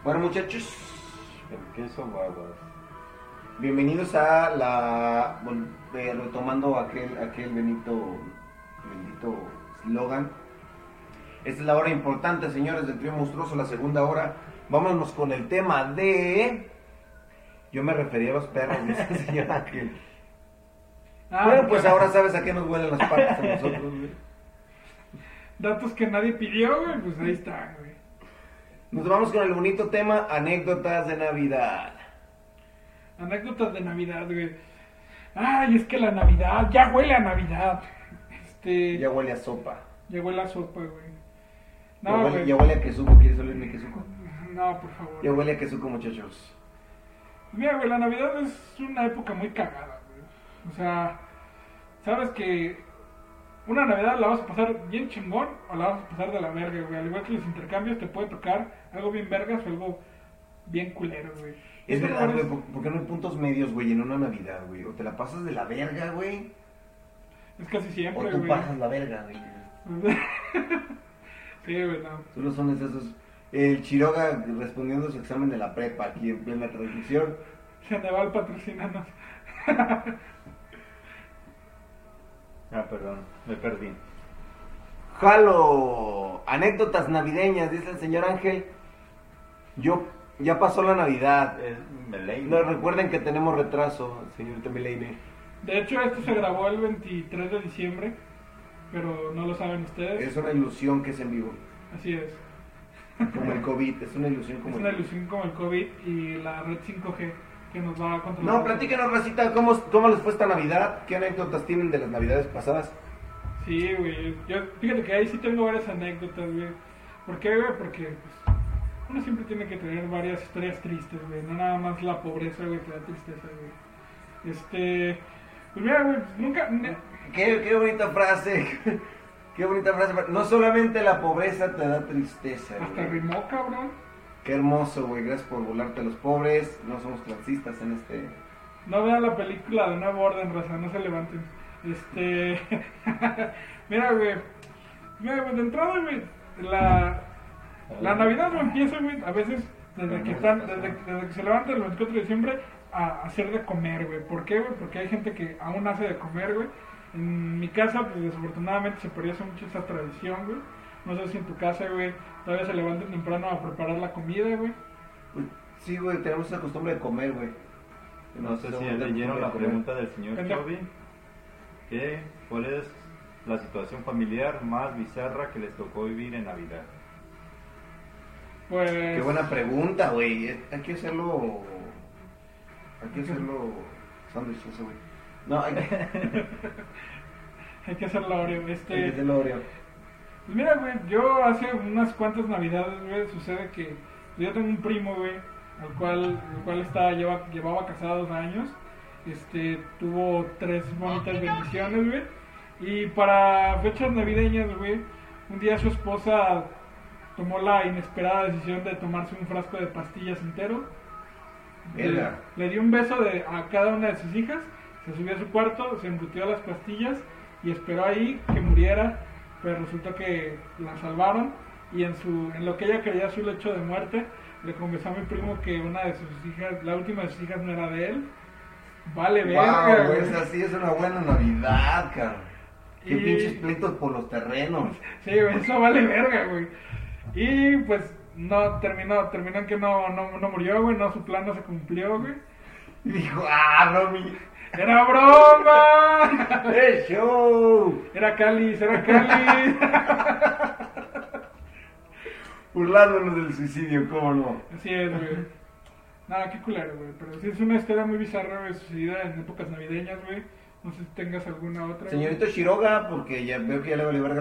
S2: Bueno, muchachos,
S4: El queso guaguas.
S2: bienvenidos a la. bueno, eh, retomando aquel, aquel benito, bendito slogan. Esta es la hora importante, señores, del trío monstruoso, la segunda hora. Vámonos con el tema de. Yo me refería a los perros, dice el señor Ángel.
S3: Ah,
S2: bueno, pues
S3: porque-
S2: ahora sabes a qué nos huelen las patas a nosotros, güey.
S3: Datos que nadie pidió, güey, pues ahí está, güey.
S2: Nos vamos con el bonito tema anécdotas de Navidad.
S3: Anécdotas de Navidad, güey. Ay, es que la Navidad, ya huele a Navidad. Este.
S2: Ya huele a sopa.
S3: Ya huele a sopa, güey.
S2: ya,
S3: No, pues.
S2: huele,
S3: güey.
S2: ya huele a quesuco. ¿Quieres olerme quesuco?
S3: No, por favor.
S2: Ya huele a quesuco, muchachos.
S3: Mira, güey, la Navidad es una época muy cagada, güey. O sea, sabes que una Navidad la vas a pasar bien chingón o la vas a pasar de la verga, güey. Al igual que los intercambios te puede tocar algo bien vergas o algo bien culero, güey.
S2: Es
S3: Esos
S2: verdad,
S3: lugares-
S2: güey, ¿por, por qué no hay puntos medios, güey, en una Navidad, güey? O te la pasas de la verga, güey,
S3: Es casi
S2: o
S3: siempre,
S2: tú
S3: güey.
S2: pasas la verga, güey.
S3: sí, güey, no.
S2: Solo son esos... El Chiroga respondiendo su examen de la prepa aquí en plena transmisión.
S3: Se te va el patrocinando.
S4: Ah, perdón, me perdí.
S2: Jalo, anécdotas navideñas, dice el señor Ángel. Yo, ya pasó la Navidad.
S4: Es Meleine.
S2: No, recuerden que tenemos retraso, señorita Mileine.
S3: De hecho, esto se grabó el 23 de diciembre, pero no lo saben ustedes.
S2: Es una ilusión que es en vivo.
S3: Así es.
S2: Como el COVID, es una ilusión
S3: Es
S2: como
S3: una
S2: el COVID.
S3: ilusión como el COVID y la red 5G que nos va a controlar.
S2: No, platíquenos, Racita, ¿cómo, ¿cómo les fue esta Navidad? ¿Qué anécdotas tienen de las Navidades pasadas?
S3: Sí, güey. Yo, fíjate que ahí sí tengo varias anécdotas, güey. ¿Por qué, güey? Porque pues, uno siempre tiene que tener varias historias tristes, güey. No nada más la pobreza, güey, te da tristeza, güey. Este. Pues mira, güey, pues, nunca. ne-
S2: Qué, qué bonita frase. Qué bonita frase. No solamente la pobreza te da tristeza.
S3: hasta
S2: güey.
S3: rimó, cabrón.
S2: Qué hermoso, güey. Gracias por volarte a los pobres. No somos clasistas en este.
S3: No vean la película de una borda en raza, no se levanten. Este. Mira, güey. Mira, güey, de entrada, güey. La,
S4: Eh,
S3: la Navidad no empieza, güey, a veces desde que, están, desde, desde que se levantan el 24 de diciembre a hacer de comer, güey. ¿Por qué, güey? Porque hay gente que aún hace de comer, güey. En mi casa, pues desafortunadamente se perdió hace mucho esa tradición, güey. No sé si en tu casa, güey, todavía se levantan temprano a preparar la comida, güey.
S2: Pues, Sí, güey, tenemos esa costumbre de comer, güey.
S4: No sé si
S2: Tenemos esa
S4: leyeron
S2: costumbre de
S4: la
S2: comer.
S4: pregunta del señor
S3: Venga.
S4: Chovy. ¿Qué? ¿Cuál es la situación familiar más bizarra que les tocó vivir en Navidad?
S3: Pues.
S2: Qué buena pregunta, güey. Eh, Hay que hacerlo. Hay que hacerlo. Sándwich, eso, güey. No, hay que, hay
S3: Hay que hacer la Oreo. Este...
S2: que hacerlo Oreo.
S3: Pues mira, güey, yo hace unas cuantas navidades, güey, sucede que yo tengo un primo, güey, al cual, el cual está, lleva, llevaba casados años, este, tuvo tres bonitas bendiciones, güey, y para fechas navideñas, güey, un día su esposa tomó la inesperada decisión de tomarse un frasco de pastillas entero, le,
S2: Verga.
S3: le dio un beso de, a cada una de sus hijas, se subió a su cuarto, se embutió las pastillas y esperó ahí que muriera, pero resultó que la salvaron y en, su, en lo que ella creía su lecho de muerte, le confesó a mi primo que una de sus hijas, la última de sus hijas no era de él. Vale, verga.
S2: Wow,
S3: güey.
S2: güey, esa sí es una buena Navidad, cabrón. Qué
S3: Y-
S2: pinches pleitos por los terrenos.
S3: Sí, güey, eso vale verga, güey. Y pues no terminó, terminó en que no, no, no murió, güey, no su plan no se cumplió, güey.
S2: Y dijo, ah, Romy,
S3: Era broma.
S2: el ¡Eh, show.
S3: Era Cali, era Cali.
S2: Burlándonos del suicidio, ¿cómo no?
S3: Así es, güey. Nada, qué culero, güey. Pero sí es una historia muy bizarra, güey, sucedida en épocas navideñas, güey. No sé si tengas alguna otra. güey.
S2: Señorito Chiroga, porque ya veo que ya le vale verga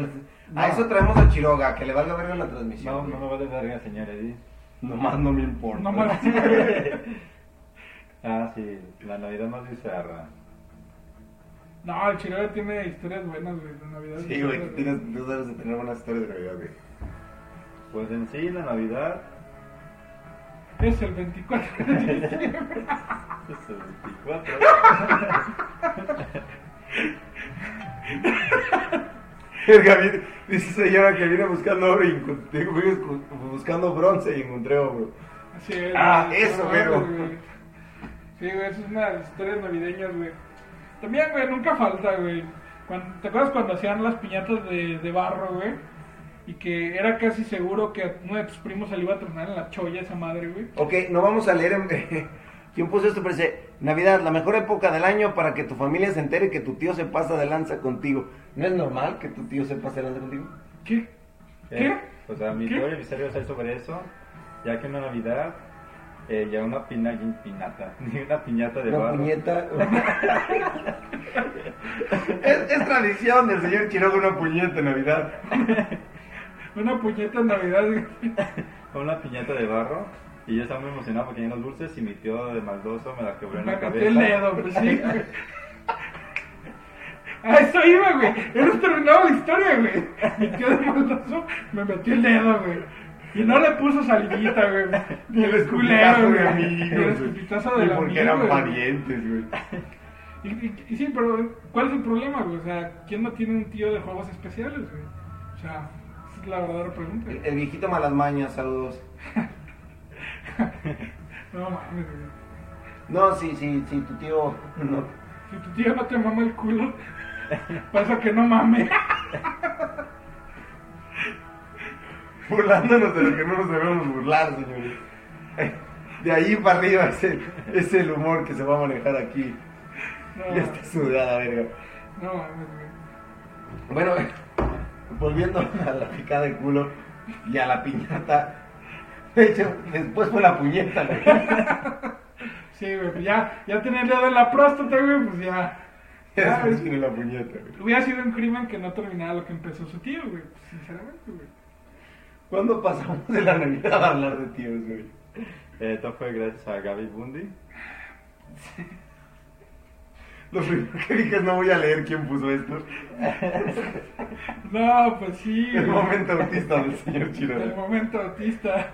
S2: la A eso traemos a Chiroga, que le valga verga la transmisión.
S4: No, no me vale verga, señor Eddie.
S2: Nomás no me importa.
S3: No mames, güey.
S4: Ah, sí, la Navidad más bizarra.
S3: No, el Chiroga tiene historias buenas, güey, de Navidad.
S2: Sí, güey, tú, tienes, tú debes de tener buenas historias de Navidad, güey.
S4: Pues en sí, la Navidad
S3: Es el 24 de diciembre.
S4: es el 24.
S2: El Gabriel, dice señora que viene buscando oro y encon- digo, "Vine buscu- buscando bronce y encontré oro.
S3: Así es,
S2: Ah,
S3: güey,
S2: eso,
S3: no
S2: pero.
S3: mames, güey. Sí, güey, eso es una de las historias navideñas, güey. También, güey, nunca falta, güey. Cuan- ¿Te acuerdas cuando hacían las piñatas de, de barro, güey? Y que era casi seguro que a uno de tus primos se le iba a tronar en la cholla esa madre, güey.
S2: Ok, no vamos a leer. en- ¿Quién puso esto? Pero dice, Navidad, la mejor época del año para que tu familia se entere que tu tío se pasa de lanza contigo. ¿No es normal que tu tío se pase de lanza contigo?
S3: ¿Qué?
S4: Eh,
S3: ¿Qué?
S4: O sea, mi
S3: ¿Qué?
S4: historia misterio es sobre eso, ya que una Navidad, eh, ya una pina, pinata, ni una piñata de
S2: Una
S4: barro.
S2: puñeta. es, es tradición del señor Quiroga una puñeta en Navidad.
S3: Una puñeta en Navidad, güey.
S4: Con una piñata de barro. Y yo estaba muy emocionado porque tenía los dulces y mi tío de maldoso me la quebró en
S3: Me
S4: la
S3: acaté el
S4: cabeza.
S3: dedo, pues sí, güey. A eso iba, güey. Hemos terminado la historia, güey. Mi tío de maldoso me metió el dedo, güey. Y no le puso salivita, güey.
S2: Ni el
S3: culero,
S2: escupitazo de amigos.
S3: Ni el escupitazo de
S2: Ni
S3: la
S2: porque eran parientes, güey.
S3: y, y- y sí, pero ¿cuál es el problema, güey? O sea, ¿quién no tiene un tío de juegos especiales, güey? O sea, esa es la verdadera pregunta.
S2: El, el viejito malas mañas, saludos.
S3: No mames, güey.
S2: No, sí, sí, sí, tu tío. No.
S3: Si tu tío no te mama el culo, pasa que no mames.
S2: Burlándonos de lo que no nos debemos burlar, señores. De ahí para arriba es el, es el humor que se va a manejar aquí.
S3: No,
S2: Ya está sudada, verga.
S3: no mames, güey.
S2: Bueno, volviendo a la picada de culo y a la piñata. De hecho, después fue la puñeta, güey.
S3: Ah, Sí, güey, pues ya, ya tenía el dedo en la próstata, güey, pues ya. ya,
S2: Después
S3: güey.
S2: vino la puñeta, güey.
S3: Hubiera sido un crimen que no terminara lo que empezó su tío, güey, pues, sinceramente, güey.
S2: ¿Cuándo pasamos de la Navidad a hablar de tíos, güey?
S4: Eh, Esto fue gracias a Gaby Bundy.
S2: Lo primero que dije es no voy a leer quién puso esto.
S3: No, pues sí.
S2: El
S3: güey.
S2: momento autista del señor
S3: El
S2: Chirola.
S3: momento autista.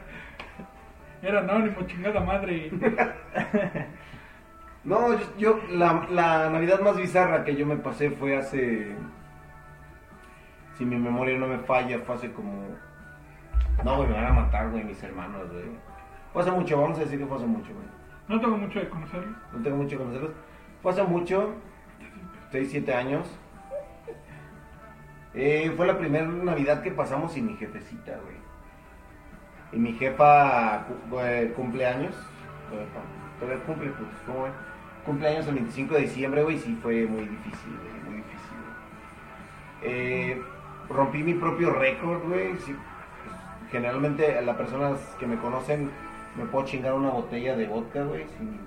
S3: Era anónimo, chingada madre.
S2: No, yo, yo- la, la Navidad más bizarra que yo me pasé fue hace... Si mi memoria no me falla, fue hace como... No, güey, me van a matar, güey, mis hermanos, güey. Fue hace mucho, vamos a decir que fue hace mucho, güey.
S3: No tengo mucho de conocerlo.
S2: No tengo mucho que conocerlos. Fue hace mucho, 6, 7 años. Eh, fue la primera Navidad que pasamos sin mi jefecita, güey. Y mi jefa cu- eh, cumpleaños. Todavía pa- Todavía cumple, pues, ¿cómo ven? Cumpleaños el 25 de diciembre, güey, sí fue muy difícil, güey, muy difícil. güey. Eh, rompí mi propio récord, güey. sí, pues, generalmente las personas que me conocen me puedo chingar una botella de vodka, güey, sin,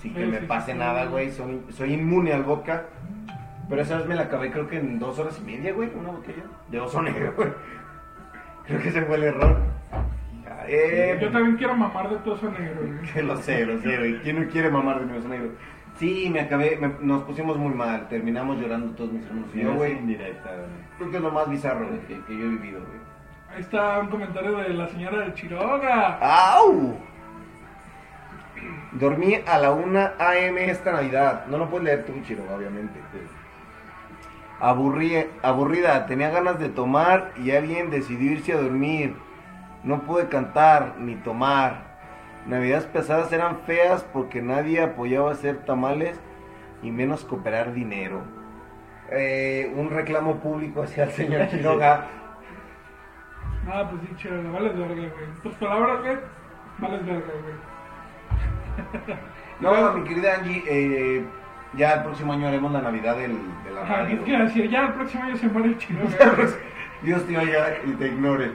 S2: sin que
S3: Sí,
S2: me
S3: sí,
S2: pase
S3: sí,
S2: nada,
S3: sí.
S2: güey. Soy, soy inmune al vodka. Pero esa vez me la acabé creo que en dos horas y media, güey, una botella de oso negro, güey. Creo que ese fue el error. Eh,
S3: Yo también quiero mamar de todo eso negro, güey.
S2: que lo sé, lo sé, güey. ¿Quién no quiere mamar de mi oso negro? Sí, me acabé, me- nos pusimos muy mal, terminamos llorando todos mis hermanos. y Yo, güey,
S4: indirecta, güey.
S2: creo que es lo más bizarro güey, que, que yo he vivido, güey.
S3: Ahí está un comentario de la señora del Chiroga.
S2: ¡Au! Dormí a la 1 a.m. esta Navidad. No lo puedes leer tú, Chiro, obviamente. pues. Aburrí- aburrida, tenía ganas de tomar y alguien decidió irse a dormir. No pude cantar ni tomar. Navidades pesadas eran feas porque nadie apoyaba hacer tamales y menos cooperar dinero. Eh, un reclamo público hacia el señor Quiroga.
S3: Nada, pues sí, Chiroga, vales verga, güey. En Tus palabras, güey, vales verga, güey.
S2: No, mi querida Angie, eh, ya el próximo año haremos la Navidad del, de la
S3: Ajá,
S2: radio.
S3: es que decir, ya el próximo año se muere el Chiroga.
S2: Dios te oiga y te ignore.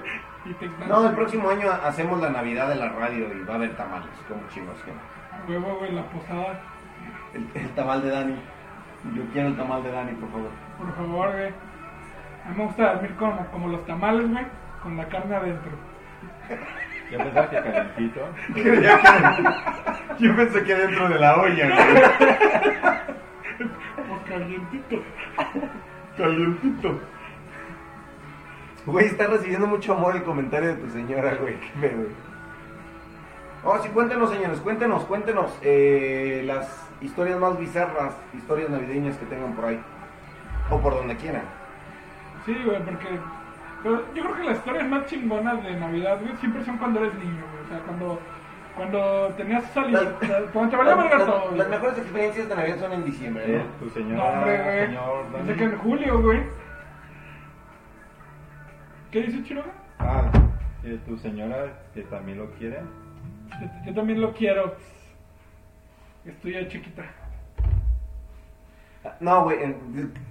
S3: Y te
S2: No, el próximo año hacemos la Navidad de la radio y va a haber tamales, como chingos que no.
S3: Huevo, güey, la posada.
S2: El, el tamal de Dani. Yo quiero el tamal de Dani, por favor.
S3: Por favor, güey. A mí me gusta dormir como, como los tamales, güey, con la carne adentro.
S4: Yo pensaba que calentito.
S2: Yo pensé que dentro de la olla, güey.
S3: O calientito.
S2: Calientito. Güey, está recibiendo mucho amor el comentario de tu señora, güey. Qué pedo. Oh, sí, cuéntenos, señores, cuéntenos, cuéntenos eh, las historias más bizarras, historias navideñas que tengan por ahí. O por donde quieran.
S3: Sí, güey, porque. Pero yo creo que las historias más chingonas de Navidad, güey, siempre son cuando eres niño, güey. O sea, cuando. Cuando tenías salida.
S2: Las-
S3: Cuando te valía
S2: las-
S3: verga
S2: las-
S3: todo, güey.
S2: Las mejores experiencias de Navidad son en diciembre,
S4: Eh,
S2: ¿no?
S4: tu
S3: No, hombre,
S4: señora,
S3: güey.
S4: señor
S3: Desde que en
S4: Dani.
S3: julio, güey. ¿Qué dice Chiroga?
S4: Ah, eh, tu señora que también lo quiere.
S3: Yo- Yo también lo quiero. Estoy ya chiquita.
S2: No, güey, en-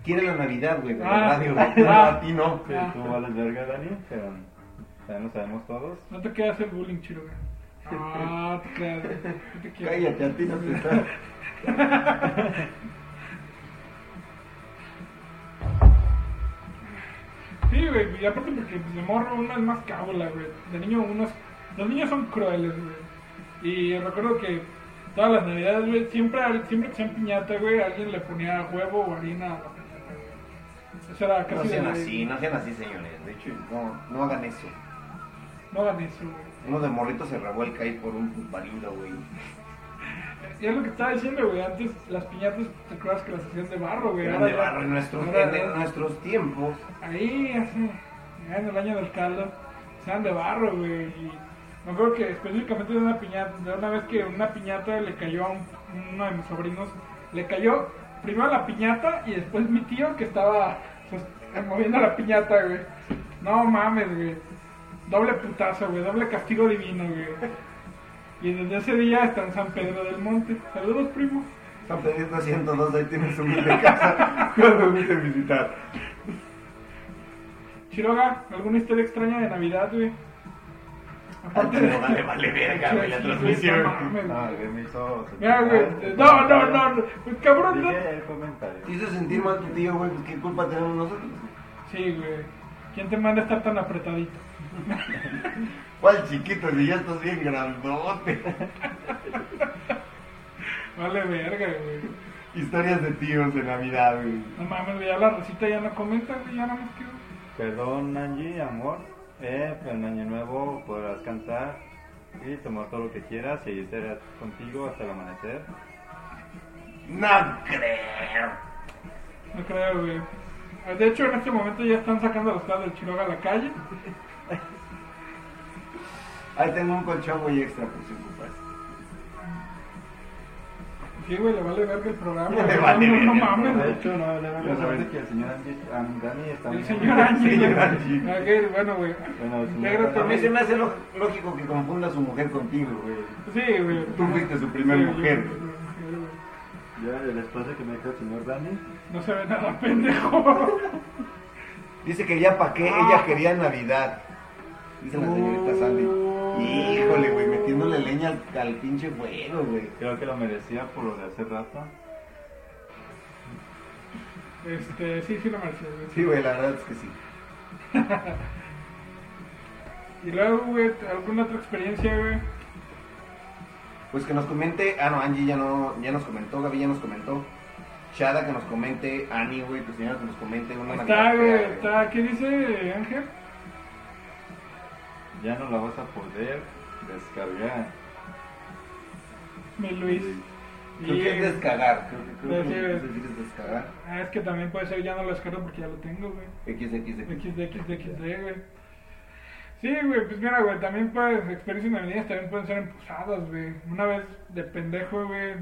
S2: quiere la Navidad, güey, de la
S3: Ah.
S2: radio, güey.
S3: Ah.
S2: A ti no.
S4: Que
S3: Ah.
S4: tú vales verga, Dani, pero ya lo sabemos todos.
S3: No te quedas el bullying, Chiroga. No, te quedas. Yo te quiero.
S2: Cállate, a ti no te está.
S3: Sí, güey, y aparte porque pues, de morro uno es más cábula, güey. De niño uno es... Los niños son crueles, güey. Y recuerdo que todas las navidades, güey, siempre, al- siempre que hacían piñata, güey, alguien le ponía huevo o harina a la piñata, güey. Eso era casi...
S2: No sean
S3: de ley.
S2: así, no sean así, señores. De hecho, no, no hagan eso.
S3: No hagan eso, güey.
S2: Uno de morrito se revuelca ahí por un balindo, güey.
S3: Y es lo que estaba diciendo, güey. Antes las piñatas, ¿te acuerdas que las hacían de barro, güey?
S2: Eran
S3: Ahora
S2: de
S3: ya-
S2: barro en nuestros,
S3: ahora
S2: en-
S3: ya-
S2: en nuestros tiempos.
S3: Ahí, así, ya en el año del caldo, sean de barro, güey. y Me acuerdo que específicamente de una piñata, de una vez que una piñata le cayó a un- uno de mis sobrinos, le cayó primero la piñata y después mi tío que estaba pues, moviendo la piñata, güey. No mames, güey. Doble putazo, güey. Doble castigo divino, güey. Y desde ese día está en San Pedro del Monte. Saludos, primo.
S2: San Pedrito 102, ahí tienes un de casa. Cuando me visitar.
S3: Chiroga, ¿alguna historia extraña de Navidad, güey?
S2: Al
S3: Aparte de-
S2: chino vale, vale verga, güey, la
S3: Sí,
S2: transmisión.
S3: no mames, güey.
S4: Ah, que me hizo.
S3: Mira, güey. No, no, no. no, pues, Cabrón, no.
S4: Dije el comentario.
S2: Te hizo sentir mal tu tío, güey, pues qué culpa tenemos nosotros.
S3: Sí, güey. ¿Quién te manda a estar tan apretadito?
S2: ¿Cuál chiquito? Si ya estás bien grandote.
S3: Vale, verga, güey.
S2: Historias de tíos de Navidad, güey.
S3: No mames, güey. Ya la recita ya no comenta, güey. Ya no más que.
S4: Perdón, Angie, amor. Eh, en Año Nuevo podrás cantar y tomar todo lo que quieras y ahí estaré contigo hasta el amanecer.
S2: No creo.
S3: No creo, güey. De hecho, en este momento ya están sacando los caras del Chiroga a la calle.
S2: Ahí tengo un colchón, güey, extra por si ocupas.
S3: Sí, güey, le vale verga el programa.
S2: Le
S3: güey.
S2: vale
S3: no, no
S2: verga,
S3: mames,
S4: De
S3: güey.
S4: hecho, no, la
S2: Ya
S4: verdad
S2: saben.
S4: es que el señor Angie, An- Dani está
S3: El
S4: muy-
S3: señor Angie.
S2: Señor
S3: güey.
S2: Angie.
S3: Ok, bueno, güey.
S4: Bueno, el señor
S3: Negra
S2: A mí se
S3: también.
S2: me hace lo- lógico que confunda a su mujer contigo, güey.
S3: Sí, güey.
S2: Tú fuiste su primer
S3: Sí,
S2: mujer,
S3: yo-
S2: güey.
S3: yo- yo-
S4: Yo, el esposo que me dijo el señor Dani.
S3: No se ve nada, pendejo. Ah.
S2: Dice que ya pa' qué, ella quería Navidad. Dice la señorita
S3: Uh.
S2: Sandy. Híjole, güey, metiéndole leña al, al pinche fuego, güey.
S4: Creo que lo merecía por lo de hace rato.
S3: Este, sí, sí lo mereces, güey.
S2: Sí, güey, la verdad es que sí.
S3: Y luego, güey, alguna otra experiencia, güey.
S2: Pues que nos comente, ah no, Angie ya no, ya nos comentó, Gaby ya nos comentó. Shada que nos comente, Ani, güey, tu señora que nos comente una
S3: Está,
S2: Navidad
S3: güey,
S2: fea,
S3: está. ¿Qué dice Ángel?
S4: Ya no la vas a poder descargar.
S3: Mi Luis.
S2: Creo
S3: Y-
S2: que es descagar, creo que, creo que lo
S3: Sí,
S2: que
S3: güey.
S2: quise decir es descagar.
S3: Ah, es que también puede ser, ya no lo descargo porque ya lo tengo, güey.
S2: XXX.
S3: XD, XD, XD, güey. Sí, güey, pues mira, güey, también pues experiencias navideñas también pueden ser en posadas, güey. Una vez de pendejo, güey,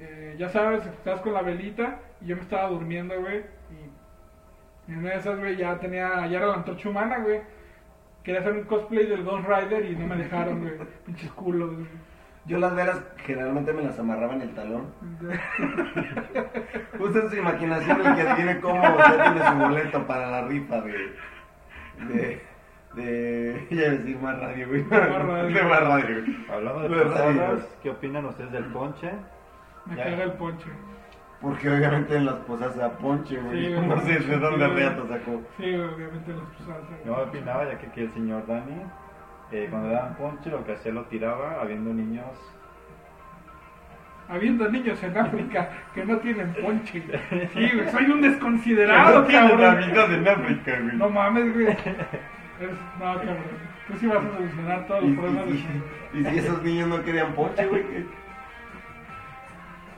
S3: eh, ya sabes, estás con la velita y yo me estaba durmiendo, güey. Y en una de esas, güey, ya tenía, ya era la antorcha humana, güey. Quería hacer un cosplay del Ghost Rider y no me dejaron, güey. Pinches culos, güey.
S2: Yo las velas generalmente me las amarraba en el talón. Usa su imaginación el que adivine cómo ya tiene su boleto para la rifa de. de. de. ya iba a decir más radio, güey.
S3: Más radio.
S2: De más radio, güey.
S4: Hablando de
S2: Lo de
S4: posadas,
S2: rayos.
S4: ¿qué opinan ustedes del ponche?
S3: Me
S4: Ya.
S3: caga el ponche.
S2: Porque obviamente en las posadas se aponche, güey.
S3: Sí, güey.
S2: no sé de dónde
S3: Sí, güey.
S2: reata sacó.
S3: Sí, güey, obviamente las posadas. güey.
S4: Yo opinaba, ya que aquí el señor Dani, eh, cuando daban ponche, lo que hacía lo tiraba, habiendo niños
S3: habiendo niños en África que no tienen ponche. Sí, güey, soy un desconsiderado, cabrón.
S4: amigos en África, güey.
S3: No mames, güey. Eres- No, cabrón. Tú sí vas a solucionar todos
S1: Y,
S3: los problemas de
S1: y- y- y si esos niños no querían ponche, güey. que-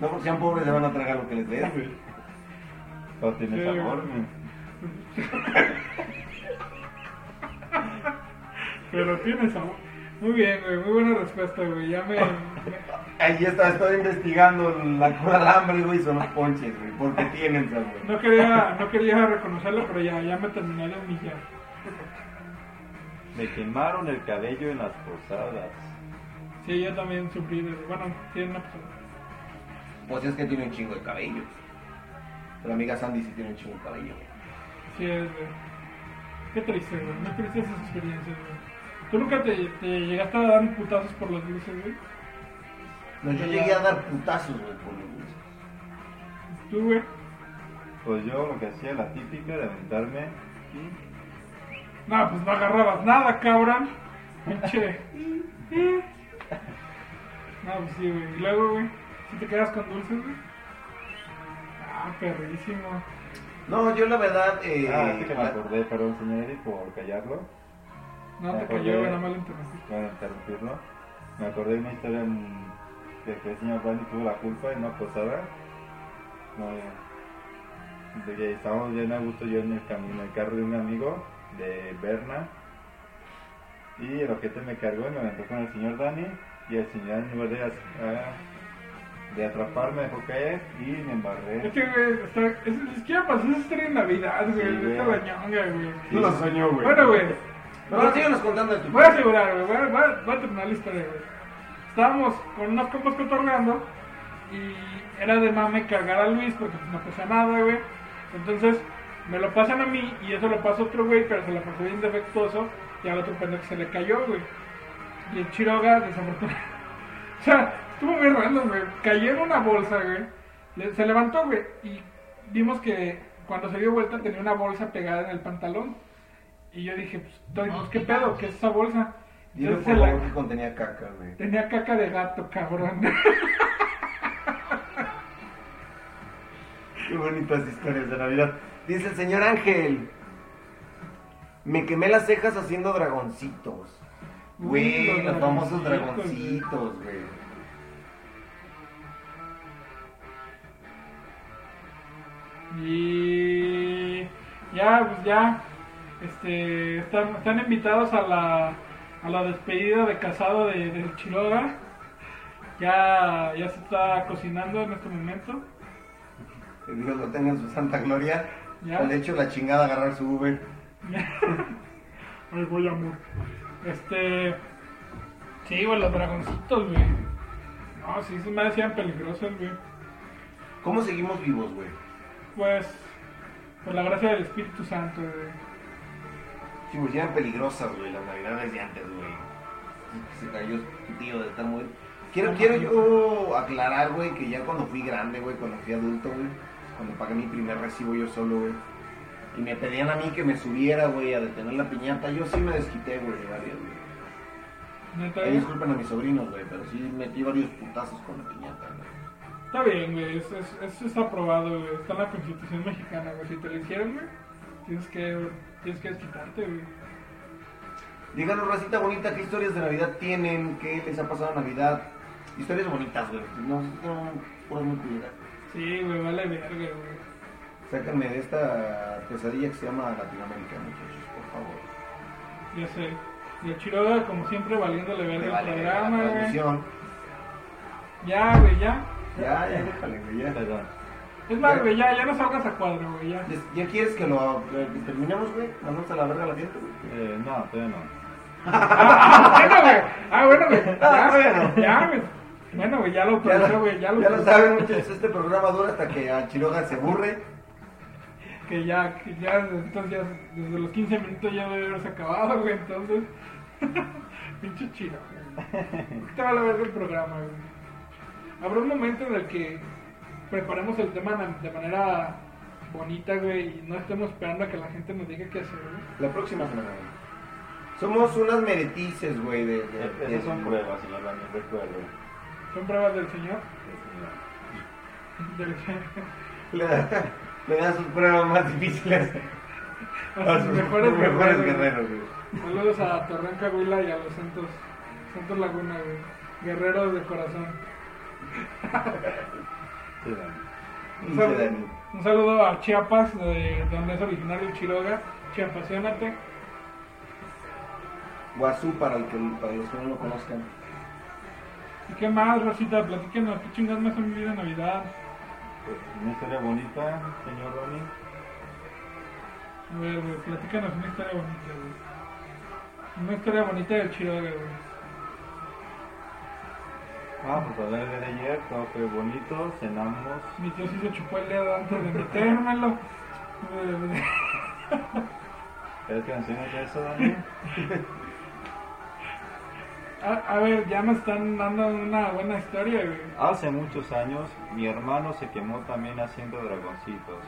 S1: No, porque sean pobres se van a tragar lo que les des, güey.
S4: No tiene
S3: Sí,
S4: sabor,
S3: güey.
S4: güey.
S3: Pero tienes amor. Muy bien, güey. Muy buena respuesta, güey. Ya me. me-
S1: Ahí está, estoy investigando la cura del hambre, güey, son los ponches, güey, porque tienen sabor.
S3: No quería, no quería reconocerlo, pero ya, ya me terminé de humillar.
S4: Me quemaron el cabello en las posadas.
S3: Sí, yo también sufrí de. Bueno, tiene una persona.
S1: Pues es que tiene un chingo de cabello. Pero amiga Sandy sí tiene un chingo de cabello.
S3: Sí, es, güey. Qué triste, güey. Muy triste esas experiencias, güey. ¿Tú nunca te, te llegaste a dar putazos por los dulces, güey?
S1: No, yo llegué a dar putazos, güey, por los dulces.
S3: ¿Tú, güey?
S4: Pues yo lo que hacía, la típica de aventarme.
S3: No, pues no agarrabas nada, cabrón. Pinche. No, pues sí, güey. Y luego, güey, si te quedas con dulces, güey. Ah, perrísimo.
S1: No, yo la verdad, eh,
S4: Ah, sí que me
S1: la-
S4: acordé, perdón, señor Eric, por callarlo.
S3: No te
S4: Ah,
S3: cayó,
S4: ok.
S3: güey, nada más lo interrumpí.
S4: Bueno, interrumpirlo. Me acordé de una historia en- de que el señor Brandy tuvo la culpa en una posada. No, de que estábamos bien a gusto yo en el, cam- en el carro de un amigo de Berna. Y el objeto me cargó y me aventó con el señor Dani. Y el señor en lugar de, as- ah, de atraparme dejó caer y me embarré.
S3: Es que, güey, está, es, ni siquiera pasó esa historia en Navidad, güey.
S4: Sí,
S3: Esta
S4: güey.
S3: bañonga, güey.
S4: Sí. Lo soñó, güey.
S3: Bueno, güey.
S1: Pero síguenos contando de tu
S3: Voy a asegurar, güey. Voy, a- voy a- voy a terminar la historia, güey. Estábamos con unos compas cotorreando y era de mame cargar a Luis porque pues, no pasa nada, güey. Entonces me lo pasan a mí y eso lo pasa a otro güey, pero se lo pasó bien defectuoso y al otro pendejo se le cayó, güey. Y el Chiroga, desafortunadamente. O sea, estuvo bien random, güey. Cayó en una bolsa, güey. Le- se levantó, güey. Y vimos que cuando se dio vuelta tenía una bolsa pegada en el pantalón. Y yo dije, pues, Tony, pues, ¿qué pedo? ¿Qué es esa bolsa?
S1: Dime
S3: Entonces
S1: por
S3: se la-
S1: favor que contenía caca, güey.
S3: tenía caca de gato, cabrón.
S1: Qué bonitas historias de Navidad. Dice el señor Ángel. Me quemé las cejas haciendo dragoncitos.
S3: Uy,
S1: Güey,
S3: los
S1: los famosos
S3: dragoncitos,
S1: dragoncitos, güey.
S3: Y ya, pues ya, este, están, están invitados a la, a la despedida de casado de, del Chiroga. Ya, ya se está cocinando en este momento.
S1: Que Dios lo tenga en su santa gloria.
S3: Ya.
S1: O Le echo la chingada a agarrar su Uber.
S3: Ay, voy amor. Este, sí, güey, los dragoncitos, güey. No, sí, se me decían peligrosos, güey.
S1: ¿Cómo seguimos vivos, güey?
S3: Pues, por la gracia del Espíritu Santo, güey.
S1: Si pues ya eran peligrosas, güey, las navidades de antes, güey. Se cayó tu tío de estar muy... Quiero, quiero yo aclarar, güey, que ya cuando fui grande, güey, cuando fui adulto, güey, cuando pagué mi primer recibo yo solo, güey, y me pedían a mí que me subiera, güey, a detener la piñata, yo sí me desquité, güey, de varias, güey.
S3: Neta,
S1: Eh,
S3: güey.
S1: disculpen a mis sobrinos, güey, pero sí metí varios putazos con la piñata, güey.
S3: Está bien, güey, eso, es- eso está aprobado, güey. Está en la constitución mexicana, güey. Si te lo hicieron, güey, tienes que, tienes que desquitarte, güey.
S1: Díganos, racita bonita, qué historias de Navidad tienen, qué les ha pasado en Navidad. Historias bonitas, güey. No, no, puras muy culeras.
S3: Sí, güey, vale verga, güey.
S1: Sáquenme de esta pesadilla que se llama Latinoamérica, muchachos, por favor.
S3: Ya sé. Y el Chiroga, como siempre, valiéndole
S1: Me
S3: verga el
S1: vale la
S3: programa, güey.
S1: transmisión.
S3: Ya, güey, ya.
S1: Ya, ya, déjale, güey, ya.
S4: Perdón.
S3: Es más,
S1: Ya.
S3: güey, ya, ya no salgas a cuadro, güey, ya.
S1: Des- ¿Ya quieres que lo que terminemos, güey? Mandamos a la verga a la gente, güey.
S4: Eh, no, todavía no.
S3: Ah, bueno, güey. Ah, bueno, güey. Ya,
S1: Ah, bueno.
S3: ya, güey. Bueno, güey, ya lo
S1: Ya,
S3: pensé,
S1: lo-
S3: güey, ya
S1: ya
S3: lo
S1: lo,
S3: pensé.
S1: saben, muchachos, este programa dura hasta que a Chiroga se aburre.
S3: Que ya, que ya, entonces ya, desde los 15 minutos ya debe haberse acabado, güey, entonces. Pinche chido, güey. Te va a la verga el programa, güey. Habrá un momento en el que preparemos el tema na- de manera bonita, güey, y no estemos esperando a que la gente nos diga qué hacer, güey.
S1: La próxima semana, güey. Somos unas meretices, güey, de, de-
S4: Es-
S1: de-
S4: Esas son pruebas, señor Dani, recuerdo.
S3: Son pruebas del señor. Del
S1: Le da, le da sus pruebas más difíciles
S3: a Ah, sus mejores,
S1: mejores
S3: guerreros.
S1: guerreros, güey.
S3: Saludos a Torreón Cahuila y a los Santos, Santos Laguna, güey. Guerreros de corazón.
S4: Sí, Dani.
S3: Un
S1: Dice
S3: saludo,
S1: Dani.
S3: un saludo a Chiapas, de donde es originario Chiroga. Chiapasionate.
S1: Guazú, para, el que, para los que no lo conozcan.
S3: ¿Y qué más, Rosita? Platíquenos, ¿qué chingadas más han vivido en Navidad?
S4: Pues, una historia bonita, señor Ronnie.
S3: A ver, güey, platícanos una historia bonita, güey. Una historia bonita del Chiroga, güey.
S4: Ah, pues hablar de ayer, todo fue bonito, cenamos.
S3: Mi tío sí se chupó el dedo antes de metérmelo. Eh,
S4: ¿Qué canciones de eso, Dani?
S3: A, a ver, ya me están dando una buena historia, güey.
S4: Hace muchos años, mi hermano se quemó también haciendo dragoncitos.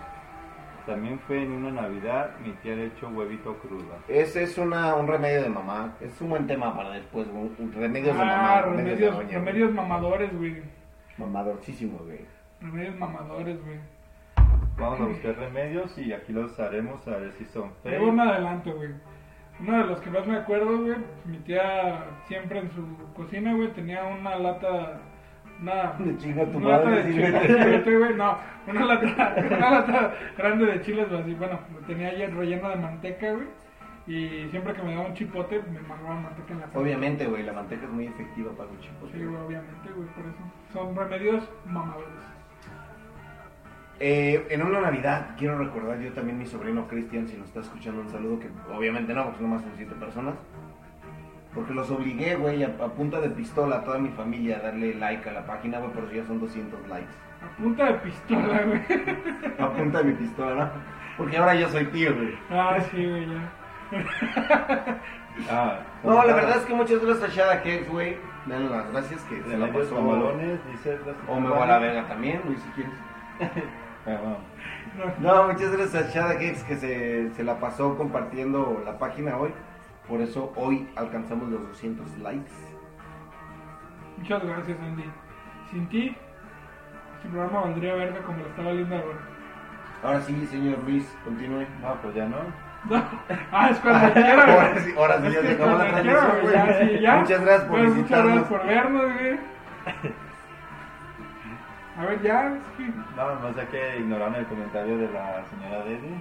S4: También fue en una Navidad, mi tía le echó huevito crudo.
S1: Ese es una, un remedio de mamá. Es un buen tema para después. Un, un- remedios de mamá.
S3: Ah, remedios,
S1: de doña, güey.
S3: remedios mamadores, güey.
S1: Mamadorcísimo, güey.
S3: Remedios mamadores, güey.
S4: Vamos a buscar remedios y aquí los haremos a ver si son
S3: Tengo un
S4: fake.
S3: adelanto, güey. Uno de los que más me acuerdo, güey, pues, mi tía siempre en su cocina, güey, tenía una lata, una,
S1: De chinga tu
S3: una lata
S1: madre,
S3: de
S1: sí,
S3: chiles,
S1: güey.
S3: vete, güey, no, una lata, una lata grande de chiles, güey, así, bueno, lo tenía ahí relleno de manteca, güey, y siempre que me daba un chipote, me mandaban manteca en la cara.
S1: Obviamente, güey, la manteca es muy efectiva para los chicos.
S3: Sí, güey, obviamente, güey, por eso. Son remedios mamadores.
S1: Eh, en una Navidad, quiero recordar yo también mi sobrino Cristian, si nos está escuchando, un saludo que obviamente no, porque nomás son siete personas. Porque los obligué, güey, a, a punta de pistola a toda mi familia a darle like a la página, güey, por eso ya son 200 likes.
S3: A punta de pistola, güey.
S1: A punta de mi pistola, ¿no? Porque ahora yo soy tío, güey.
S3: Ah, sí, güey, ya.
S4: Ah,
S1: No, la verdad es que muchas gracias a Shada Hex, güey. Dale las gracias que se la
S4: Remedios
S1: pasó.
S4: mamalones, dice... las-
S1: O me voy a la verga también, güey, si quieres.
S4: Ah, bueno.
S3: No.
S1: No, muchas gracias a Shada Hex que se, se la pasó compartiendo la página hoy. Por eso hoy alcanzamos los 200 likes.
S3: Muchas gracias, Andy. Sin ti, este programa valdría verga como lo está valiendo ahora.
S1: Ahora sí, señor Luis, continúe.
S4: No, pues ya no.
S3: Ah, es cuando quiero. güey.
S1: Ahora sí, ahora sí
S3: Es que es
S1: Pues, ya se acabó
S3: cuando
S1: la
S3: quiero,
S1: transmisión,
S3: güey,
S1: güey.
S3: ya, sí, ya.
S1: Muchas gracias por
S3: Pues, Muchas
S1: visitarnos.
S3: gracias por vernos, güey. A ver, ya, es que
S4: Nada más ya que ignoraron el comentario de la señora Deli.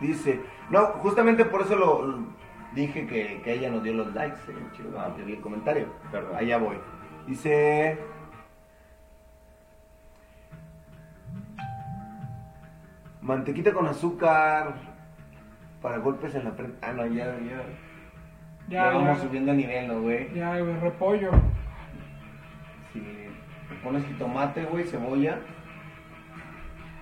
S1: Dice, no, justamente por eso lo lo- dije que, que ella nos dio los likes, eh, chido,
S4: Ah.
S1: antes vi el comentario.
S4: Perdón.
S1: Allá voy. Dice. Mantequita con azúcar para golpes en la frente. Ah, no, ya, ya. Ya
S3: ya,
S1: vamos
S3: ya,
S1: subiendo a nivel, ¿no, güey?
S3: ya, güey, repollo.
S1: Si le pones jitomate, güey, cebolla,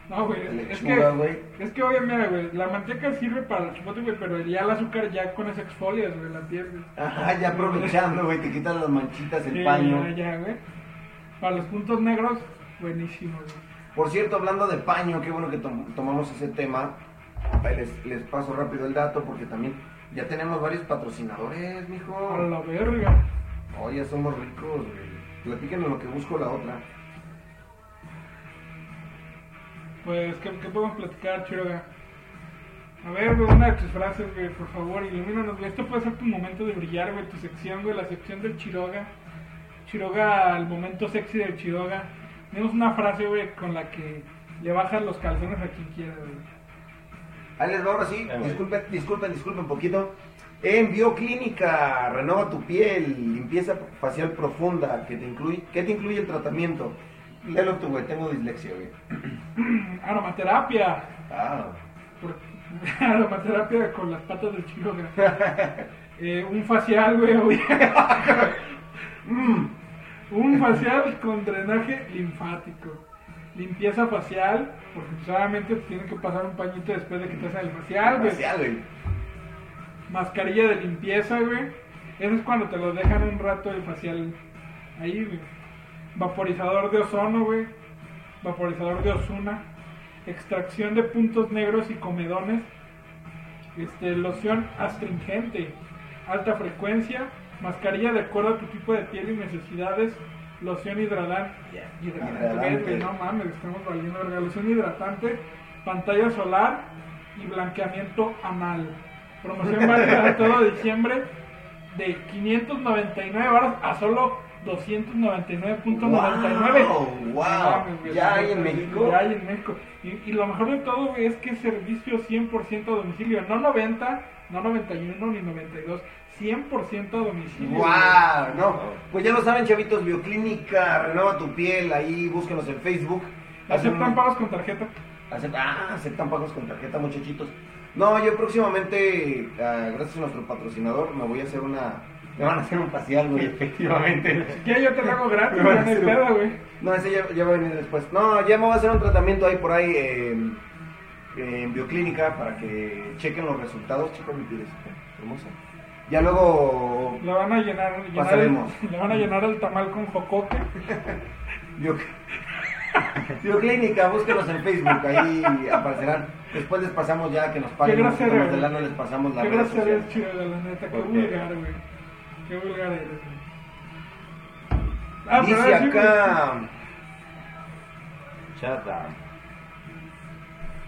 S3: No, güey, es
S1: lechuga,
S3: que,
S1: güey.
S3: es que obviamente, mira, güey, la manteca sirve para el chipote, güey, pero ya el azúcar ya con esas exfolias, güey, la piel, güey.
S1: Ajá, ya aprovechando, güey, te quitas las manchitas, el
S3: Sí,
S1: paño.
S3: Ya, ya, güey. Para los puntos negros, buenísimo, güey.
S1: Por cierto, hablando de paño, qué bueno que tom- tomamos ese tema. Ahí Les, les paso rápido el dato porque también ya tenemos varios patrocinadores,
S3: A
S1: mijo.
S3: la verga.
S1: Oh, ya somos ricos, güey. Platíquenos lo que busco la otra.
S3: Pues, ¿qué, qué podemos platicar, Chiroga? A ver, güey, una de tus frases, güey, por favor, ilumínanos, güey. Esto puede ser tu momento de brillar, güey, tu sección, güey, la sección del Chiroga. Chiroga, el momento sexy del Chiroga. Tenemos una frase, güey, con la que le bajas los calzones a quien quiera, güey.
S1: Ahí les va ahora sí.
S4: Ahí voy.
S1: Disculpen, disculpen, disculpen un poquito. En Bioclínica, renova tu piel, limpieza facial profunda, que te incluye, que te incluye el tratamiento. Léelo tú, güey, tengo dislexia, güey.
S3: Aromaterapia.
S1: Ah,
S3: Por- Aromaterapia con las patas del Chiroga. Eh, un facial, güey, obvio. Mm, un facial con drenaje linfático. Limpieza facial, porque solamente te tienen que pasar un pañito después de que te hacen el facial, güey.
S1: facial, güey.
S3: Mascarilla de limpieza, güey. Eso es cuando te lo dejan un rato el facial ahí, güey. Vaporizador de ozono, güey. Vaporizador de osuna. Extracción de puntos negros y comedones. Este, loción astringente. Alta frecuencia. Mascarilla de acuerdo a tu tipo de piel y necesidades. Loción hidratante. Hidratante,
S1: Hidratante.
S3: güey, no mames, estamos valiendo verga. Loción hidratante, pantalla solar y blanqueamiento anal. Promoción válida de todo diciembre de 599 baros a solo 299.99.
S1: Wow, wow.
S3: Mames, güey,
S1: ¿Ya
S3: estamos
S1: hay
S3: perdiendo-
S1: en México?
S3: Ah, pues, Ya hay en México. Y, y lo mejor de todo güey, es que es servicio 100% a domicilio. No 90, no 91, ni 92. 100% a domicilio. güey.
S1: ¡Guau! No, pues ya lo saben, chavitos, Bioclínica, renueva tu piel, ahí búsquenos en Facebook. Hacen
S3: Aceptan
S1: un-
S3: pagos con tarjeta.
S1: Acept- ah, aceptan pagos con tarjeta, muchachitos. No, yo próximamente, ah, gracias a nuestro patrocinador, me voy a hacer una. Me van a hacer un facial, güey, efectivamente.
S3: Ya yo te lo hago gratis, ya
S1: Pero
S3: no hay
S1: sí.
S3: pedo, güey.
S1: No, ese ya, ya va a venir después. No, ya me voy a hacer un tratamiento ahí por ahí eh, en Bioclínica para que chequen los resultados. Checa mi piel, es hermosa. Ya luego.
S3: La van a llenar, llenar
S1: Pasaremos.
S3: el, le van a llenar el tamal con jocoque.
S1: Bio- Bioclínica, búsquenos en Facebook, ahí aparecerán. Después les pasamos ya que nos
S3: Qué
S1: paguen.
S3: gracia
S1: nosotros
S3: eres.
S1: de lano les pasamos la
S3: Qué
S1: red
S3: gracia
S1: social.
S3: eres, chido, la neta. Qué
S4: ¿Por qué?
S3: vulgar, güey. Qué vulgar eres, güey. Ah,
S1: Dice
S3: pero sí, güey.
S1: acá,
S4: Shut down.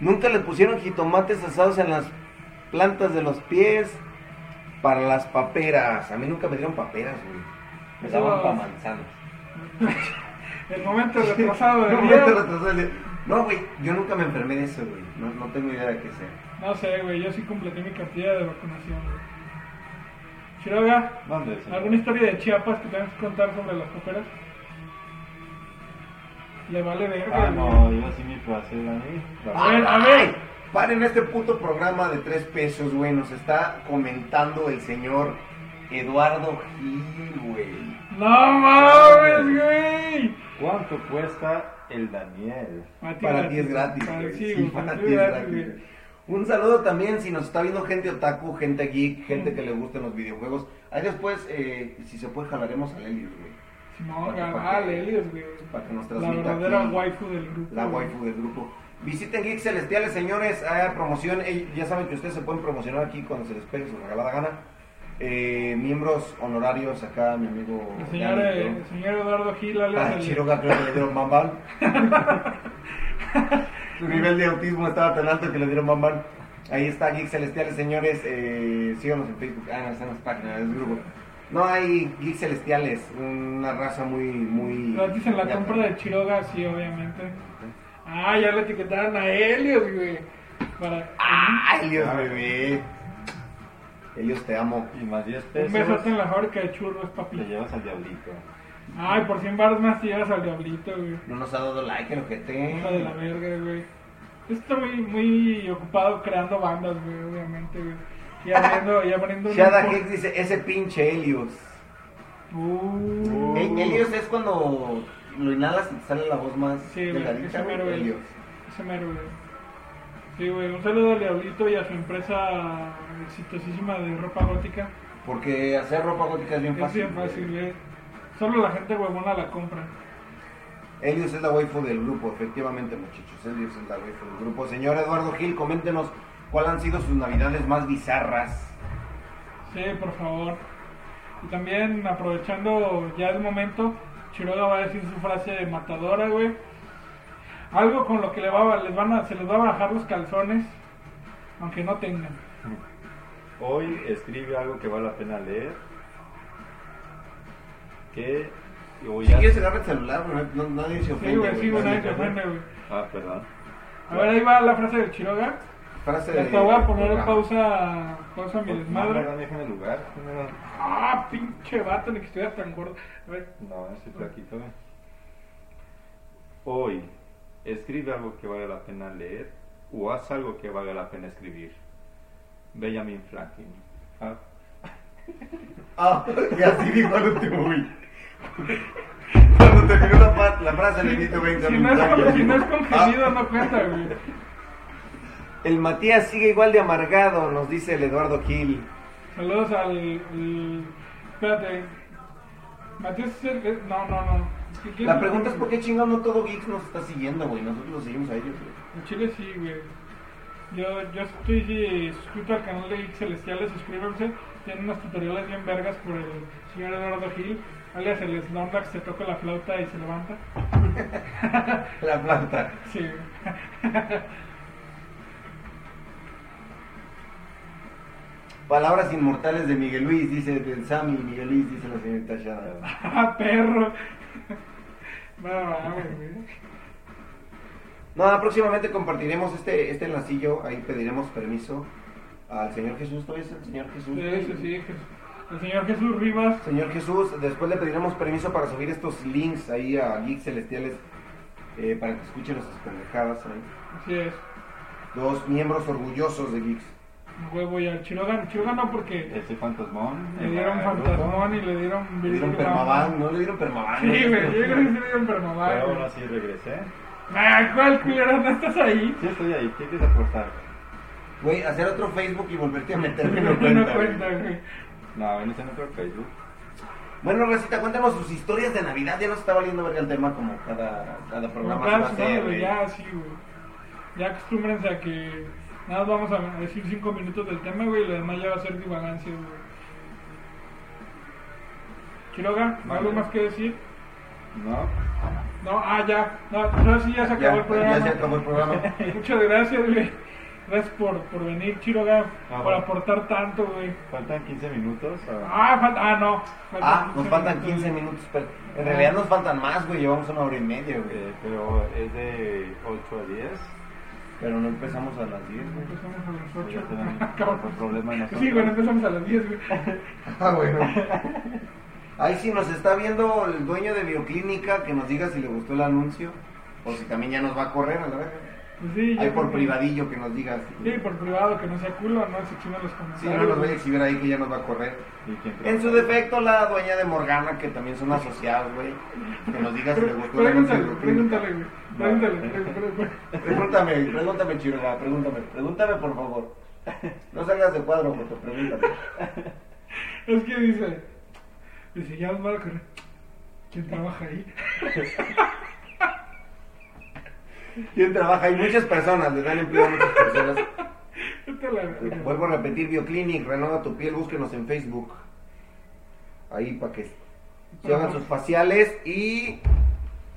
S1: nunca le pusieron jitomates asados en las plantas de los pies para las paperas. A mí nunca me dieron paperas, güey. Me
S3: Eso
S1: daban
S3: no-
S1: pa' manzanas.
S3: El momento retrasado del
S1: No,
S3: día.
S1: te retrasas el- No, güey, yo nunca me enfermé de eso, güey. No, no tengo idea de qué sea.
S3: No sé, güey, yo sí completé mi cartilla de vacunación, güey. Chiroga,
S4: ¿Dónde es?
S3: ¿alguna historia de Chiapas que tengas que contar sobre las paperas? Le vale verga,
S4: Ah,
S3: güey.
S4: no, yo sí mi frase, Dani.
S3: A
S1: Ah.
S3: ver, a ver.
S1: Paren este puto programa de tres pesos, güey. Nos está comentando el señor Eduardo Gil, güey.
S3: ¡No mames, güey!
S4: ¿Cuánto cuesta el Daniel?
S3: A ti
S1: Para ti es gratis,
S3: Para-
S1: güey.
S3: Sí,
S1: Sí,
S3: güey,
S1: para ti es gratis, güey. Un saludo también si nos está viendo gente otaku, gente geek, gente que le gustan los videojuegos. Ahí después, eh, si se puede, jalaremos a Lelius, güey.
S3: No,
S1: Para que-
S3: ah, Lelios, güey.
S1: Para que nos
S3: La
S1: transmita
S3: verdadera
S1: aquí
S3: waifu del grupo.
S1: la
S3: güey.
S1: waifu del grupo. Visiten Geeks Celestiales, señores, a promoción. eh, ya saben que ustedes se pueden promocionar aquí cuando se les pegue su regalada gana. Eh, miembros honorarios, acá mi amigo...
S3: El señor,
S1: Dani,
S3: eh, el
S1: ¿no?
S3: señor Eduardo Gil,
S1: Ah,
S3: alias el,
S1: Chiroga creo que le dieron mamán. Su nivel de autismo estaba tan alto que le dieron mamán. Ahí está Geeks Celestiales, señores. Eh, síganos en Facebook. Ah, no, están las páginas, es grupo. No hay Geeks Celestiales, una raza muy, muy...
S3: gratis en la compra de Chiroga, sí, obviamente. Ah, ya le etiquetaron a Helios, güey. Para...
S1: ¡Ah, Elios, bebé! Elios, te amo.
S4: Y más 10
S3: Un besote en
S4: pesos
S3: la fábrica de churros,
S4: le
S3: papi.
S4: llevas al diablito.
S3: Ay, por 100 baros más te llevas al diablito, güey.
S1: No nos ha dado like el ojete.
S3: Hija de la verga, güey. Estoy muy, muy ocupado creando bandas, güey, obviamente, güey. Y abriendo, y abriendo un-
S1: Shada Hicks dice, ese pinche Helios.
S3: Uh,
S1: Eh, Helios es cuando lo inhalas y te sale la voz más
S3: Sí, güey,
S1: delgadita,
S3: ese mero,
S1: güey.
S3: güey.
S1: Helios.
S3: ese mero, güey. Sí, güey, un saludo al Diablito y a su empresa exitosísima de ropa gótica.
S1: Porque hacer ropa gótica es bien
S3: Es
S1: fácil.
S3: bien fácil, güey. Solo la gente huevona la compra.
S1: Helios es la waifu del grupo, efectivamente, muchachos. Helios es la waifu del grupo. Señor Eduardo Gil, coméntenos cuáles han sido sus navidades más bizarras.
S3: Sí, por favor. Y también aprovechando ya el momento, Chiroga va a decir su frase matadora, güey. Algo con lo que le va a- les van a, se les va a bajar los calzones, aunque no tengan.
S4: Hoy escribe algo que vale la pena leer. Que. o
S1: Si
S4: ya-
S1: quieres agarra el celular, no, no- nadie se ofende.
S3: Sí, güey, sí, güey,
S1: nadie
S3: nadie se
S1: se
S3: ofende, güey.
S4: Ah, perdón.
S3: A ver, ahí va la frase de Chiroga.
S1: Frase de...
S3: Te voy a poner en
S1: programa.
S3: pausa, pausa a mi
S4: No,
S3: desmadre.
S4: no, déjame el lugar. primero.
S3: Ah, pinche vato, ni que estuvieras tan gordo. A ver,
S4: No, estoy flaquito. güey. Hoy escribe algo que vale la pena leer o haz algo que valga la pena escribir. Benjamin Franklin. Ah,
S1: Ah, y así dijo al último, güey. Cuando terminó la, fa- la frase, le dije, venga,
S3: si
S1: mi
S3: no es
S1: Frankie".
S3: con- si no es
S1: Ah,
S3: congenido, no cuenta, güey.
S1: El Matías sigue igual de amargado, nos dice el Eduardo Gil.
S3: Saludos al. al- espérate. Matías es el. eh, No, no, no. ¿Qué quieres?
S1: La pregunta es por qué chingado no todo Geeks nos está siguiendo, güey. Nosotros lo seguimos a ellos, güey.
S3: En Chile sí, güey. Yo, yo estoy eh, suscrito al canal de Geek Celestiales, suscríbanse. Tienen unas tutoriales bien vergas por el señor Eduardo Gil. Alias el Snorlax se toca la flauta y se levanta.
S1: La planta.
S3: Sí.
S1: Palabras inmortales de Miguel Luis, dice del Sammy. Miguel Luis, dice la señorita Shada.
S3: ¡Ah, perro! No mames, güey.
S1: No, próximamente compartiremos este, este enlacillo. Ahí pediremos permiso al Señor Jesús. ¿Todavía es el Señor Jesús?
S3: Sí, sí, sí, Jesús. El señor Jesús Rivas.
S1: Señor Jesús, después le pediremos permiso para subir estos links ahí a Geeks Celestiales eh, para que escuchen nuestras pendejadas. ahí.
S3: Así es.
S1: Dos miembros orgullosos de Geeks.
S3: A Huevo y al Chiroga. Chiroga no, porque
S4: Ese fantasmón.
S3: le dieron
S4: eh,
S3: fantasmón y le dieron.
S1: Le dieron
S3: virgen
S1: permabán, ¿no? Le dieron permabán.
S3: Sí, güey. Yo creo que sí le dieron
S4: Pero
S3: permabán,
S4: aún
S3: güey.
S4: así regresé.
S3: Ah, ¿Cuál culero? ¿No estás ahí?
S4: Sí, estoy ahí. ¿Qué quieres aportar?
S1: Güey, hacer otro Facebook y volverte a meter en
S3: No
S1: la cuenta. güey.
S3: cuenta, güey.
S4: No, no es en otro Facebook.
S1: Bueno, Rosita, cuéntanos sus historias de Navidad. Ya nos está valiendo verga el tema como cada, cada programa se va a
S3: Programadas,
S1: hacer,
S3: no, güey,
S1: güey.
S3: ya, sí, güey. Ya acostúmbrense a que nada más vamos a decir cinco minutos del tema, güey, y lo demás ya va a ser divagancia, güey. Quiroga, ¿no hay ¿algo
S4: Vale.
S3: más que decir?
S4: No.
S3: No, ah, ya. No, no, sí, ya se acabó el
S1: Ya,
S3: programa.
S1: ya se acabó el programa.
S3: Muchas gracias, güey. Gracias por, por venir, Quiroga,
S4: Ah,
S3: por
S4: bueno.
S3: aportar tanto, güey.
S4: Faltan 15 minutos. ah,
S3: Ah, falta, ah, no.
S1: Ah, nos faltan 15 minutos. Ah. pero en realidad nos faltan más, güey. Llevamos una hora y media, güey.
S4: eh, pero es de 8 a 10.
S1: Pero no empezamos a las 10, güey.
S3: Empezamos a las
S4: Ya
S3: 8.
S4: tenemos otro problema en
S3: Sí, bueno,
S4: nosotros.
S3: empezamos a las 10, güey.
S1: Ah, bueno. Ahí sí nos está viendo el dueño de Bioclínica que nos diga si le gustó el anuncio o si también ya nos va a correr a la verga.
S3: Pues sí,
S1: Ahí
S3: ya
S1: por
S3: como-
S1: privadillo que nos diga.
S3: Sí, por privado, que no sea culo, no se chingan los comentarios.
S1: Sí, no nos voy a exhibir ahí que ya nos va a correr.
S4: ¿Y quién te-
S1: En su defecto, la dueña de Morgana, que también son asociados, güey, que nos diga si le gustó el anuncio de
S3: Pregúntale,
S1: Bioclínica.
S3: pregúntale, güey. Pregúntale, pregúntale.
S1: Pregúntame, pregúntame, Chiroga, pregúntame, pregúntame por favor. No salgas de cuadro, Joto, pregúntame.
S3: Es que dice, dice, ya os va a correr. ¿Quién trabaja ahí?
S1: ¿Quién trabaja? Hay muchas personas, le dan empleo a muchas personas.
S3: Vete a la verga.
S1: Vuelvo a repetir, Bioclinic, renova tu piel, búsquenos en Facebook. Ahí para que se hagan sus faciales y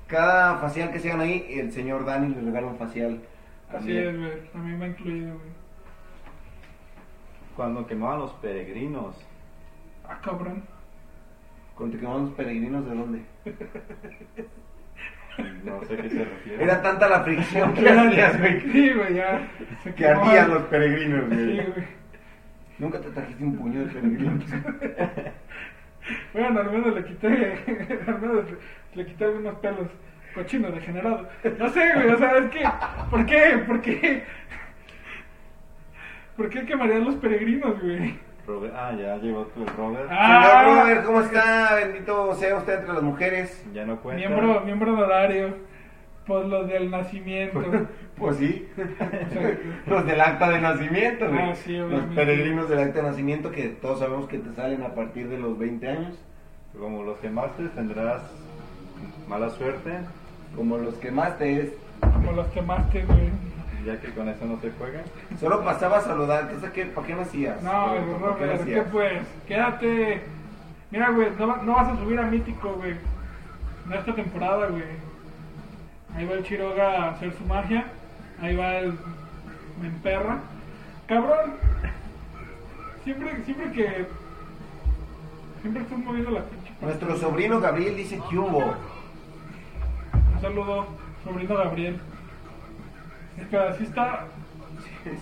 S1: cada facial que se hagan ahí, el señor Dani les regala un facial.
S3: Así
S1: también.
S3: es, güey. También me ha incluido, güey.
S4: Cuando quemaban los peregrinos.
S3: Ah, cabrón.
S1: Cuando quemaban los peregrinos, ¿de dónde?
S4: No sé a qué se refiere.
S1: Era tanta la fricción que hacías, güey,
S3: Sí, güey, ya. Se
S1: que
S3: quemó.
S1: ardían los peregrinos,
S3: Sí,
S1: güey.
S3: güey.
S1: Nunca te trajiste un puño de peregrinos.
S3: Bueno, al menos le quité, al menos le- le quité algunos pelos. Cochino degenerado. No sé, güey, o sea, es que, ¿por qué? ¿Por qué? ¿Por qué quemarían los peregrinos, güey?
S4: Robert- ah, ya llegó tu Robert.
S3: Ah.
S1: Señor Robert, ¿cómo está? Bendito sea usted entre las mujeres.
S4: Ya no cuenta.
S3: Miembro, miembro honorario, por lo del nacimiento.
S1: Pues sí. Los del acta de nacimiento, güey.
S3: Ah, sí,
S1: los
S3: obviamente.
S1: peregrinos del acta de nacimiento que todos sabemos que te salen a partir de los 20 años.
S4: Como los quemaste, tendrás mala suerte.
S1: Como los quemaste es.
S3: Como los quemaste, güey.
S4: Ya que con eso no se juega.
S1: Solo pasaba a saludar. ¿Qué, qué, ¿Para qué nacías?
S3: No,
S1: Roberto? ¿Para qué
S3: Robert, ¿qué
S1: nacías?
S3: pues? Quédate. Mira, güey, no, va- no vas a subir a Mítico, güey. No esta temporada, güey. Ahí va el Chiroga a hacer su magia. Ahí va el. Me emperra. Cabrón. Siempre, siempre que. Siempre estoy moviendo la pinche.
S1: Nuestro sobrino Gabriel dice que hubo.
S3: Un saludo, sobrino Gabriel. Es que así está.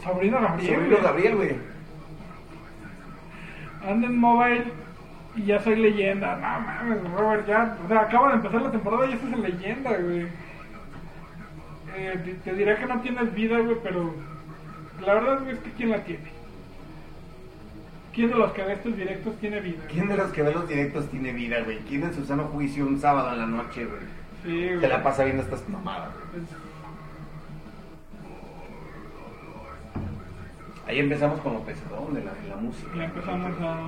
S3: Sobrino Gabriel.
S1: Sobrino
S3: güey.
S1: Gabriel, güey.
S3: Ando en mobile y ya soy leyenda. No mames, Robert, ya. O sea, acaba de empezar la temporada y ya estás en leyenda, güey. Eh, te- te diré que no tienes vida, güey, pero la verdad güey, es que ¿quién la tiene? ¿Quién de los que ve estos directos tiene vida? güey?
S1: ¿Quién de los que ve los directos tiene vida, güey? ¿Quién en su sano juicio un sábado en la noche, güey?
S3: Sí, güey. Pues,
S1: Te la pasa viendo estas mamadas, güey.
S3: Es-
S1: Ahí empezamos con lo pesadón de la, de la música.
S3: Ya empezamos a.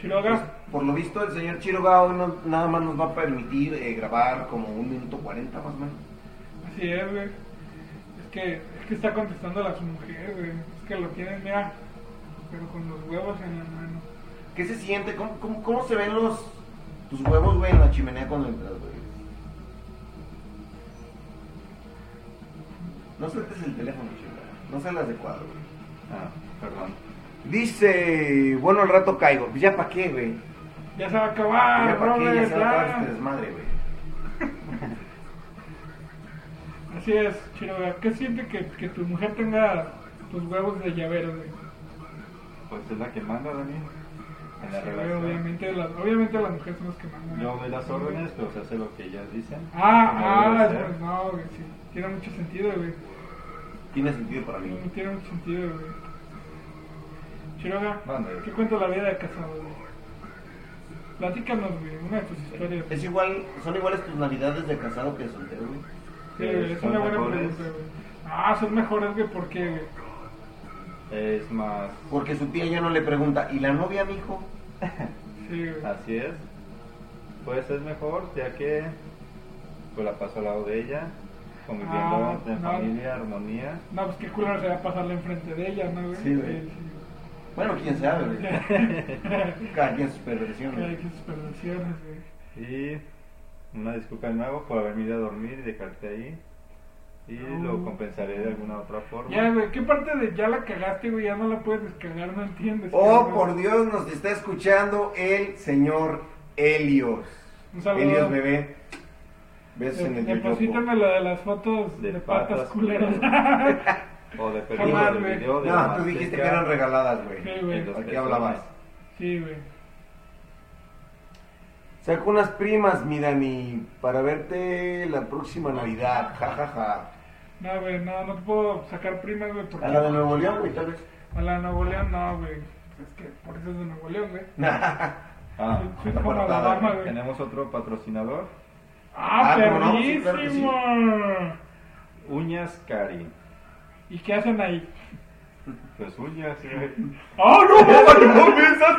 S3: Chiroga.
S1: Por lo visto, el señor Chiroga hoy no- nada más nos va a permitir eh, grabar como un minuto 40 más o menos.
S3: Así es, güey. que, es que está contestando a su mujer, güey. Es que lo tienen, mira, pero con los huevos en la mano.
S1: ¿Qué se siente? ¿Cómo, cómo, cómo se ven los tus huevos, güey, en la chimenea cuando entras, güey? No sueltes el teléfono, chingada. No salgas de cuadro, güey.
S4: Ah, perdón.
S1: Dice, bueno, al rato caigo. Pues ya para qué, güey.
S3: Ya se va a acabar,
S1: ya para qué,
S3: brother,
S1: ya se va a acabar
S3: ya.
S1: este desmadre, güey.
S3: Así es, Chiro, güey. ¿qué siente que, que tu mujer tenga tus huevos de llavero, güey?
S4: Pues es la que manda, Dani. En la
S3: Sí, güey,
S4: relación.
S3: obviamente, las, obviamente las mujeres son las que mandan.
S4: Yo doy las órdenes, pero se hace lo que ellas dicen. Como
S3: Ah, ah,
S4: debe
S3: es
S4: ser.
S3: verdad, no, güey, sí. Tiene mucho sentido, güey.
S1: Tiene sentido para mí.
S3: No tiene mucho sentido, güey. Chiroga,
S4: Mande.
S3: ¿qué cuenta la vida de casado, güey? Platícanos, güey, una de tus historias.
S1: Es igual, son iguales tus navidades de casado que de soltero, güey.
S3: Sí, güey, es
S4: Son
S3: una buena
S4: mejores.
S3: pregunta, güey. Ah, son mejores, güey, ¿por qué, güey?
S4: Es más,
S1: Porque su tía ya no le pregunta, ¿y la novia, mijo?
S3: Sí, güey.
S4: así es. Pues es mejor, ya que pues la paso al lado de ella, conviviendo
S3: Ah,
S4: en
S3: no.
S4: familia, armonía.
S3: No, pues qué culero sería pasarla enfrente de ella, ¿no, güey?
S1: Sí, güey. Bueno, quién sabe, güey. Cada quien sus perversiones.
S3: que sus perversiones, güey.
S4: Y una disculpa de nuevo por haberme ido a dormir y dejarte ahí. Y
S3: No.
S4: lo compensaré de alguna otra forma.
S3: Ya, güey, ¿qué parte de ya la cagaste, güey? Ya no la puedes descargar, no entiendes.
S1: Oh,
S3: cabrón?
S1: por Dios, nos está escuchando el señor Helios.
S3: Un saludo.
S1: Helios, bebé. Besos en
S3: De-
S1: el yoyopo.
S3: Deposítame la de las fotos de,
S4: De
S3: patas,
S4: patas
S3: culeras.
S4: O de
S3: Jamás,
S4: perdido de
S3: güey.
S4: video, de
S1: No, tú dijiste que eran regaladas, güey.
S3: Sí, güey.
S1: ¿A qué hablabas?
S3: Sí, güey.
S1: Saco unas primas, mi Dani, para verte la próxima Navidad. Ja, ja, ja.
S3: No, güey, no, no te puedo sacar primas, güey, porque...
S1: A la de Nuevo León, güey, tal vez.
S3: A la de Nuevo León, no, güey. Es que por eso es de Nuevo León, güey.
S4: Ah,
S3: Soy como
S1: apartada,
S3: Alabama,
S1: güey.
S3: güey.
S4: tenemos otro patrocinador,
S3: ¡Ah,
S1: Ah, ¿cómo no? Sí,
S3: perrísimo!
S1: claro que sí.
S4: Uñas Cari.
S3: ¿Y qué hacen ahí?
S4: Pues uñas, güey.
S3: ¡Ah, no!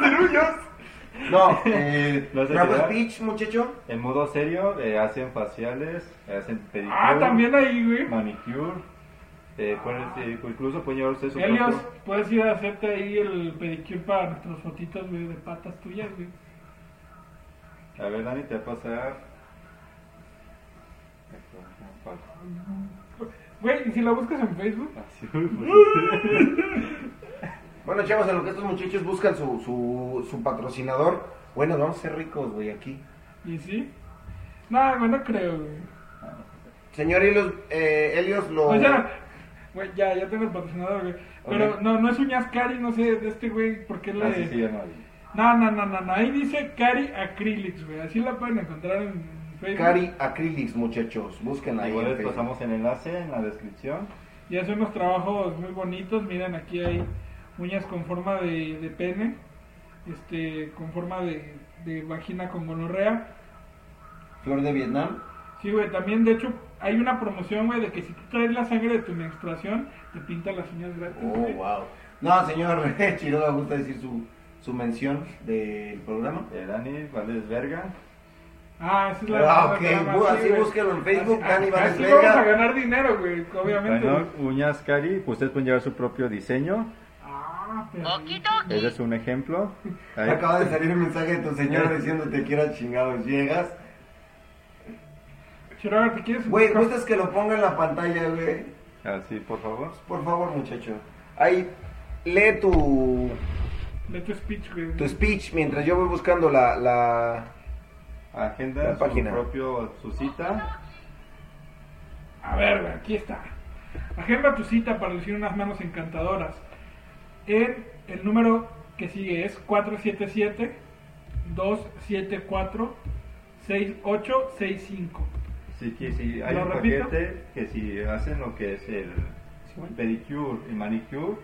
S1: No, eh,
S4: No sé
S1: Trago
S4: qué era.
S1: Speech, muchacho.
S4: En modo serio, eh, hacen faciales, hacen pedicure,
S3: ¡Ah, también ahí, güey!
S4: manicure. eh, pueden- eh, incluso pueden llevar ustedes su
S3: Helios,
S4: propio-
S3: puedes ir a hacerte ahí el pedicure para nuestras fotitos, güey, de patas tuyas, güey.
S4: A ver, Dani, te va a pasar.
S3: Güey, ¿y si la buscas en Facebook?
S4: Así, pues,
S1: Bueno, chavos, en lo que estos muchachos buscan su, su, su patrocinador. Bueno, vamos a ser ricos, güey, aquí.
S3: ¿Y sí? No, güey, no creo, güey.
S1: Señor Helios, eh, Helios lo...
S3: O sea, Pues güey, ya, ya tengo el patrocinador, güey. Pero
S4: Ok. Ah,
S3: no, no es uñas cari, no sé, de este güey, ¿por qué le...?
S4: Así se llama. güey.
S3: No, no, no, no, no, ahí dice Cari Acrylics, güey. Así la pueden encontrar en Facebook.
S1: Cari Acrylics, muchachos. Busquen ahí.
S4: Igual
S1: en
S4: les
S1: Facebook.
S4: pasamos el enlace en la descripción.
S3: Y hace unos trabajos muy bonitos. Miren, aquí hay uñas con forma de, de pene, este, con forma de, de vagina con gonorrea.
S1: Flor de Vietnam.
S3: Sí, güey, también de hecho hay una promoción, güey, de que si tú traes la sangre de tu menstruación, te pintan las uñas gratis.
S1: Oh,
S3: güey.
S1: wow. No, señor Chiroga gusta decir su, su mención del programa.
S4: Eh, Dani, Valdés Verga.
S3: Ah, esa es la.
S1: Ah,
S3: la-
S1: ok,
S3: la- la-
S1: bu-
S3: sí,
S1: así
S3: güey.
S1: búsquelo en Facebook,
S3: Así-
S1: Dani Vales
S3: Así
S1: Verga.
S3: vamos a ganar dinero, güey, obviamente.
S4: Bueno,
S3: güey.
S4: uñas Cari, pues ustedes pueden llevar su propio diseño.
S3: Ah, pero.
S4: Ese es un ejemplo. Ahí.
S1: Acaba de salir un mensaje de tu señora diciéndote que era chingados. Llegas.
S3: Chiroga, ¿te quieres
S1: Güey, gustas que lo ponga en la pantalla, güey.
S4: Así, Ah, por favor.
S1: Por favor, muchacho. Ahí, lee tu,
S3: Lee tu speech, güey.
S1: tu speech mientras yo voy buscando la. la...
S4: Agenda
S1: La
S4: su
S1: página.
S4: propio su cita.
S3: A ver, güey, aquí está. Agenda tu cita para lucir unas manos encantadoras. En el número que sigue es 477-274-6865.
S4: Sí, que si hay
S3: ¿Lo
S4: un
S3: repito?
S4: paquete que si hacen lo que es el
S3: bueno.
S4: pedicure y manicure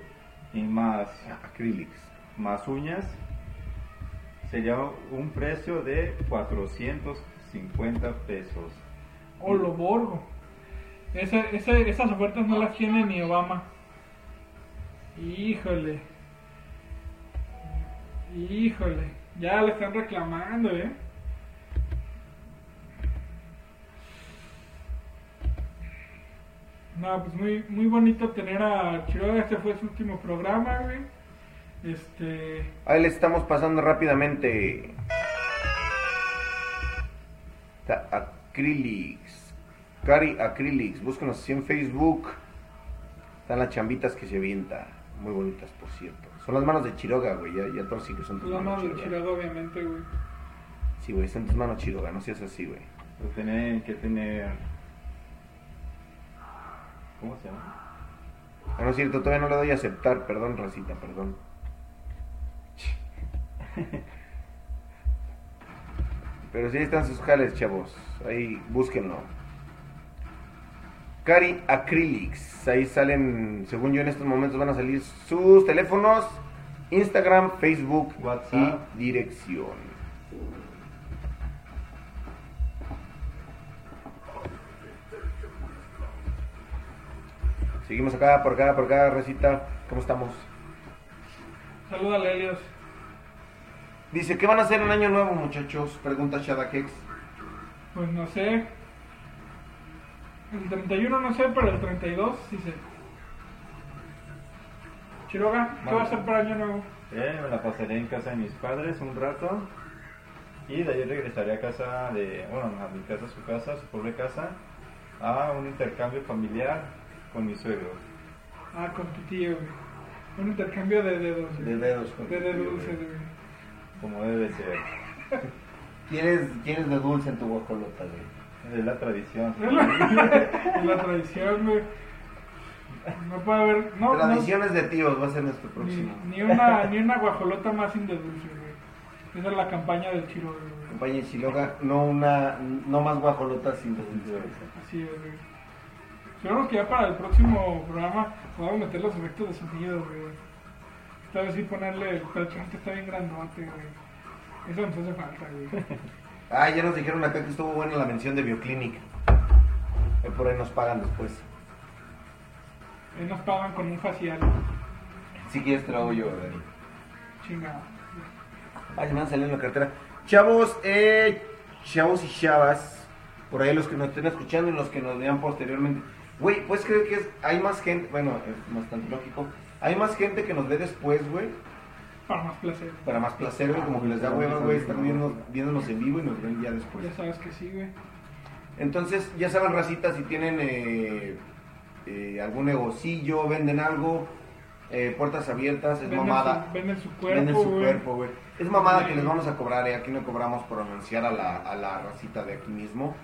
S4: y más,
S1: Acrylics.
S4: más uñas, sería un precio de 450 pesos.
S3: O lo borgo. Esa- esa- esas ofertas no las tiene ni Obama. Híjole. Híjole. Ya le están reclamando, ¿eh? No, pues muy, muy bonito tener a Quiroga. Este fue su último programa, güey. Este.
S1: Ahí les estamos pasando rápidamente. Ta- Acrylics. Cari Acrylics. Búscanos así en Facebook. Están las chambitas que se avienta. Muy bonitas, por cierto. Son las manos de Chiroga, güey. Ya, ya todos sí que son tus
S3: La
S1: manos.
S3: mano de
S1: Pues Chiroga.
S3: Quiroga, obviamente, güey.
S1: Sí, güey, son tus manos Chiroga. No seas así, güey.
S4: Pues tienen que tener. ¿Cómo se llama?
S1: Ah, no es cierto, todavía no le doy a aceptar. Perdón, Racita, perdón. Pero sí están sus jales, chavos. Ahí, búsquenlo. Cari Acrylics. Ahí salen, según yo en estos momentos van a salir sus teléfonos, Instagram, Facebook
S4: WhatsApp.
S1: y dirección. Seguimos acá, por acá, por acá, Racita. ¿Cómo estamos?
S3: Salúdale, Elios.
S1: Dice, ¿qué van a hacer en Año Nuevo, muchachos? Pregunta Shadakex.
S3: Pues no sé. El 31 no sé, pero el 32 sí sé. Quiroga, ¿qué
S4: Vale.
S3: va a hacer para año nuevo?
S4: Eh, me la pasaré en casa de mis padres un rato. Y de ahí regresaré a casa de. Bueno, a mi casa, su casa, su pobre casa. A un intercambio familiar con mis suegros.
S3: Ah, con tu tío, güey. Un intercambio de dedos. güey.
S1: De dedos. con-
S3: De dedos dulces, güey.
S4: Como debe de ser.
S1: ¿Quieres, quieres de dulce en tu guajolota, güey?
S4: Es la tradición.
S3: Es la, es la tradición, güey. No puede haber. No, no,
S1: Tradiciones de tíos va a ser nuestro
S3: ni,
S1: próximo.
S3: ni una, ni una guajolota más sin dulce, güey. Esa es la campaña del Chiro, güey.
S1: Compañía Chiloga, no una, no más guajolotas sin dulce.
S3: Así es, güey. Esperemos que ya para el próximo programa podamos meter los efectos de sonido, güey. Esta vez sí ponerle el colchón que está bien grandote, güey. Eso nos hace falta, güey.
S1: Ah, ya nos dijeron acá que estuvo buena la mención de Bioclinic. Eh, Por ahí nos pagan después.
S3: Ahí nos pagan con un facial,
S1: Si quieres te lo hago yo, Dani.
S3: chingado.
S1: Ah, ya me van a salir en la cartera. Chavos, eh, chavos y chavas, por ahí los que nos estén escuchando y los que nos vean posteriormente. Güey, ¿puedes creer que es, hay más gente? Bueno, es bastante lógico. Hay más gente que nos ve después, güey,
S3: Para más placer.
S1: para más placer, güey, como que
S3: Ah,
S1: les da hueva, güey, están viéndonos, viéndonos en vivo y nos ven ya después.
S3: Pues Ya sabes que sí, güey.
S1: Entonces, ya saben, racita, si tienen eh, eh, algún negocillo, venden algo, eh, puertas abiertas, es
S3: Venden
S1: mamada.
S3: su- Venden su cuerpo,
S1: Venden su
S3: güey.
S1: cuerpo, güey. Es mamada que
S3: Sí.
S1: les vamos a cobrar, ¿eh? Aquí no cobramos por anunciar a la, a la racita de aquí mismo.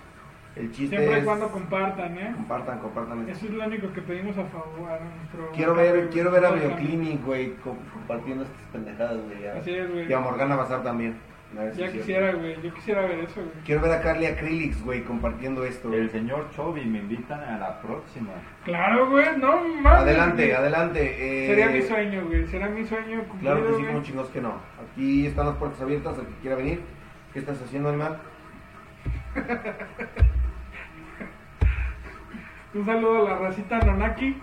S1: El chiste
S3: Siempre y
S1: es...
S3: cuando compartan, ¿eh?
S1: Compartan, compartan.
S3: Eso es lo único que pedimos a favor. A nuestro
S1: Quiero ver, quiero ver a Bioclinic, güey, co- compartiendo estas pendejadas, güey. a-
S3: Así es, güey.
S1: Y a Morgana Bazar también. A ver si
S3: Ya
S1: es cierto.
S3: quisiera, güey. Yo quisiera ver eso, güey.
S1: Quiero ver a Carly Acrylics, güey, compartiendo esto. güey.
S4: El señor Chovy me invitan a la próxima.
S3: Claro, güey. No mames.
S1: Adelante,
S3: güey.
S1: adelante. eh,
S3: Sería mi sueño, güey. Sería mi sueño cumplido,
S1: Claro que sí,
S3: güey.
S1: como chingos que no. Aquí están las puertas abiertas, el que quiera venir. ¿Qué estás haciendo, animal?
S3: Un saludo a la racita Nonaki.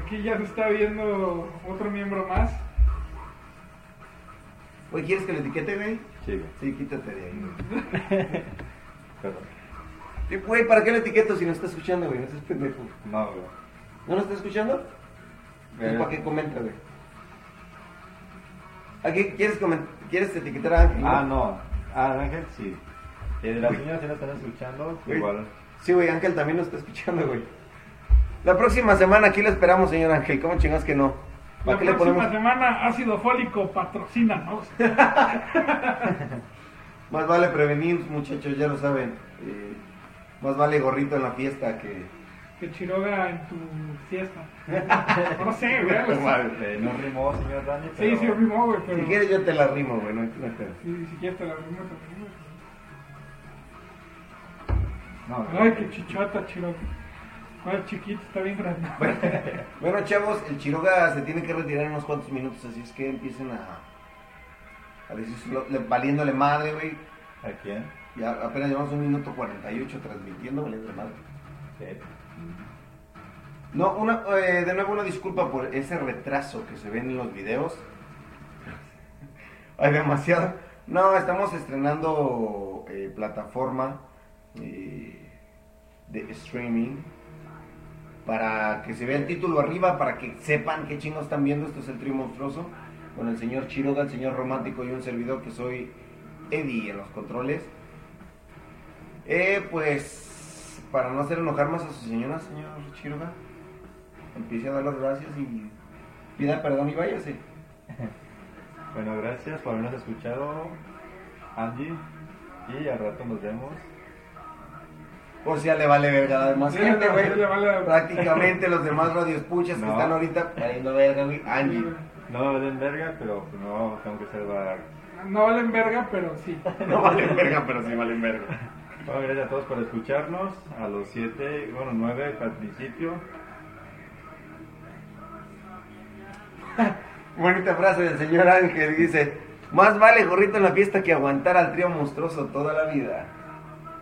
S3: Aquí ya se está viendo otro miembro más.
S1: Güey, ¿quieres que le etiquete, güey?
S4: Sí, güey.
S1: Sí, quítate de ahí, güey.
S4: Perdón.
S1: Sí, Güey, ¿para qué le etiqueto si no está escuchando, güey? No seas pendejo.
S4: No, güey.
S1: ¿No lo está escuchando? Pues,
S4: Eh,
S1: ¿Para qué comenta, güey? ¿A qué quieres, comen- ¿Quieres etiquetar a Ángel?
S4: Ah, no. Ah, Ángel, sí. Eh, de las señoras que nos están escuchando,
S1: Güey.
S4: igual.
S1: Sí, güey, Ángel también lo está escuchando, güey. La próxima semana aquí lo esperamos, señor Ángel. ¿Cómo chingas que no? ¿Para
S3: La
S1: qué le
S3: próxima
S1: ponemos
S3: semana, ácido fólico, patrocínanos.
S1: Más vale prevenir, muchachos, ya lo saben. Eh, más vale gorrito en la fiesta que...
S3: que Chiroga en tu fiesta. No sé, güey. algo así.
S4: Eh, no rimó, señor Dani, pero...
S3: Pues, Sí, sí, rimó, güey, pero...
S1: Si quieres yo te la rimo, güey, no hay- no hay pedo.
S3: Sí, si quieres te la rimo también, güey.
S4: No,
S3: Ay,
S4: eh,
S3: qué chichota, Chiroga. Cuál chiquito, está bien grande.
S1: Bueno, chavos, el Chiroga se tiene que retirar en unos cuantos minutos, así es que empiecen a... A decir, su- le- valiéndole madre, güey.
S4: ¿A quién?
S1: Ya apenas llevamos un minuto 48 transmitiendo, valiéndole madre.
S4: Eh,
S1: No, una, eh, de nuevo una disculpa por ese retraso que se ven en los videos. Hay demasiado. No, estamos estrenando eh, plataforma eh, de streaming. para que se vea el título arriba, para que sepan qué chingos están viendo. Esto es el trío monstruoso con el señor Chiroga, el señor romántico y un servidor que soy Eddie en los controles. Eh, pues, para no hacer enojar más a su señora, señor Chiroga, empiece a dar las gracias y pida perdón y váyase.
S4: Bueno, gracias por habernos escuchado, Angie. Y al rato nos vemos.
S1: O sea, le vale verga a la demás
S3: Sí,
S1: gente,
S3: no,
S1: güey.
S3: sí le vale-
S1: Prácticamente los demás radioescuchas que
S4: No.
S1: están ahorita valiendo verga, güey. Angie.
S4: No me den verga, pero pues, no, tengo que salvar.
S3: No valen verga, pero sí.
S1: No valen verga, pero sí valen verga.
S4: Bueno, gracias a todos por escucharnos. A los 7, bueno, 9 al principio.
S1: Bonita frase del señor Ángel, dice, más vale gorrito en la fiesta que aguantar al trío monstruoso toda la vida.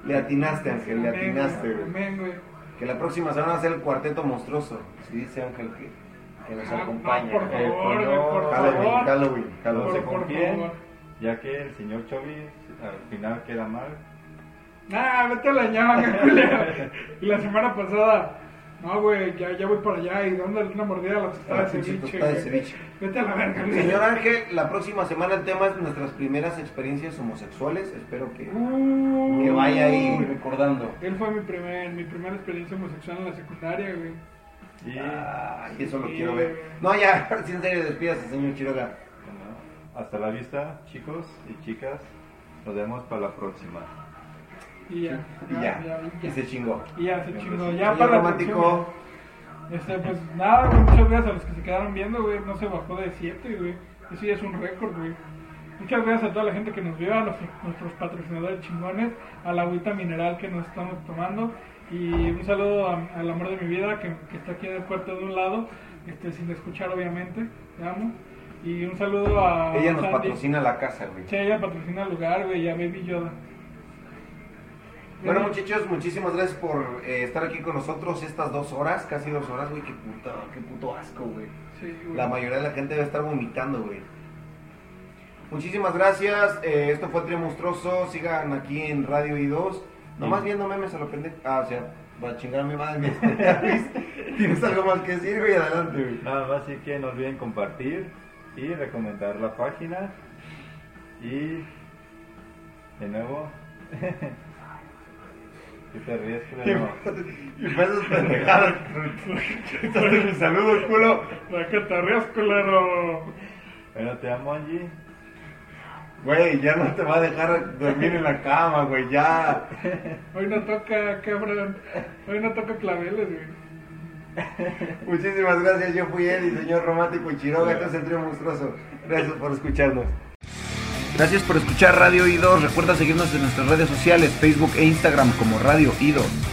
S1: Le atinaste, Ángel, le
S3: Amén,
S1: atinaste,
S3: güey,
S1: güey.
S3: amén, güey.
S1: Que la próxima semana va a ser el cuarteto monstruoso. Sí, dice Ángel que, que nos
S3: Ah, no,
S1: acompaña.
S3: por
S1: Eh,
S3: favor,
S4: por
S3: güey, por
S4: favor.
S1: Halloween,
S3: favor.
S1: Halloween,
S4: No
S1: Halloween.
S4: sé con
S3: por
S4: quién,
S3: favor.
S4: ya que el señor Chovy al final queda mal.
S3: Ah, vete a la ñanga, culero. Y la semana pasada, no, güey, ya, ya voy para allá y dándole una mordida a la
S1: A la
S3: tostada de
S1: pinche
S3: ceviche.
S1: Ah, tostada de
S3: güey.
S1: ceviche.
S3: Vete a la verga, güey.
S1: Señor Ángel, la próxima semana el tema es nuestras primeras experiencias homosexuales. Espero que,
S3: Uh,
S1: que vaya ahí recordando.
S3: Él fue mi, primer, mi primera experiencia homosexual en la secundaria, güey.
S4: Y
S3: Ah.
S1: Ay, eso lo
S3: Sí.
S1: quiero ver. No, ya, ahora sí, en serio, despídase, señor Chiroga.
S4: bueno, hasta la vista, chicos y chicas. Nos vemos para la próxima.
S3: Y ya.
S1: Y ya,
S3: ya.
S1: y se chingó.
S3: Y ya se chingó. Ya
S1: Señor
S3: para la
S1: romántico,
S3: próxima. Este, pues nada, güey, muchas gracias a los que se quedaron viendo, güey. No se bajó de 7, güey. Eso ya es un récord, güey. Muchas gracias a toda la gente que nos vio, a los- nuestros patrocinadores chingones, a la agüita mineral que nos estamos tomando. Y un saludo a- al amor de mi vida que, que está aquí en el puerto de un lado, este, sin escuchar, obviamente. Te amo. Y un saludo a.
S1: ella nos
S3: Sandy.
S1: patrocina la casa, güey.
S3: Sí, ella patrocina el lugar, güey, y a Baby Yoda.
S1: Bueno,
S3: Baby-
S1: muchachos, muchísimas gracias por eh, estar aquí con nosotros estas dos horas, casi dos horas, güey. Qué puta, qué puto asco, güey.
S3: Sí, güey.
S1: La mayoría de la gente debe estar vomitando, güey. Muchísimas gracias. eh, esto fue Trio Monstruoso. Sigan aquí en Radio I2. Nomás
S4: Sí.
S1: viendo memes a lo pendejo. Ah, o sea, va a chingar mi madre. Luis. Tienes algo más que decir, güey. Adelante, güey.
S4: Nada más sí que no olviden compartir y recomendar la página. Y de nuevo. ¿Qué te ríes, culero?
S1: Y me haces pendejadas. Estás en mi saludo, culo.
S3: La que te rías, culero.
S4: Bueno, te amo, Angie.
S1: Güey, ya no te va a dejar dormir en la cama, güey. Ya.
S3: Hoy no toca, cabrón. Hoy no toca claveles, güey.
S1: Muchísimas gracias. Yo fui Eddie, señor romántico y Chiroga. Esto es el Trio Monstruoso. Gracias por escucharnos.
S5: Gracias por escuchar Radio I2. Recuerda seguirnos en nuestras redes sociales, Facebook e Instagram como Radio I2.